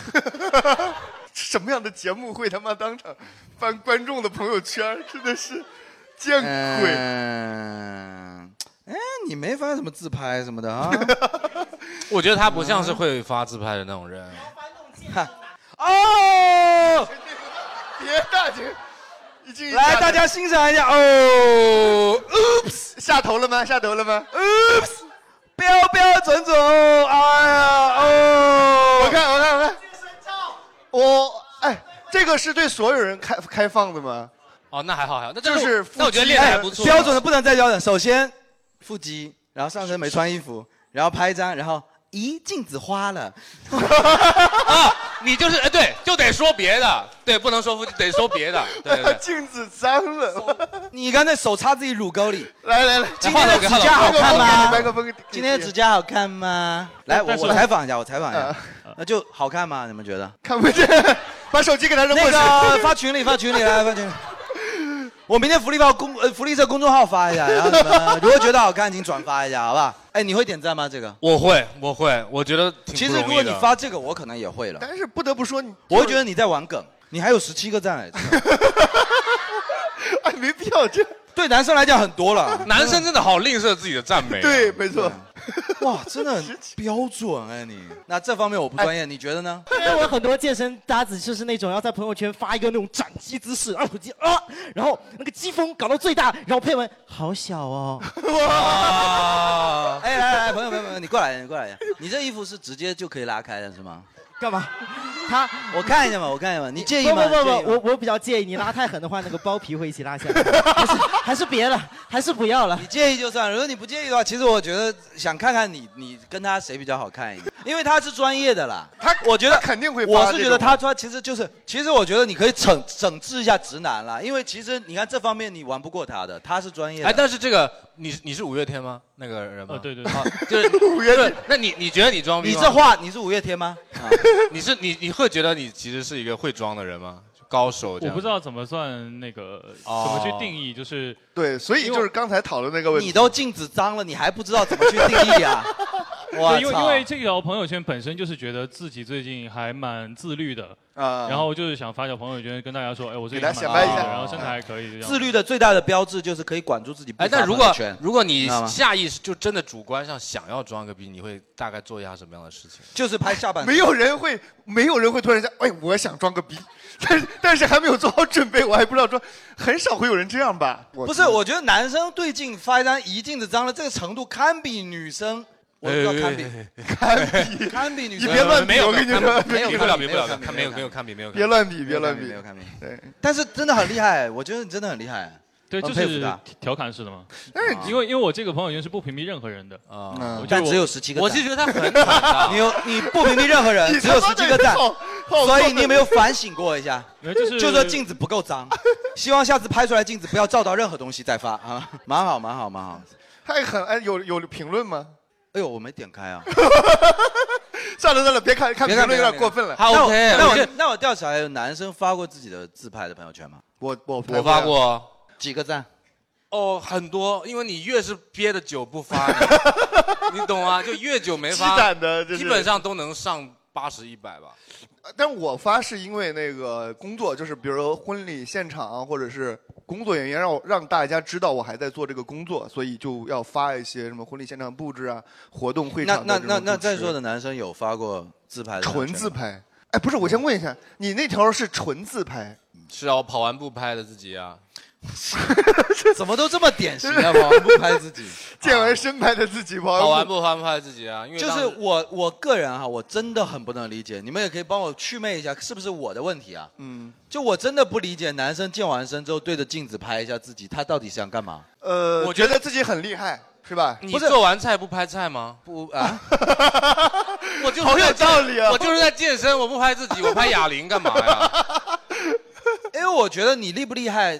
Speaker 2: 什么样的节目会他妈当场翻观众的朋友圈？真的是见鬼！
Speaker 3: 嗯，哎，你没发什么自拍什么的啊？
Speaker 1: 我觉得他
Speaker 3: 嗯
Speaker 1: 不像是会发自拍的那种人。
Speaker 3: 哦，
Speaker 2: 别大姐，已经
Speaker 3: 来大家欣赏一下哦。Oops，
Speaker 2: 下头了吗？下头了吗
Speaker 3: ？Oops，标标准准哦，哎呀哦！
Speaker 2: 我看我看我看，我哎，这个是对所有人开开放的吗？
Speaker 1: 哦，那还好还好，那这
Speaker 2: 就
Speaker 1: 个
Speaker 2: 是
Speaker 1: 那我觉得练的还不错。
Speaker 3: 哎标准的不能再标准。首先腹肌，然后上身没穿衣服，然后拍一张，然后咦镜子花了，
Speaker 1: 你就是哎，对，就得说别的，对，不能说腹肌，得说 别的，对对对。
Speaker 2: 镜子脏了。
Speaker 3: 你刚才手插自己乳沟里。
Speaker 2: 来来来，
Speaker 3: 今天的指甲好看吗？
Speaker 2: 麦克风给你，
Speaker 3: 今天的指甲好看吗？来，我
Speaker 2: 但是
Speaker 3: 我采访一下，我采访一下，那就好看吗？你们觉得？
Speaker 2: 看不见，把手机给他扔过
Speaker 3: 那
Speaker 2: 去。
Speaker 3: 个发群里，发群里来，发群里。我明天福利报公呃福利社公众号发一下，然后你们如果觉得好看，请转发一下，好不好？哎，你会点赞吗？这个？
Speaker 1: 我会，我会，我觉得挺
Speaker 3: 其
Speaker 1: 不
Speaker 3: 实
Speaker 1: 容
Speaker 3: 如
Speaker 1: 易
Speaker 3: 果你
Speaker 1: 的
Speaker 3: 发这个，我可能也会了。
Speaker 2: 但是不得不说，你
Speaker 3: 我会觉得你在玩梗，你还有十七个赞来着。
Speaker 2: 哎，没必要这。
Speaker 3: 对男生来讲很多 了，
Speaker 1: 男生真的好吝啬自己的赞美啊。
Speaker 2: 对，没错。
Speaker 3: 哇，真 的很标准哎你。那这方面我不专业，你觉得呢？
Speaker 8: 因为我很多健身搭子就是那种要在朋友圈发一个那种斩鸡姿势，然后肌啊，然后那个肌峰搞到最大，然后配文好小哦。
Speaker 2: 啊
Speaker 3: 哇！哎，来来来，朋友朋友朋友，你过来，你过来一下。你这衣服是直接就可以拉开的是吗？
Speaker 8: 干嘛？他
Speaker 3: 我看一下嘛，我看一下嘛，你介意吗？
Speaker 8: 不不
Speaker 3: 你介意
Speaker 8: 不
Speaker 3: 吗
Speaker 8: 不，我我比较介意你拉太狠的话，那个包皮会一起拉下来。还是还是别了，还是不要了。
Speaker 3: 你介意就算了，如果你不介意的话，其实我觉得想看看你，你跟他谁比较好看一点，因为他是专业的啦。
Speaker 2: 他
Speaker 3: 我觉得
Speaker 2: 肯定会发
Speaker 3: 我是觉
Speaker 2: 这
Speaker 3: 得
Speaker 2: 种
Speaker 3: 他穿其实就是，其实我觉得你可以惩惩治一下直男啦，因为其实你看这方面你玩不过他的，他是专业的。
Speaker 1: 哎，但是这个你你是五月天吗？那个人吗？
Speaker 3: 哦
Speaker 1: 对对
Speaker 3: 对
Speaker 1: 就是五月天。那你你觉得你装逼
Speaker 3: 你
Speaker 1: 吗？
Speaker 3: 这话，你是五月天吗？
Speaker 1: 你是你你会觉得你其实是一个会装的人吗？高手这
Speaker 9: 我
Speaker 1: 样。
Speaker 9: 不知道怎么算那个怎么去定义，就是
Speaker 2: 哦对，所以就是刚才讨论那个问题，
Speaker 3: 你都镜子脏了，你还不知道怎么去定 义啊？ 我
Speaker 9: 对，因为因
Speaker 3: 操！
Speaker 9: 为这条朋友圈本身就是觉得自己最近还蛮自律的，
Speaker 2: 啊
Speaker 9: 然后就是想发条朋友圈跟大家说，哎，我最近
Speaker 3: 给大家
Speaker 9: 还蛮
Speaker 3: 显摆一
Speaker 9: 自律的
Speaker 3: 下
Speaker 9: 然后身材还可以，这样
Speaker 3: 自律的最大的标志就是可以管住自己不
Speaker 1: 哎，
Speaker 3: 发
Speaker 1: 但如
Speaker 3: 朋友
Speaker 1: 果
Speaker 3: 圈哎
Speaker 1: 如果
Speaker 3: 你
Speaker 1: 你
Speaker 3: 知道吗
Speaker 1: 下意识就真的主观上想要装个逼，你会大概做一下什么样的事情？
Speaker 3: 就是拍下半身
Speaker 2: 没有人会，没有人会突然间，哎，我想装个逼，但是但是还没有做好准备，我还不知道装，很少会有人这样吧？
Speaker 3: 不是，我觉得男生对镜发一张一镜子脏了，这个程度堪比女生，我不知道堪比
Speaker 1: 哎
Speaker 3: 堪比堪比女生，
Speaker 1: 你别乱比
Speaker 3: 没有
Speaker 1: 我跟你说
Speaker 3: 堪比没有
Speaker 1: 比不了
Speaker 3: 堪
Speaker 1: 比不了
Speaker 3: 堪
Speaker 1: 没有没有堪比没有
Speaker 2: 别乱比，别乱比，
Speaker 3: 没有看比。但是真的很厉害，我觉得你真的很厉害，
Speaker 9: 对，
Speaker 3: 很
Speaker 9: 就
Speaker 3: 佩服
Speaker 9: 是
Speaker 3: 他。
Speaker 9: 调侃式的嘛。啊
Speaker 2: 但是
Speaker 9: 因为因为我这个朋友圈是不屏蔽任何人的
Speaker 2: 嗯
Speaker 9: 啊
Speaker 3: 但只有17个赞我就觉得他很
Speaker 9: 惨
Speaker 3: 的 你有你不屏蔽任何人你只有他妈的17个赞好好所以你有没有反省过一下？
Speaker 9: 没有就是
Speaker 3: 说镜子不够脏，希望下次拍出来镜子不要照到任何东西再发啊，蛮好蛮好蛮好。
Speaker 2: 太狠！哎，有有评论吗？
Speaker 3: 哎呦，我没点开啊。
Speaker 2: 算了算了，别 看看评论有点过分了。
Speaker 3: 那我那我
Speaker 2: 那
Speaker 3: 那我调查一下，有男生发过自己的自拍的朋友圈吗？
Speaker 2: 我我
Speaker 1: 我发过
Speaker 3: 几个赞，
Speaker 1: 哦，很多，因为你越是憋的久不发，你你懂吗？就越久没发，
Speaker 2: 积攒的就是
Speaker 1: 基本上都能上八十一百吧。
Speaker 2: 但我发是因为那个工作，就是比如说婚礼现场啊或者是工作原因，让我让大家知道我还在做这个工作，所以就要发一些什么婚礼现场布置啊、活动会
Speaker 3: 那
Speaker 2: 场
Speaker 3: 那
Speaker 2: 的
Speaker 3: 那那在
Speaker 2: 再
Speaker 3: 座
Speaker 2: 说
Speaker 3: 的男生有发过自拍的男生吗？
Speaker 2: 纯自拍。哎，不是，我先问一下，你那条是纯自拍？
Speaker 1: 是啊，我跑完步拍的自己啊。
Speaker 3: 怎么都这么典型 啊？跑完步拍 自己，
Speaker 2: 健完身拍的自己，跑
Speaker 1: 跑完步拍不拍自己啊？因为
Speaker 3: 就
Speaker 1: 当
Speaker 3: 是
Speaker 1: 时
Speaker 3: 我我个人哈、我真的很不能理解，你们也可以帮我祛魅一下，是不是我的问题啊？
Speaker 2: 嗯，
Speaker 3: 就我真的不理解，男生健完身之后对着镜子拍一下自己，他到底想干嘛？
Speaker 2: 呃，
Speaker 1: 我
Speaker 2: 觉
Speaker 1: 觉
Speaker 2: 得
Speaker 1: 得
Speaker 2: 自己很厉害，是吧？
Speaker 1: 你做完菜不拍菜吗？
Speaker 3: 不啊，
Speaker 1: 嗯我就是
Speaker 2: 好有
Speaker 1: 在健
Speaker 2: 道理啊
Speaker 1: 我就是在健身，我不拍自己，我拍哑铃干嘛呀？
Speaker 3: 因为我觉得你厉不厉害，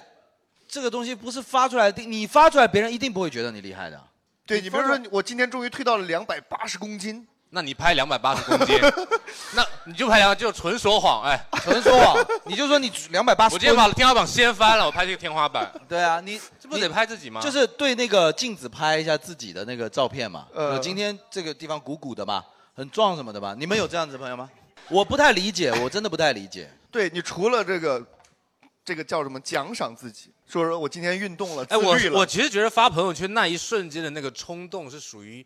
Speaker 3: 这个东西不是发出来的，你发出来别人一定不会觉得你厉害的。
Speaker 2: 对你比如说，我今天终于退到了两百八十公斤，
Speaker 1: 那你拍两百八十公斤， 那你就拍两，就纯说谎，哎，
Speaker 3: 纯说谎，你就说你两百八十。
Speaker 1: 我今天把天花板掀翻了，我拍这个天花板。
Speaker 3: 对啊，你
Speaker 1: 这不得拍自己吗？
Speaker 3: 就是对那个镜子拍一下自己的那个照片嘛。
Speaker 1: 呃
Speaker 3: 呃，今天这个地方鼓鼓的嘛，很壮什么的嘛。你们有这样子的朋友吗？我不太理解，我真的不太理解。
Speaker 2: 对你除了这个，这个叫什么奖赏自己，说说我今天运动了，
Speaker 1: 哎，我
Speaker 2: 自律了
Speaker 1: 我其实觉得发朋友圈那一瞬间的那个冲动是属于，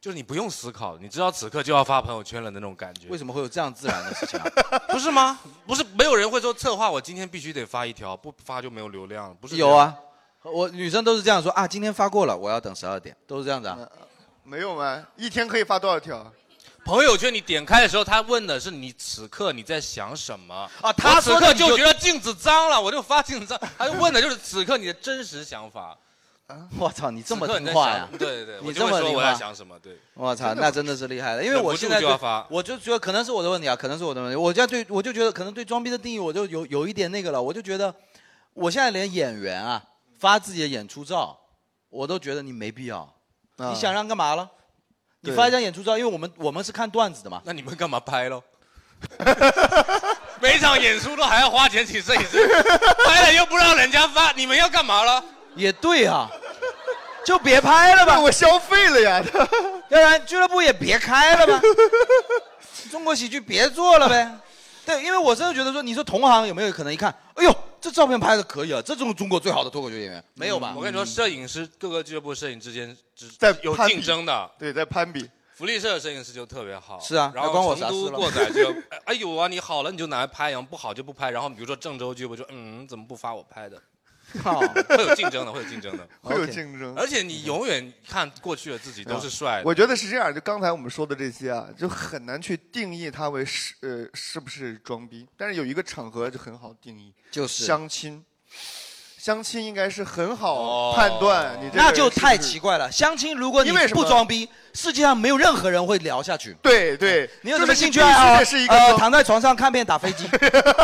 Speaker 1: 就是你不用思考，你知道此刻就要发朋友圈了的那种感觉。
Speaker 3: 为什么会有这样自然的事情、啊？
Speaker 1: 不是吗？不是，没有人会说策划我今天必须得发一条，不发就没有流量了，不 是？
Speaker 3: 有啊，，我女生都是这样说啊，今天发过了，我要等十二点，都是这样子啊。
Speaker 2: 没有吗？一天可以发多少条？
Speaker 1: 朋友圈你点开的时候，他问的是你此刻你在想什么
Speaker 3: 啊他
Speaker 1: 我此
Speaker 3: 说的
Speaker 1: 刻
Speaker 3: 你就
Speaker 1: 就觉得镜子脏了，我就发镜子脏，他就问的就是此刻你的真实想法。
Speaker 3: 我操，你这么
Speaker 1: 此刻你
Speaker 3: 听
Speaker 1: 在
Speaker 3: 话呀
Speaker 1: 想？对对对，
Speaker 3: 你
Speaker 1: 我
Speaker 3: 这
Speaker 1: 就
Speaker 3: 么
Speaker 1: 会说
Speaker 3: 听
Speaker 1: 我
Speaker 3: 话
Speaker 1: 在。想什么，对。
Speaker 3: 我操，
Speaker 1: 真的
Speaker 3: 那真的是厉害了，因为
Speaker 1: 忍不
Speaker 3: 我
Speaker 1: 住
Speaker 3: 现在
Speaker 1: 就
Speaker 3: 对
Speaker 1: 要发
Speaker 3: 我就觉得可能是我的问题啊，可能是我的问题。我现在对我就觉得可能对装逼的定义我就有有一点那个了，我就觉得我现在连演员啊发自己的演出照，我都觉得你没必要，
Speaker 1: 啊
Speaker 3: 你想让干嘛了？你
Speaker 1: 对
Speaker 3: 发一张演出照，因为我们我们是看段子的嘛。
Speaker 1: 那你们干嘛拍喽？每场演出都还要花钱请摄影师，拍了又不让人家发，你们要干嘛了？
Speaker 3: 也对啊，就别拍了吧。
Speaker 2: 我消费了呀，
Speaker 3: 要不然俱乐部也别开了吧。中国喜剧别做了呗。对，因为我真的觉得说，你说同行有没有可能一看，哎呦，这照片拍的可以啊，这种中国最好的脱口秀演员没有吧？
Speaker 1: 嗯我跟你说，摄影师各个俱乐部摄影之间之
Speaker 3: 在
Speaker 1: 有
Speaker 3: 攀比
Speaker 1: 竞争的。
Speaker 2: 对，在攀比。
Speaker 1: 福利社摄影师就特别好，
Speaker 3: 是啊
Speaker 1: 然
Speaker 3: 那关
Speaker 1: 后
Speaker 3: 我啥
Speaker 1: 成
Speaker 3: 事
Speaker 1: 都
Speaker 3: 了
Speaker 1: 过 载就，哎哎有啊，你好了你就拿来拍，然后不好就不拍，然后比如说郑州俱乐部就，嗯，怎么不发我 拍的？
Speaker 3: 靠
Speaker 1: 会有竞争的，会有竞争的，
Speaker 2: 会有竞争
Speaker 1: 而且你永远看过去的自己都是帅的。
Speaker 2: 啊我觉得是这样，就刚才我们说的这些啊，就很难去定义它为是呃是不是装逼，但是有一个场合就很好定义，
Speaker 3: 就是
Speaker 2: 相亲。相亲应该是很好判断你这个
Speaker 3: 哦那就
Speaker 2: 人是不
Speaker 3: 太
Speaker 2: 是
Speaker 3: 奇怪了。相亲如果你
Speaker 2: 因为什么
Speaker 3: 不装逼，世界上没有任何人会聊下去。
Speaker 2: 对对，
Speaker 3: 你有
Speaker 2: 就
Speaker 3: 什么
Speaker 2: 是你
Speaker 3: 兴趣爱好
Speaker 2: 必须
Speaker 3: 啊
Speaker 2: 得是一？个
Speaker 3: 呃，
Speaker 2: 装
Speaker 3: 躺在床上看片打飞机。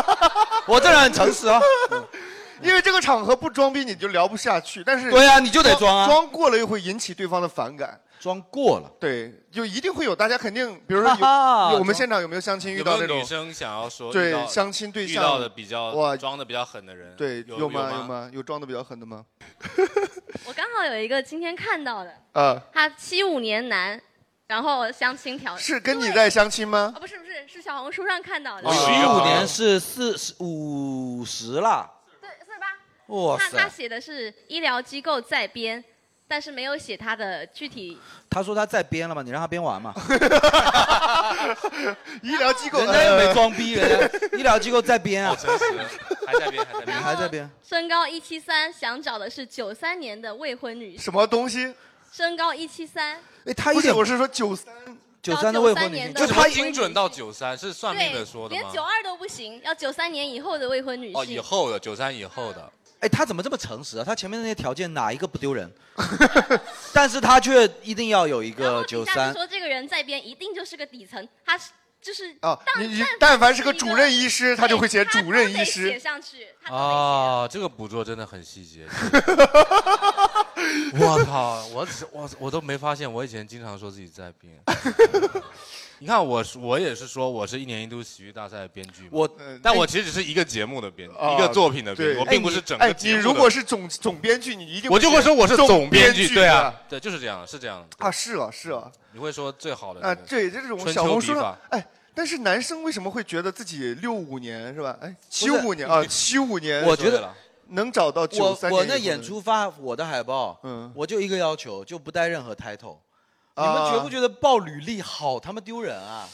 Speaker 3: 我这人很诚实啊。
Speaker 2: 因为这个场合不装逼你就聊不下去，但是
Speaker 3: 对啊你就得装啊
Speaker 2: 装过了又会引起对方的反感。
Speaker 3: 装过了，
Speaker 2: 对，就一定会有，大家肯定，比如 说有有我们现场有没有相亲遇到那
Speaker 1: 有没有
Speaker 2: 种
Speaker 1: 女生想要说
Speaker 2: 对
Speaker 1: 遇到
Speaker 2: 相亲对象
Speaker 1: 遇到的比较
Speaker 2: 哇
Speaker 1: 装的比较狠的人？
Speaker 2: 对
Speaker 1: 有
Speaker 2: 有吗
Speaker 1: 有
Speaker 2: 有？吗有装的比较狠的吗？
Speaker 15: 我刚好有一个今天看到的，
Speaker 2: 啊，
Speaker 15: 他七五年男，然后相亲调
Speaker 2: 是跟你在相亲吗
Speaker 15: 啊、？不是不是，是小红书上看
Speaker 2: 哦
Speaker 15: 到的。
Speaker 3: 十五年是四十五十了。对，是吧？哇
Speaker 15: 他
Speaker 3: 塞！
Speaker 15: 他写的是医疗机构在编，但是没有写他的具体。
Speaker 3: 他说他在编了嘛，你让他 编完嘛。
Speaker 2: 哎医疗机
Speaker 3: 构呃人家又没装 逼，人家医疗机构在编啊。
Speaker 1: 还在编，还在
Speaker 3: 你
Speaker 1: 编，
Speaker 3: 还在编。
Speaker 15: 身高一七三，想找的是九三年的未婚女性。
Speaker 2: 什么东西？
Speaker 15: 身高一七三，
Speaker 3: 哎，他
Speaker 2: 不是，我是说九三
Speaker 3: 九
Speaker 15: 93的未婚女性
Speaker 1: 就
Speaker 15: 就是是
Speaker 1: 他
Speaker 15: 他
Speaker 1: 精准到九三，是算命
Speaker 15: 对
Speaker 1: 的说，的
Speaker 15: 连
Speaker 1: 吗？
Speaker 15: 九二都不行，要九三年以后的未婚女性。
Speaker 1: 哦，以后的九三以后的，
Speaker 3: 哎，他怎么这么诚实啊？他前面那些条件哪一个不丢 人？但是他却一定要有一个九
Speaker 15: 底下
Speaker 3: 三
Speaker 15: 就。说这个人在编，一定就是个底层，他是就是
Speaker 2: 啊，
Speaker 15: 但
Speaker 2: 你你
Speaker 15: 但
Speaker 2: 但凡是个主任医师，他就会写主任
Speaker 15: 得
Speaker 2: 医
Speaker 15: 写
Speaker 2: 师。
Speaker 15: 上去。
Speaker 1: 啊，这个捕捉真的很细 节。我靠，我只我我都没发现，我以前经常说自己在编。 你看我是，我也是说，我是一年一度喜剧大赛的编剧嘛。
Speaker 3: 我
Speaker 1: 但我其实只是一个节目的编，
Speaker 2: 哎啊
Speaker 1: 一个作品的编，
Speaker 2: 对，
Speaker 1: 我并不是整
Speaker 2: 哎
Speaker 1: 个
Speaker 2: 你
Speaker 1: 节目
Speaker 2: 哎，你
Speaker 1: 的。
Speaker 2: 如果是总总编剧，你一定
Speaker 1: 我就会说我是总编剧，对啊
Speaker 2: 的，
Speaker 1: 对，就是这样，是这样的。
Speaker 2: 啊，是啊，是啊。
Speaker 1: 你会说最好的
Speaker 2: 啊，
Speaker 1: 那个
Speaker 2: 对，这种
Speaker 1: 春
Speaker 2: 小
Speaker 1: 秋
Speaker 2: 红
Speaker 1: 笔
Speaker 2: 书上
Speaker 1: 法，
Speaker 2: 哎，但是男生为什么会觉得自己六五年是吧？哎，七
Speaker 3: 是
Speaker 2: 五年啊，七五年，
Speaker 3: 我觉得
Speaker 2: 能找到九
Speaker 3: 我
Speaker 2: 三
Speaker 3: 我那演出发我的海报，
Speaker 2: 嗯，
Speaker 3: 我就一个要求，就不带任何 title。你
Speaker 2: 啊
Speaker 3: 们觉不觉得报履历好他妈丢人啊？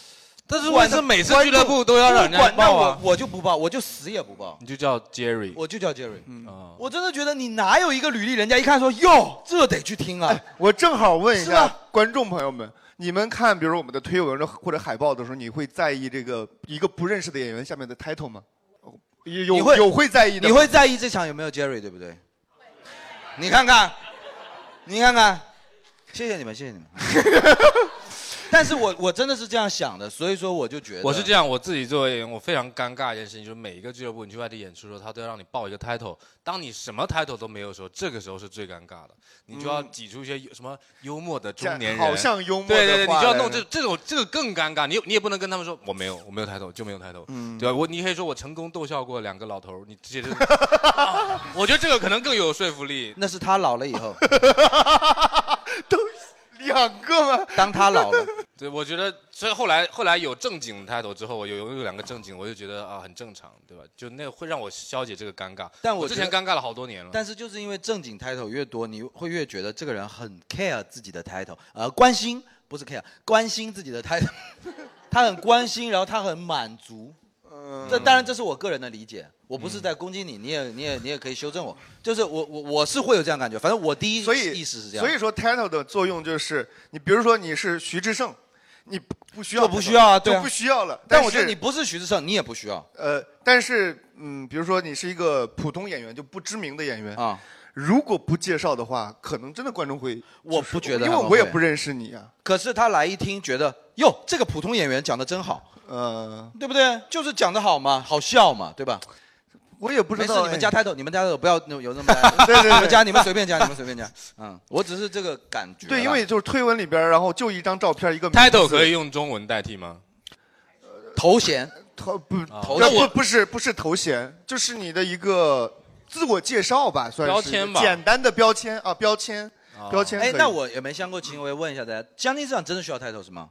Speaker 1: 但是
Speaker 3: 不管
Speaker 1: 为什么
Speaker 3: 那
Speaker 1: 每次俱乐部都要让人家
Speaker 3: 不管那
Speaker 1: 报啊
Speaker 3: 我我就不报，我就死也不报。
Speaker 1: 你就叫 Jerry，
Speaker 3: 我就叫 Jerry，嗯
Speaker 1: 啊，
Speaker 3: 我真的觉得你哪有一个履历，人家一看说哟，哦这得去听啊。
Speaker 2: 哎我正好问一
Speaker 3: 是啊
Speaker 2: 下
Speaker 3: 吧
Speaker 2: 观众朋友们，你们看，比如我们的推文或者海报的时候，你会在意这个一个不认识的演员下面的 title 吗？有
Speaker 3: 你会
Speaker 2: 有会在意的吗，
Speaker 3: 你会在意这场有没有 Jerry 对不对？你看看，你看看，谢谢你们，谢谢 你们。但是我我真的是这样想的，所以说我就觉得
Speaker 1: 我是这样，我自己作为演员，我非常尴尬一件事情，就是每一个俱乐部你去外地演出的时候，他都要让你报一个 title。当你什么 title 都没有的时候，这个时候是最尴尬的，你就要
Speaker 2: 嗯
Speaker 1: 挤出一些有什么幽默的中年人，
Speaker 2: 好像幽默的
Speaker 1: 对对对，
Speaker 2: 话
Speaker 1: 你就要
Speaker 2: 来
Speaker 1: 弄这
Speaker 2: 着
Speaker 1: 这种这个更尴尬，你你也不能跟他们说我没有我没有 title 就没有 title，、
Speaker 2: 嗯
Speaker 1: 对吧？我你可以说我成功逗笑过两个老头儿，你这些、 啊我觉得这个可能更有说服力。
Speaker 3: 那是他老了以 后，
Speaker 2: 两个吗？
Speaker 3: 当他老了，
Speaker 1: 对，我觉得，所以后来后来有正经 title 之后，我有有两个正经，我就觉得啊很正常，对吧？就那会让我消解这个尴尬。
Speaker 3: 但我
Speaker 1: 我之前
Speaker 3: 觉得
Speaker 1: 尴尬了好多年了。
Speaker 3: 但是就是因为正经 title 越多，你会越觉得这个人很 care 自己的 title，呃，关心不是 care，关心自己的 title，他很关心，然后他很满足。
Speaker 17: 嗯
Speaker 3: 这
Speaker 2: 嗯
Speaker 3: 当然这是我个人的理解，我不是在攻击你，你也你也你也可以修正我，就是我我我是会有这样感觉，反正我第一
Speaker 2: 所以
Speaker 3: 意识是这样，
Speaker 2: 所以说 title 的作用就是，你比如说你是徐志胜，你不不需要
Speaker 3: 就不需要啊，对啊
Speaker 2: 就不需要了。
Speaker 3: 但
Speaker 2: 是
Speaker 3: 我觉得你不是徐志胜，你也不需要。
Speaker 2: 呃，但是嗯，比如说你是一个普通演员，就不知名的演员
Speaker 3: 啊，
Speaker 2: 如果不介绍的话，可能真的观众会，
Speaker 3: 我不觉得
Speaker 2: 因
Speaker 3: 他
Speaker 2: 为
Speaker 3: 们
Speaker 2: 我也
Speaker 3: 会
Speaker 2: 不认识你啊。
Speaker 3: 可是他来一听，觉得哟，这个普通演员讲的真好，
Speaker 2: 呃，
Speaker 3: 对不对？就是讲的好嘛，好笑嘛，对吧？
Speaker 2: 我也不知道
Speaker 3: 没事，你
Speaker 2: 哎
Speaker 3: 们加 title，你们加 title 不要有那么加
Speaker 2: 对对对
Speaker 3: 你们 加，你们随便加，你们随便加。嗯，我只是这个感觉啦。
Speaker 2: 对，因为就是推文里边儿，然后就一张照片，一个名
Speaker 1: title
Speaker 2: 字
Speaker 1: 可以用中文代替吗？啊
Speaker 3: 头衔，
Speaker 2: 头不
Speaker 1: 头
Speaker 2: 啊那
Speaker 1: 衔
Speaker 2: 不不是不是头衔，就是你的一个自我介绍吧，算是
Speaker 3: 标签吧
Speaker 2: 简单的标签啊，标签，标签可以。
Speaker 3: 哎，那我也没相过亲，我也问一下大家，相亲市场真的需要 title 是吗？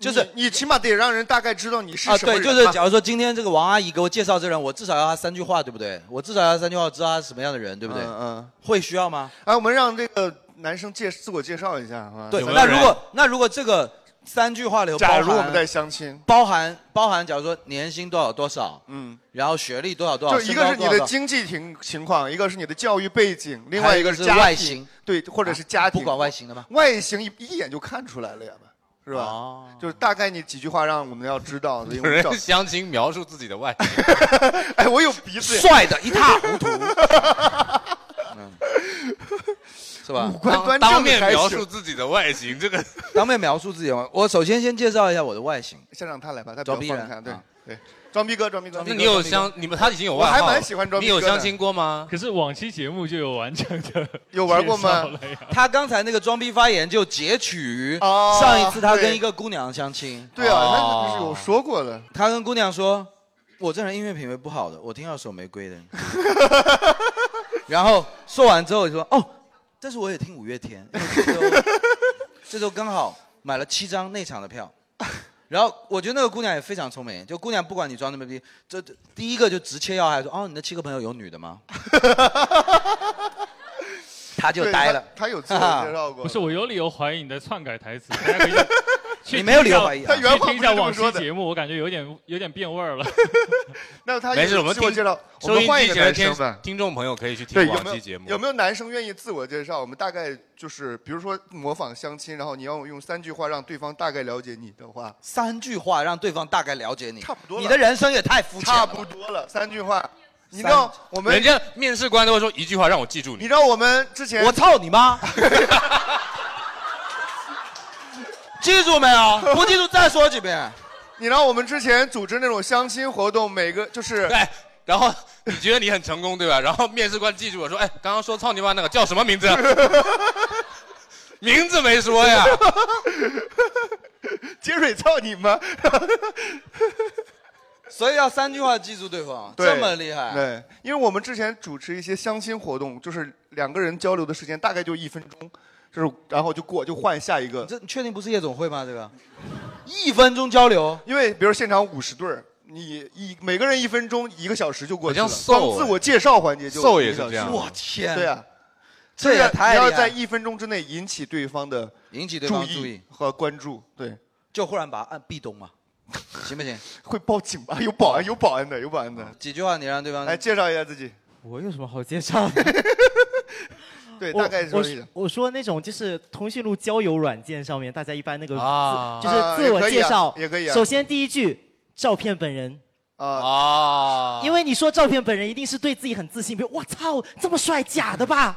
Speaker 3: 就是
Speaker 2: 你你起码得让人大概知道你是
Speaker 3: 啊，
Speaker 2: 什么
Speaker 3: 对，
Speaker 2: 人
Speaker 3: 就是
Speaker 2: 吧
Speaker 3: 假如说今天这个王阿姨给我介绍这人，我至少要她三句话，对不对？我至少要她三句话，知道她是什么样的人，对不对？
Speaker 2: 嗯嗯
Speaker 3: 会需要吗？
Speaker 2: 哎，我们让这个男生介自我介绍一下啊。
Speaker 3: 对，
Speaker 2: 有没有
Speaker 3: 那
Speaker 2: 人
Speaker 3: 如果那如果这个三句话里头包
Speaker 2: 假
Speaker 3: 含，
Speaker 2: 如我们在相亲，
Speaker 3: 包含包含，假如说年薪多少多少，
Speaker 2: 嗯，
Speaker 3: 然后学历多少多少，
Speaker 2: 就一个是
Speaker 3: 身高
Speaker 2: 你
Speaker 3: 多
Speaker 2: 的
Speaker 3: 少
Speaker 2: 经济情情况，一个是你的教育背景，另
Speaker 3: 还
Speaker 2: 外
Speaker 3: 有一
Speaker 2: 个
Speaker 3: 个是
Speaker 2: 家庭
Speaker 3: 外形，啊
Speaker 2: 对，或者是家庭。
Speaker 3: 不管外形的吗？
Speaker 2: 外形一一眼就看出来了呀，是吧？
Speaker 3: 哦
Speaker 2: 就是大概你几句话让我们要知道，因
Speaker 1: 有
Speaker 2: 为我们
Speaker 1: 人
Speaker 2: 找
Speaker 1: 详情描述自己的外形，
Speaker 2: 哎，我有鼻子，
Speaker 1: 帅得一塌糊
Speaker 3: 涂，嗯是吧？
Speaker 1: 五官端正当面描述自己的外形，这个
Speaker 3: 当面描述自己的外，我首先先介绍一下我的外形。
Speaker 2: 先让他来吧，他比较
Speaker 3: 装逼
Speaker 2: 放
Speaker 3: 人
Speaker 2: 看，对
Speaker 3: 啊
Speaker 2: 对，装逼哥，装逼哥，
Speaker 1: 那你有相你们他已经有外
Speaker 2: 我还
Speaker 1: 号
Speaker 2: 蛮
Speaker 1: 了
Speaker 2: 喜欢装逼
Speaker 1: 你
Speaker 2: 哥
Speaker 1: 有
Speaker 2: 的。
Speaker 1: 相亲过吗？
Speaker 9: 可是往期节目就有完整的
Speaker 2: 有
Speaker 9: 介绍了呀？
Speaker 3: 他刚才那个装逼发言就截取于
Speaker 2: 哦
Speaker 3: 上一次他跟
Speaker 2: 对
Speaker 3: 一个姑娘相亲。哦
Speaker 2: 对啊，那是有说过的。
Speaker 3: 他跟姑娘说：“我这人音乐品味不好的，我听二手玫瑰的。” 然后说完之后就说：“哦，但是我也听五月天，因为这周这周刚好买了七张内场的票。” 然后我觉得那个姑娘也非常聪明，就姑娘不管你装那么逼，这这第一个就直切要害说：“哦，你的七个朋友有女的吗？” 他就
Speaker 9: 对
Speaker 3: 呆
Speaker 9: 他
Speaker 3: 了。
Speaker 2: 他有
Speaker 9: 不是我有理由怀疑你的篡 改台词，大家可以去去
Speaker 3: 你没有理由
Speaker 9: 听一下
Speaker 3: 怀疑啊他
Speaker 2: 原话
Speaker 9: 去听一
Speaker 2: 不是这
Speaker 9: 下
Speaker 2: 么
Speaker 9: 往期
Speaker 2: 说的
Speaker 9: 节目，我感觉有点有点变味儿了。
Speaker 2: 那他
Speaker 1: 没事，
Speaker 2: 哎有
Speaker 1: 我们
Speaker 2: 自我
Speaker 1: 听
Speaker 2: 介绍，我
Speaker 1: 收
Speaker 2: 们
Speaker 1: 音
Speaker 2: 换一
Speaker 1: 机
Speaker 2: 个男
Speaker 1: 前的
Speaker 2: 生
Speaker 1: 听
Speaker 2: 吧。
Speaker 1: 听众朋友可以去
Speaker 2: 对，
Speaker 1: 听
Speaker 2: 有
Speaker 1: 往
Speaker 2: 没
Speaker 1: 期
Speaker 2: 有
Speaker 1: 节目。
Speaker 2: 有没有男生愿意自我介绍？我们大概就是，比如说模仿相亲，然后你要用三句话让对方大概了解你的话，
Speaker 3: 三句话让对方大概了解你，差不
Speaker 2: 多了
Speaker 3: 你的人生也太肤浅
Speaker 2: 差
Speaker 3: 了吧。
Speaker 2: 不多了，三句话。你
Speaker 3: 三
Speaker 2: 让我们
Speaker 1: 人家面试官都会说一句话让我记住
Speaker 2: 你
Speaker 1: 你，
Speaker 2: 知道我们之前
Speaker 3: 我操 你妈！记住没有？不记住再说几遍。
Speaker 2: 你知道我们之前组织那种相亲活动，每个就是
Speaker 1: 对，然后你觉得你很成功对吧？然后面试官记住我说，哎，刚刚说操你妈那个叫什么名字？啊 名字没 说呀。
Speaker 2: 杰瑞操你 妈！
Speaker 3: 所以要三句话记住对方，
Speaker 2: 对
Speaker 3: 这么厉害。
Speaker 2: 对，因为我们之前主持一些相亲活动，就是两个人交流的时间大概就一分钟，就是然后就过就换下一个。
Speaker 3: 这你确定不是夜总会吗？这个一分钟交流，
Speaker 2: 因为比如现场五十对儿，你一每个人一分钟一个小时就过去了，
Speaker 1: 好像 Soul
Speaker 2: 光自我介绍环节就
Speaker 1: 哎 Soul 也是
Speaker 2: 一个小时
Speaker 1: 这样我天
Speaker 2: 对啊，
Speaker 1: 这也
Speaker 2: 就是你
Speaker 1: 太厉害
Speaker 2: 要
Speaker 1: 了
Speaker 2: 在一分钟之内引起对方的
Speaker 3: 引起对方注
Speaker 2: 意
Speaker 3: 意
Speaker 2: 和关注，对，
Speaker 3: 就忽然把按壁咚嘛，行不 行？哦
Speaker 2: 会报警吧？啊 有保安，有保安的，有保安的。
Speaker 3: 几句话你让对方
Speaker 2: 来介绍一下自己，
Speaker 8: 我有什么好介绍的？
Speaker 2: 对，
Speaker 8: 我
Speaker 2: 大概
Speaker 8: 我
Speaker 2: 说一下。
Speaker 8: 我说那种就是通讯录交友软件上面，大家一般那个自、
Speaker 2: 啊
Speaker 8: 就是
Speaker 2: 啊
Speaker 8: 自我介绍，
Speaker 2: 也可以啊也可以啊
Speaker 8: 首先第一句，照片本人。
Speaker 1: 啊
Speaker 8: 因为你说照片本人一定是对自己很自信，比如我操这么帅，假的吧？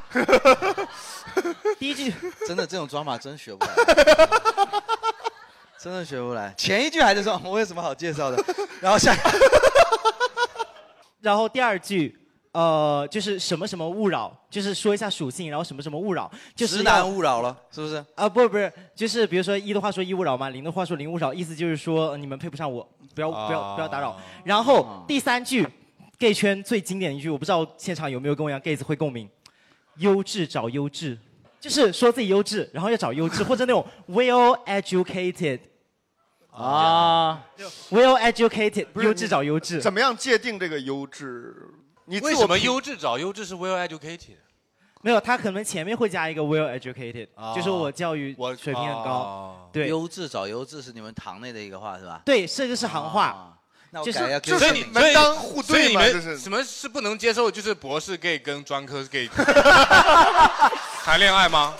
Speaker 8: 第一句
Speaker 3: 真的这种装法真学 不来，真的学不来。前一句还在说我有什么好介绍的， 然后下，
Speaker 8: 然后第二句，呃，就是什么什么勿扰，就是说一下属性，然后什么什么勿扰，就是
Speaker 3: 直
Speaker 8: 要
Speaker 3: 男勿扰了，是不是？
Speaker 8: 啊，不是不是，就是比如说一的话说一勿扰嘛，零的话说零勿扰，意思就是说呃你们配不上我，不要不
Speaker 3: 啊
Speaker 8: 要不要打扰。然后第三句，gay 圈最经典的一句，我不知道现场有没有跟我一样 gay 子会共鸣，优质找优质，就是说自己优质，然后要找优质，或者那 种 well educated 啊，well educated 优质找优质，
Speaker 2: 怎么样界定这个优质？你
Speaker 1: 为什么优质找优质是 well educated？
Speaker 8: 没有，他可能前面会加一个 well educated，、就是
Speaker 3: 啊
Speaker 8: 我教育水平很高，对
Speaker 3: 哦优质找优质是你们堂内的一个话是吧？
Speaker 8: 对，这个是行话。
Speaker 3: 啊那我
Speaker 8: 就是
Speaker 3: 改一下
Speaker 1: 所以你所以所以你
Speaker 3: 就
Speaker 1: 们
Speaker 3: 是
Speaker 1: 什么是不能接受？就是博士 gay 跟专科 gay 谈恋爱吗？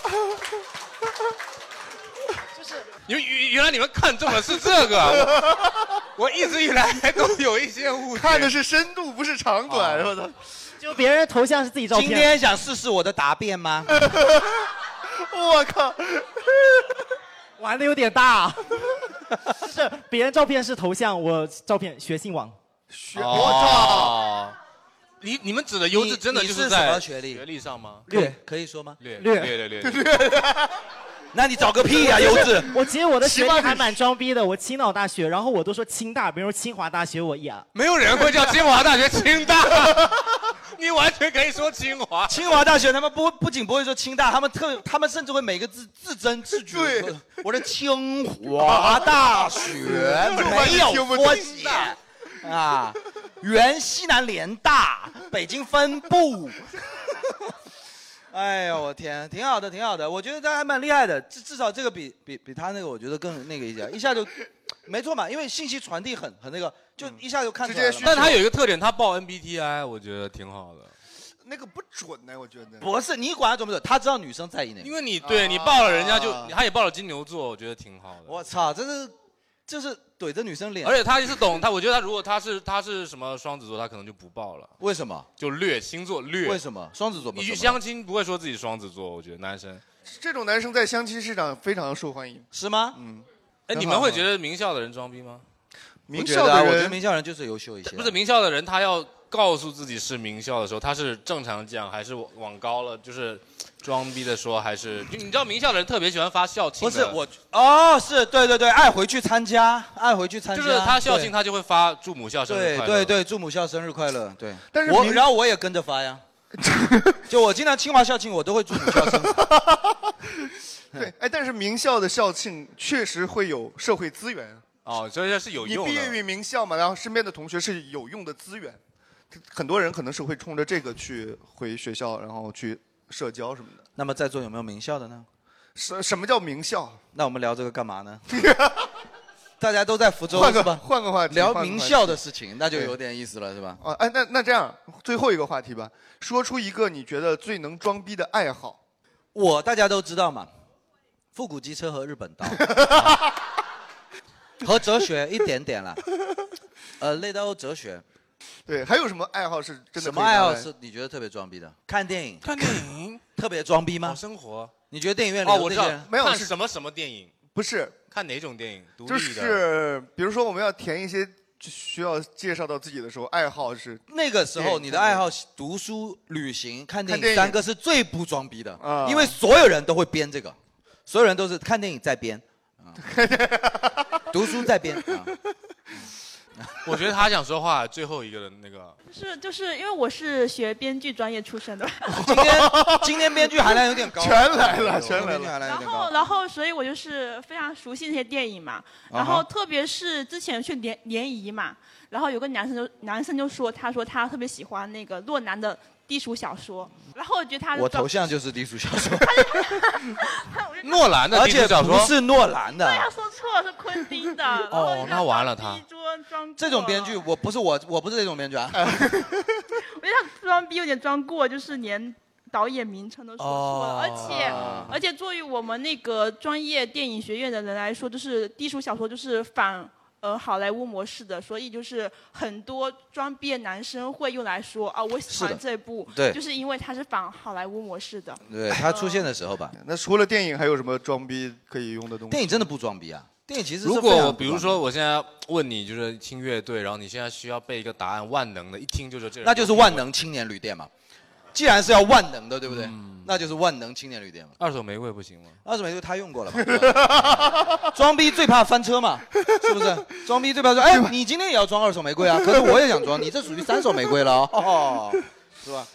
Speaker 1: 就是原原来你们看中的是这 个啊，我我一直以来都有一些误解。啊
Speaker 2: 看的是深度，不是 长短，是吧？
Speaker 8: 啊就别人头像是自己照片。
Speaker 3: 今天想试试我的答辩 吗？
Speaker 2: 我靠，
Speaker 8: 玩的有点大、啊就是别人照片是头像，我照片学信网。学
Speaker 1: 哦，你你们指的优质真的就
Speaker 3: 你是
Speaker 1: 在
Speaker 3: 什么学历
Speaker 1: 学历上吗？
Speaker 3: 略可以说吗？
Speaker 1: 略
Speaker 8: 略
Speaker 1: 略略略
Speaker 3: 那你找个屁呀、优质！
Speaker 8: 我其实我的学历还蛮装逼的，我青岛大学，然后我都说清大，别人说清华大学，我呀，
Speaker 1: 没有人会叫清华大学 清大，你完全可以说清华。
Speaker 3: 清华大学他们不不仅不会说清大，他们特他们甚至会每个字字斟字句。对，我的清华大 学没有脱节啊，原西南联大北京分部。 哎呦我天，挺好的，挺好的，我觉得他还蛮厉害的，至至少这个比比比他那个我觉得更那个一些，一下就，没错嘛，因为信息传递很很那个，就一下就看出来了嘛。
Speaker 1: 但他有一个特点，他报 MBTI，我觉得挺好的。
Speaker 2: 那个不准呢，我觉得。
Speaker 3: 不是你管他准不准，他知道女生在意那个。啊
Speaker 1: 因为你对你报了人家就，他也报了金牛座，我觉得挺好的。
Speaker 3: 我操，这是就是怼着女生脸。
Speaker 1: 而且他是懂他，我觉得他如果他是他是什么双子座，他可能就不报了，
Speaker 3: 为什么？
Speaker 1: 就略星座略。
Speaker 3: 为什么双子座不
Speaker 1: 你
Speaker 3: 怎
Speaker 1: 去
Speaker 3: 么
Speaker 1: 相亲不会说自己双子座，我觉得男生。
Speaker 2: 这种男生在相亲市场非常受欢迎，
Speaker 3: 是吗？
Speaker 2: 嗯，
Speaker 1: 哎，
Speaker 2: 很
Speaker 1: 你
Speaker 2: 好
Speaker 1: 们会觉得名校的人装逼吗？
Speaker 3: 我
Speaker 2: 名
Speaker 3: 觉
Speaker 2: 校
Speaker 3: 得啊
Speaker 2: 的
Speaker 3: 我觉得
Speaker 2: 人
Speaker 3: 名校人就是优秀一些。
Speaker 1: 不是名校的人，他要告诉自己是名校的时候，他是正常讲还是往高了，就是装逼的说，还是就你知道名校的人特别喜欢发校庆
Speaker 3: 不
Speaker 1: 的。
Speaker 3: 是我哦，是对对对，爱回去参加，爱回去参
Speaker 1: 就
Speaker 3: 加。
Speaker 1: 是他校
Speaker 3: 对
Speaker 1: 庆，他就会发祝母校生日
Speaker 3: 对
Speaker 1: 快乐。
Speaker 3: 对对，祝母校生日快乐。对，
Speaker 1: 但是
Speaker 3: 我
Speaker 1: 明
Speaker 3: 然后我也跟着发呀，就我经常清华校庆，我都会祝母校生。
Speaker 2: 对，哎，但是名校的校庆确实会有社会资源，啊
Speaker 1: 哦，所以这是有
Speaker 2: 你
Speaker 1: 用
Speaker 2: 毕业
Speaker 1: 的。
Speaker 2: 于名校嘛，然后身边的同学是有用的资源，很多人可能是会冲着这个去回学校，然后去社交什么的。
Speaker 3: 那么在座有没有名校的呢？
Speaker 2: 什什么叫名校？
Speaker 3: 那我们聊这个干 嘛呢？大家都在福州
Speaker 2: 换个
Speaker 3: 是吧？
Speaker 2: 换个话题换
Speaker 3: 聊
Speaker 2: 个话题
Speaker 3: 名校的事情，那就
Speaker 2: 对
Speaker 3: 有点意思了，是吧？
Speaker 2: 哦，哎，那那这样，最后一个话题吧，说出一个你觉得最能装逼的爱好。
Speaker 3: 我大家都知道嘛，复古机车和日 本刀，和哲学一点点啦，呃，类到哲学。
Speaker 2: 对，还有什么爱好是真的？
Speaker 3: 什么爱好是？你觉得特别装逼的？看电影。
Speaker 1: 看电影。
Speaker 3: 特别装逼吗？
Speaker 1: 生活。
Speaker 3: 你觉得电影院里
Speaker 1: 哦，
Speaker 3: 有
Speaker 1: 我
Speaker 3: 那
Speaker 1: 知
Speaker 3: 些
Speaker 1: 道
Speaker 3: 人，
Speaker 2: 没有
Speaker 1: 看
Speaker 2: 是
Speaker 1: 什么什么电影？
Speaker 2: 不是
Speaker 1: 看哪种电影？独立
Speaker 2: 就
Speaker 1: 的。
Speaker 2: 是比如说我们要填一些需要介绍到自己的时候，爱好是
Speaker 3: 那个时候你的爱好是读书、旅行、看电
Speaker 2: 看电
Speaker 3: 影
Speaker 2: 影
Speaker 3: 三个是最不装逼的
Speaker 2: 啊，
Speaker 3: 因为所有人都会编这个，所有人都是看电影在编，啊读书在编。啊
Speaker 1: 我觉得他想说话最后一个的那个，
Speaker 21: 是就是因为我是学编剧专业出身的，
Speaker 3: 今天编剧含量有点高，
Speaker 2: 全来了
Speaker 3: 哎呦
Speaker 2: 全来了
Speaker 3: 编剧含量有点
Speaker 21: 然
Speaker 3: 高
Speaker 21: 后，。然后，所以我就是非常熟悉那些电影嘛。然
Speaker 3: 啊
Speaker 21: 后，
Speaker 3: 哈
Speaker 21: 特别是之前去联联谊嘛，然后有个男生就男生就说，他说他特别喜欢那个洛南的低俗小说。然后我觉得他的
Speaker 3: 我
Speaker 21: 状
Speaker 3: 头像就是低俗小 说，
Speaker 1: 诺兰的
Speaker 3: 而
Speaker 1: 低俗
Speaker 3: 且
Speaker 1: 小说
Speaker 3: 不是诺兰的
Speaker 21: 对，他说错了，是昆汀的。然后
Speaker 3: 哦，那完了他
Speaker 21: 装装
Speaker 3: 这种编剧，我不是我，我不是这种编剧啊。
Speaker 21: 我觉得他装逼有点装过，就是连导演名称都说错了，
Speaker 3: 哦
Speaker 21: 而且而且作为我们那个专业电影学院的人来说，就是低俗小说就是反呃好莱坞模式的，所以就是很多装逼的男生会用来说啊，我喜
Speaker 3: 是
Speaker 21: 欢
Speaker 3: 的
Speaker 21: 这部，
Speaker 3: 对
Speaker 21: 就是因为它是反好莱坞模式的。
Speaker 3: 对他出现的时候吧。
Speaker 2: 哎那除了电影，还有什么装逼可以用的东西？
Speaker 3: 电影真的不装逼啊， 电影其实是
Speaker 1: 如
Speaker 3: 非
Speaker 1: 果
Speaker 3: 常
Speaker 1: 我
Speaker 3: 不
Speaker 1: 比如
Speaker 3: 装逼
Speaker 1: 说我现在问你就是听乐队，然后你现在需要背一个答案，万能的，一听就是这，
Speaker 3: 那就是万。能青年旅店嘛。既然是要万能的，对不对？那就是万能青年旅店嘛。
Speaker 1: 二手玫瑰不行吗？
Speaker 3: 二十美就他用过了嘛。对吧 装逼最怕翻车嘛，是不是？装逼最怕说，哎，你今天也要装二手玫瑰啊？可是我也想装，你这属于三手玫瑰了哦，是吧？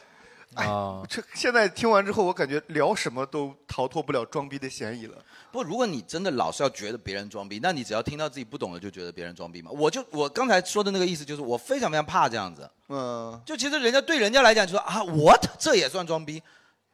Speaker 1: 啊，
Speaker 2: 哎这现在听完之后，我感觉聊什么都逃脱不了装逼的嫌疑了。
Speaker 3: 不，如果你真的老是要觉得别人装逼，那你只要听到自己不懂的就觉得别人装逼嘛。我就我刚才说的那个意思就是，我非常非常怕这样子。
Speaker 2: 嗯，
Speaker 3: 就其实人家对人家来讲就说啊，what 这也算装逼，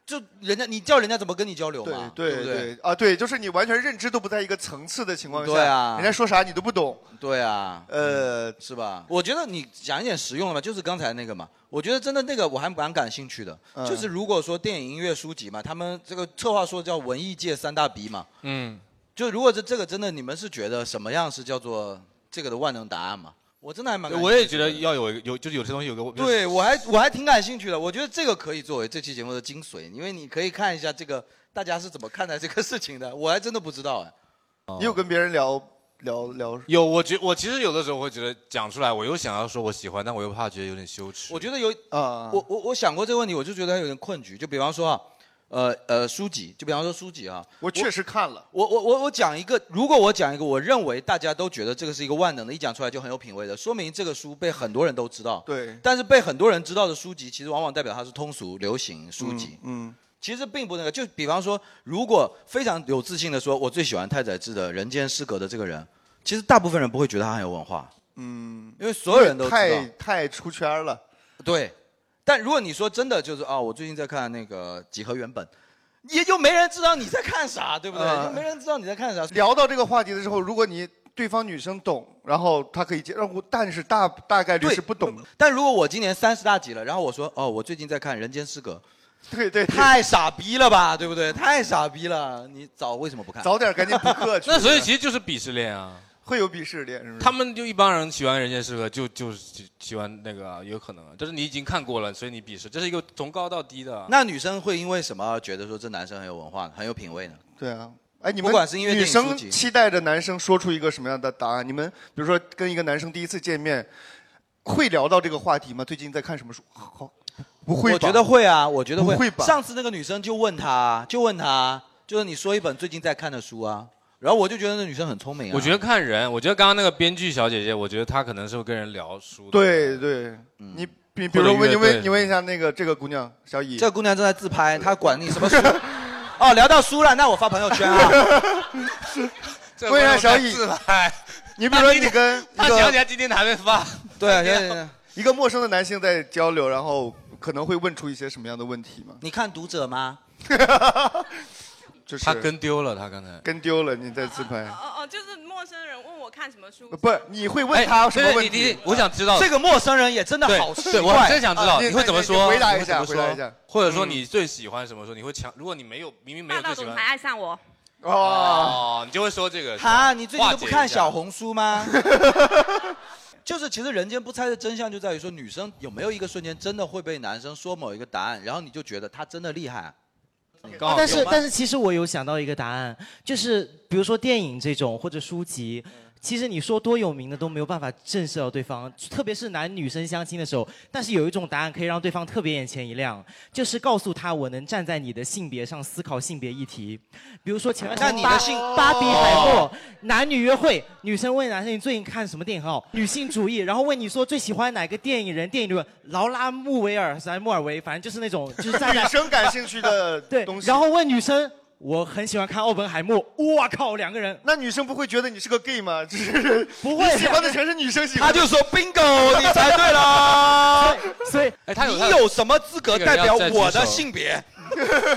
Speaker 3: 就人家你叫人家怎么跟你交流嘛？
Speaker 2: 对
Speaker 3: 不对
Speaker 2: 对啊，对，就是你完全认知都不在一个层次的情况下，
Speaker 3: 对啊
Speaker 2: 人家说啥你都不懂。
Speaker 3: 对啊，
Speaker 1: 嗯
Speaker 2: 呃，
Speaker 3: 是吧？我觉得你讲一点实用的嘛，就是刚才那个嘛，我觉得真的那个我还蛮感兴趣的，
Speaker 2: 嗯
Speaker 3: 就是如果说电影音乐书籍嘛，他们这个策划说叫文艺界三大逼嘛，
Speaker 1: 嗯，
Speaker 3: 就如果这这个真的你们是觉得什么样是叫做这个的万能答案嘛？我真的还蛮
Speaker 1: 对
Speaker 3: 感
Speaker 1: 我也
Speaker 3: 兴趣
Speaker 1: 觉
Speaker 3: 的
Speaker 1: 得要有有就是有些东西有个
Speaker 3: 对我还我还挺感兴趣的，我觉得这个可以作为这期节目的精髓，因为你可以看一下这个大家是怎么看待这个事情的，我还真的不知道哎。
Speaker 1: 哦
Speaker 2: 你有跟别人聊聊聊？
Speaker 1: 有，我觉我其实有的时候会觉得讲出来，我又想要说我喜欢，但我又怕觉得有点羞耻。
Speaker 3: 我觉得有
Speaker 2: 啊，
Speaker 3: 我我我想过这个问题，我就觉得有点困局。就比方说啊，呃呃，书籍，就比方说书籍啊，
Speaker 2: 我确实看了。
Speaker 3: 我我我我讲一个，如果我讲一个，我认为大家都觉得这个是一个万能的，一讲出来就很有品味的，说明这个书被很多人都知道。
Speaker 2: 对
Speaker 3: 但是被很多人知道的书籍，其实往往代表它是通俗流行书籍。
Speaker 2: 嗯，
Speaker 3: 其实并不那个，就比方说，如果非常有自信的说，我最喜欢太宰治的《人间失格》的这个人，其实大部分人不会觉得他很有文化，
Speaker 2: 嗯，
Speaker 3: 因为所有人都知道
Speaker 2: 太太出圈了。
Speaker 3: 对，但如果你说真的就是啊、我最近在看那个《几何原本》，也就没人知道你在看啥，对不对？
Speaker 2: 嗯
Speaker 3: 就没人知道你在看啥。
Speaker 2: 聊到这个话题的时候，如果你对方女生懂，然后她可以接，让我但是大大概率是不懂的。
Speaker 3: 但如果我今年三十大几了，然后我说哦，我最近在看《人间失格》，
Speaker 2: 对对，
Speaker 3: 太傻逼了吧，对不对？太傻逼了，你早为什么不 看？
Speaker 2: 早点赶紧补课去 嗯
Speaker 1: 那所以其实就是鄙视链啊。
Speaker 2: 会有鄙视链，是不是？
Speaker 1: 他们就一帮人喜欢人间失格，就就是喜喜欢那个啊，有可能啊，就是你已经看过了，所以你鄙视，这是一个从高到低的啊。
Speaker 3: 那女生会因为什么而觉得说这男生很有文化呢、很有品味呢？
Speaker 2: 对啊，哎，你们
Speaker 3: 不管是音乐
Speaker 2: 女
Speaker 3: 电影书
Speaker 2: 生
Speaker 3: 籍
Speaker 2: 期待着男生说出一个什么样的答案？你们比如说跟一个男生第一次见面，会聊到这个话题吗？最近在看什么书？好，不会吧
Speaker 3: 我觉得会啊，我觉得会。
Speaker 2: 不会吧
Speaker 3: 上次那个女生就问他，就问他，就是你说一本最近在看的书啊。然后我就觉得那女生很聪明啊。
Speaker 1: 我觉得看人，我觉得刚刚那个编剧小姐姐，我觉得她可能是会跟人聊书 的。
Speaker 2: 对对，
Speaker 3: 嗯
Speaker 2: 你比比如说
Speaker 1: 或者
Speaker 2: 问你
Speaker 1: 乐队
Speaker 2: 问你问一下那个这个姑娘小乙，
Speaker 3: 这个姑娘正在自拍，她管你什么书？ 哦，聊到书了，那我发朋友 圈啊。
Speaker 2: 问一下小乙，你比如说你跟
Speaker 1: 她想起来今天还没发，
Speaker 2: 啊
Speaker 3: 对对，
Speaker 2: 哎一个陌生的男性在交流，然后可能会问出一些什么样的问题吗？
Speaker 3: 你看读者吗？
Speaker 2: 就是
Speaker 1: 她跟丢了，她刚才。
Speaker 2: 跟丢了，你在自拍，
Speaker 11: 哦哦，就是陌生人问我看什么书，
Speaker 2: 不是你会问他什么问
Speaker 1: 哎对对
Speaker 2: 题
Speaker 1: 你？我想知道
Speaker 3: 这个陌生人也真的好奇
Speaker 1: 对
Speaker 3: 怪。
Speaker 1: 对，我真想知道
Speaker 2: 啊你
Speaker 1: 你会怎么
Speaker 2: 你
Speaker 1: 说，
Speaker 2: 你回答
Speaker 1: 你
Speaker 2: 一
Speaker 1: 会
Speaker 2: 下
Speaker 1: 怎么说
Speaker 2: 回答一下
Speaker 1: 或者说你最喜欢什么说？你会强？如果你没有明明没
Speaker 11: 霸
Speaker 1: 有
Speaker 11: 道
Speaker 1: 最喜
Speaker 11: 总
Speaker 1: 欢
Speaker 11: 裁，爱上我。
Speaker 1: 哦，你就会说这个。
Speaker 3: 哈，你最近都不看小
Speaker 1: 红？
Speaker 3: 红书 吗？就是其实《人间不猜》的真相就在于说，女生有没有一个瞬间真的会被男生说某一个答案，然后你就觉得他真的厉害。啊
Speaker 8: 啊但
Speaker 3: 嗯
Speaker 8: 是但是其实我有想到一个答案，就是比如说电影这种或者书籍，其实你说多有名的都没有办法震慑到对方，特别是男女生相亲的时候。但是有一种答案可以让对方特别眼前一亮，就是告诉他我能站在你的性别上思考性别议题。比如说前面
Speaker 3: 那你的性
Speaker 8: 芭比海
Speaker 3: 哦
Speaker 8: 默男女约会，女生问男生你最近看什么电影很好，女性主义，然后问你说最喜欢哪个电影人、电影理论，劳拉·穆维尔还是穆尔维，反正就是那种就是站在
Speaker 2: 女生感兴趣的
Speaker 8: 对
Speaker 2: 东西
Speaker 8: 然后问女生。我很喜欢看奥本海默，哇靠，两个人。
Speaker 2: 那女生不会觉得你是个 gay 吗？就是
Speaker 8: 不会
Speaker 2: 你喜欢的全是女生喜
Speaker 3: 啊他
Speaker 2: 欢的。
Speaker 3: 就说 bingo，你猜对了。
Speaker 8: 所以，
Speaker 1: 哎他有
Speaker 3: 你
Speaker 1: 他有
Speaker 3: 有什么资格代表我的性别？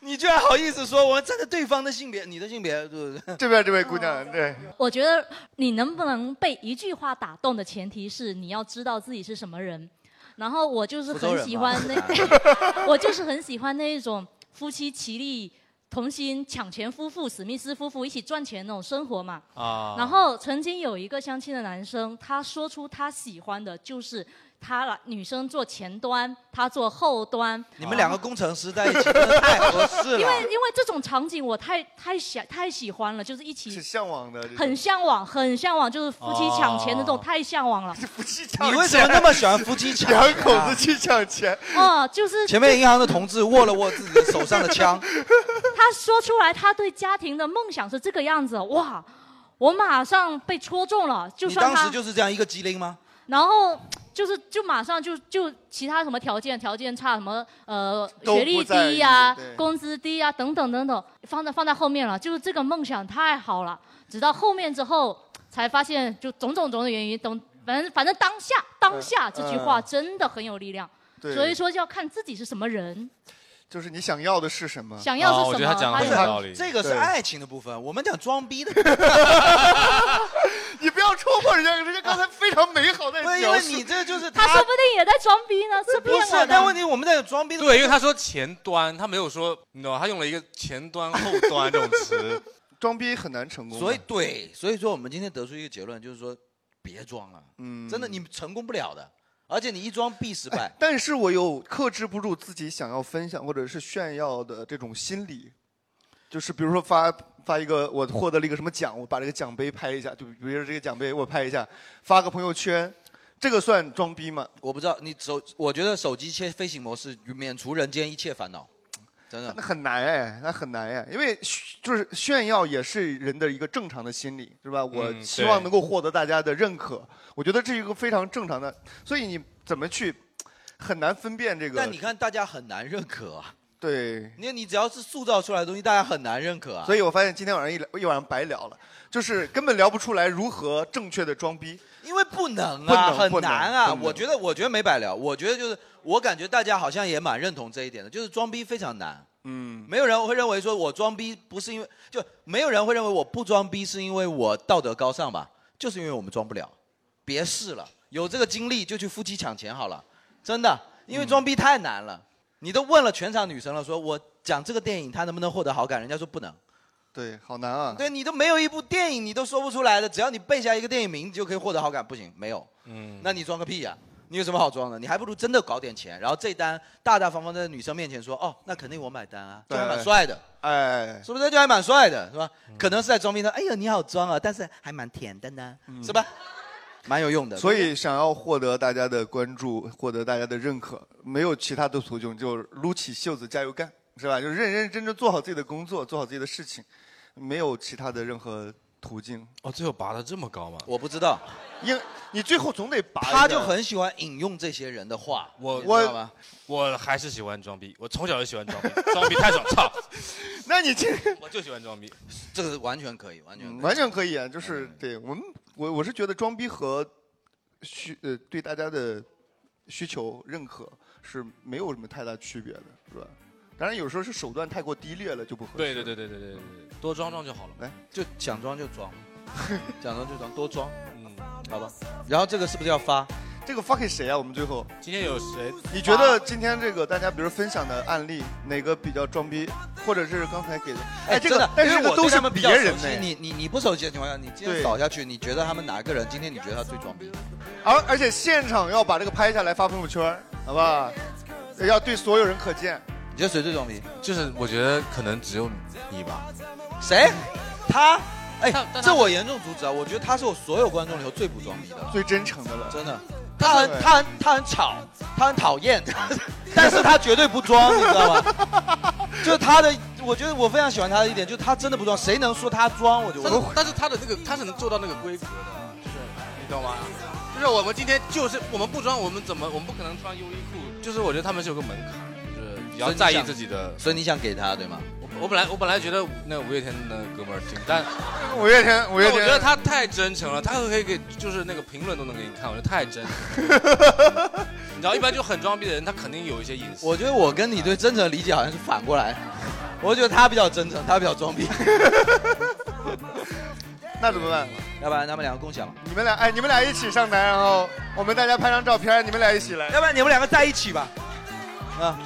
Speaker 3: 你居然好意思说我站在对方的性别，你的性别，对不对？
Speaker 2: 这边这位姑娘，对，
Speaker 22: 我觉得你能不能被一句话打动的前提是你要知道自己是什么人。然后我就是
Speaker 4: 福州
Speaker 22: 很
Speaker 4: 人
Speaker 22: 喜
Speaker 4: 嘛
Speaker 22: 欢那，我就是很喜欢那一种夫妻齐力同心抢钱夫妇、史密斯夫妇一起赚钱那种生活嘛。
Speaker 23: 啊
Speaker 22: 然后曾经有一个相亲的男生，他说出他喜欢的就是他来女生做前端，他做后端。
Speaker 3: 你们两个工程师在一起真的太合适
Speaker 22: 因为因
Speaker 3: 了。
Speaker 22: 为这种场景我太太喜太喜欢了，就是一起
Speaker 2: 向往的
Speaker 22: 很向往，很向往，就是夫妻抢钱的这种，
Speaker 3: 哦
Speaker 22: 太向往了。
Speaker 2: 夫妻
Speaker 3: 你为什么那么喜欢夫妻抢钱啊
Speaker 2: 两口子去抢钱？
Speaker 22: 哦，就是
Speaker 3: 前面银行的同志握了握自己的手上的枪，
Speaker 22: 他说出来他对家庭的梦想是这个样子，哇，我马上被戳中了，就
Speaker 3: 你
Speaker 22: 算
Speaker 3: 当
Speaker 22: 他，
Speaker 3: 时 就是这样一个机灵吗？
Speaker 22: 然后。就是就马上就就其他什么条件条件差什么呃
Speaker 3: 都不
Speaker 22: 学历
Speaker 3: 在
Speaker 22: 低呀、
Speaker 3: 意对
Speaker 22: 工资低呀、等等等等放在放在后面了，就是这个梦想太好了，直到后面之后才发现就种种种的原因，等反正反正当下当下这句话
Speaker 2: 嗯
Speaker 22: 真的很有力量，
Speaker 2: 对
Speaker 22: 所以说就要看自己是什么人。
Speaker 2: 就是你想要的是什么？
Speaker 22: 想要是什么哦我觉得他讲得很有他
Speaker 3: 道理这个是
Speaker 2: 对
Speaker 22: 哎
Speaker 3: 爱情的部分，我们讲装逼的。
Speaker 2: 你不要 戳破人家，人家刚才非常美好的
Speaker 3: 不是因为你这就是
Speaker 22: 他说不定也在装逼呢，是
Speaker 3: 不
Speaker 22: 骗
Speaker 3: 是啊
Speaker 22: 我的。
Speaker 3: 但问题我们在装逼的
Speaker 1: 对，因为他说前端，他没有说，你知道吗？他用了一个前端、后端这种词。
Speaker 2: 装逼很难成功
Speaker 3: 所以对，所以说我们今天得出一个结论，就是说别装了，嗯，真的你成功不了的，而且你一装必失败。
Speaker 2: 但是我有克制不住自己想要分享或者是炫耀的这种心理，就是比如说发发一个我获得了一个什么奖，我把这个奖杯拍一下，就比如说这个奖杯我拍一下，发个朋友圈，这个算装逼吗？
Speaker 3: 我不知道你手，我觉得手机切飞行模式免除人间一切烦恼，真的
Speaker 2: 那。很难哎，那很难哎，因为炫就是炫耀也是人的一个正常的心理，是吧？我
Speaker 1: 对
Speaker 2: 希望能够获得大家的认可，我觉得这是一个非常正常的，所以你怎么去很难分辨这个？
Speaker 3: 但你看大家很难认可啊，
Speaker 2: 对，
Speaker 3: 你你只要是塑造出来的东西，大家很难认可啊。
Speaker 2: 所以我发现今天晚上一聊一晚上白聊了，就是根本聊不出来如何正确的装逼。
Speaker 3: 因为不能
Speaker 2: 不
Speaker 3: 啊，
Speaker 2: 能
Speaker 3: 很
Speaker 2: 不能
Speaker 3: 难啊。
Speaker 2: 不能
Speaker 3: 我觉得，我觉得没白聊。我觉得就是，我感觉大家好像也蛮认同这一点的，就是装逼非常难。
Speaker 2: 嗯，
Speaker 3: 没有人会认为说我装逼不是因为，就没有人会认为我不装逼是因为我道德高尚吧？就是因为我们装不了，别试了。有这个精力就去夫妻抢钱好了，真的，因为装逼太难了。你都问了全场女生了，说我讲这个电影她能不能获得好感，人家说不能。
Speaker 2: 对，好难啊。
Speaker 3: 对你都没有一部电影你都说不出来的，只要你背下一个电影名，你就可以获得好感，不行，没有。
Speaker 1: 嗯，
Speaker 3: 那你装个屁呀、你有什么好装的？你还不如真的搞点钱，然后这单大大方方在女生面前说，哦，那肯定我买单啊，就还蛮帅的，
Speaker 2: 哎，
Speaker 3: 是不是？就还蛮帅的，是吧？可能是在装逼的，哎呀，你好装啊，但是还蛮甜的呢，
Speaker 2: 嗯
Speaker 3: 是吧？蛮有用的。
Speaker 2: 所以想要获得大家的关注，获得大家的认可，没有其他的途径，就撸起袖子加油干，是吧？就认认真真做好自己的工作，做好自己的事情，没有其他的任何途径。
Speaker 1: 哦，最后拔的这么高吗？
Speaker 3: 我不知道，
Speaker 2: 因你最后总得拔。
Speaker 3: 他就很喜欢引用这些人的话，
Speaker 1: 我
Speaker 3: 你知道吗？
Speaker 1: 我还是喜欢装逼，我从小就喜欢装逼，装逼太爽，操！
Speaker 2: 那你这
Speaker 1: 我就喜欢装逼，
Speaker 3: 这个完全可以，完全可以。
Speaker 2: 完全可以
Speaker 3: 嗯
Speaker 2: 啊，就是对我们，我我是觉得装逼和需呃对大家的需求认可是没有什么太大区别的，是吧？当然有时候是手段太过低劣了就不合适。
Speaker 1: 对对对对对对对，多装装就好了。
Speaker 2: 来，
Speaker 3: 就想装就 装，想装就装，多装，
Speaker 1: 嗯，
Speaker 3: 好吧。然后这个是不是要发？
Speaker 2: 这个发给谁啊？我们最后
Speaker 1: 今天有谁？
Speaker 2: 你觉得今天这个大家比如分享的案例哪个比较装逼，或者是刚才给的？哎，这个
Speaker 3: 真的
Speaker 2: 但
Speaker 3: 因
Speaker 2: 是
Speaker 3: 为
Speaker 2: 这
Speaker 3: 我
Speaker 2: 个都
Speaker 3: 对
Speaker 2: 是
Speaker 3: 他们比较
Speaker 2: 别人
Speaker 3: 熟悉
Speaker 2: 呢。
Speaker 3: 你你你不熟悉的情况下，你今天
Speaker 2: 对
Speaker 3: 扫下去，你觉得他们哪个人今天你觉得他最装逼？
Speaker 2: 而而且现场要把这个拍下来发朋友圈，好不好？要对所有人可见。
Speaker 3: 你觉得谁最装逼？
Speaker 1: 就是我觉得可能只有你吧。
Speaker 3: 谁？他？哎，这我严重阻止啊！我觉得他是我所有观众里头最不装逼的，
Speaker 2: 最真诚的了。
Speaker 3: 真的，他很他很他很吵，他很讨厌， 但是他绝对不装，你知道吗？ 就是他的，我觉得我非常喜欢他的一点，就是他真的不装，谁能说他装，我就
Speaker 1: 但是但是他的那个他是能做到那个规则的，就是你懂吗？就是我们今天就是我们不装，我们怎么我们不可能穿优衣库？就是我觉得他们是有个门槛，就是比较在意自己的。
Speaker 3: 所以你想给他对吗？
Speaker 1: 我本来我本来觉得那五月天的哥们儿挺，但
Speaker 2: 五月天五月天
Speaker 1: 我觉得他太真诚了，他可以给就是那个评论都能给你看，我觉得太真 诚了。你知道，一般就很装逼的人，他肯定有一些隐私。
Speaker 3: 我觉得我跟你对真诚的理解好像是反过来，我觉得他比较真诚，他比较装逼。
Speaker 2: 那怎么办？
Speaker 3: 要不然他们两个共享吧。
Speaker 2: 你们俩哎，你们俩一起上台，然后我们大家拍张照片，你们俩一起来。
Speaker 3: 要不然你们两个在一起吧。啊，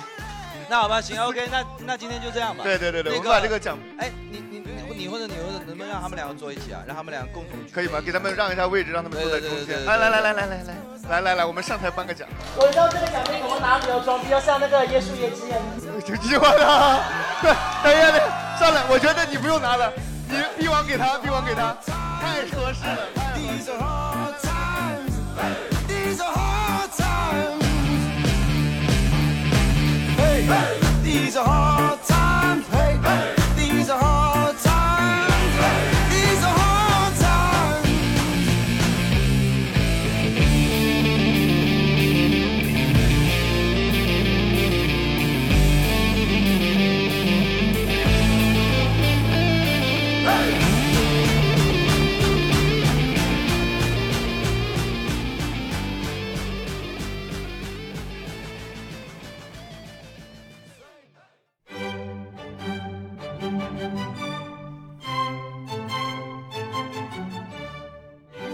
Speaker 3: 那好吧，行，OK，那那今天就这样吧。
Speaker 2: 对对对对，
Speaker 3: 那
Speaker 2: 我们把这个讲
Speaker 3: 哎，你你你你或者你或者能不能让他们两个坐一起啊？让他们两个共同举
Speaker 2: 可以吗？给他们让一下位置，让他们坐在中
Speaker 3: 对对
Speaker 2: 间。
Speaker 3: 对对
Speaker 2: 来来来来来
Speaker 3: 对
Speaker 2: 来来来来来，我们上台颁个奖。
Speaker 24: 我知道这个奖杯我们拿着要装逼，要像那个耶稣耶基一样。
Speaker 2: 有机会了，对，等一下，等一下上来，我觉得你不用拿了，你臂王给他，臂王给他，太合适了。太合适了
Speaker 8: These are hard times. Hey, these are hard times. Hey, these are hard times. These are hard times.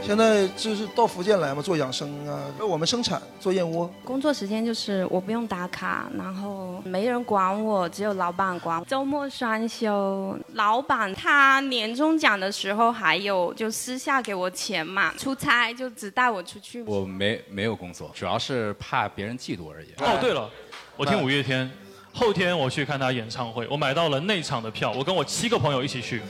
Speaker 17: 现在就是到福建来嘛，做养生啊，我们生产做燕窝。
Speaker 15: 工作时间就是我不用打卡，然后没人管我，只有老板管我。周末双休，
Speaker 11: 老板他年终奖的时候还有就私下给我钱嘛，出差就只带我出去。
Speaker 25: 我没没有工作，主要是怕别人嫉妒而已。
Speaker 9: 哦，对了，我听五月天，后天我去看他演唱会，我买到了内场的票，我跟我七个朋友一起去。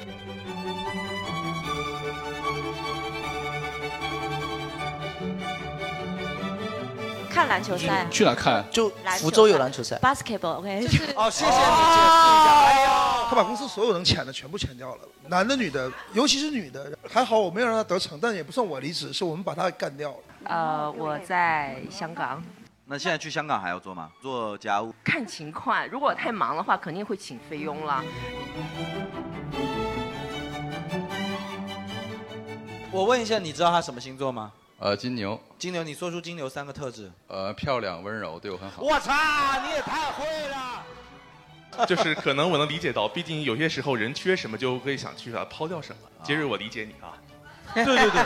Speaker 24: 看篮球赛啊？
Speaker 26: 去哪看？
Speaker 24: 就
Speaker 15: 篮球
Speaker 24: 福州有篮球赛。
Speaker 15: basketball，OK，、就是
Speaker 3: 哦，谢
Speaker 15: 谢
Speaker 17: 你
Speaker 15: 解释一
Speaker 5: 啊
Speaker 15: 下。哎呀，
Speaker 17: 他把公司所有能潜的全部潜掉了，男的女的，尤其是女的，还好我没有让他得逞，但也不算我离职，是我们把他干掉了。
Speaker 5: 呃，我在香港
Speaker 3: 那现在去香港还要做吗？做家务。
Speaker 5: 看情况，如果太忙的话，肯定会请菲佣了。
Speaker 3: 我问一下，你知道他什么星座吗？
Speaker 25: 呃，金牛，
Speaker 3: 金牛，你说出金牛三个特质。
Speaker 25: 呃，漂亮、温柔，对我很好。
Speaker 3: 我操，你也太会了！
Speaker 16: 就是 可能我能理解到，毕竟有些时候人
Speaker 3: 啊
Speaker 16: 啊缺什么就会想去把它抛掉什么。杰瑞，我理解你啊。
Speaker 3: 对对对，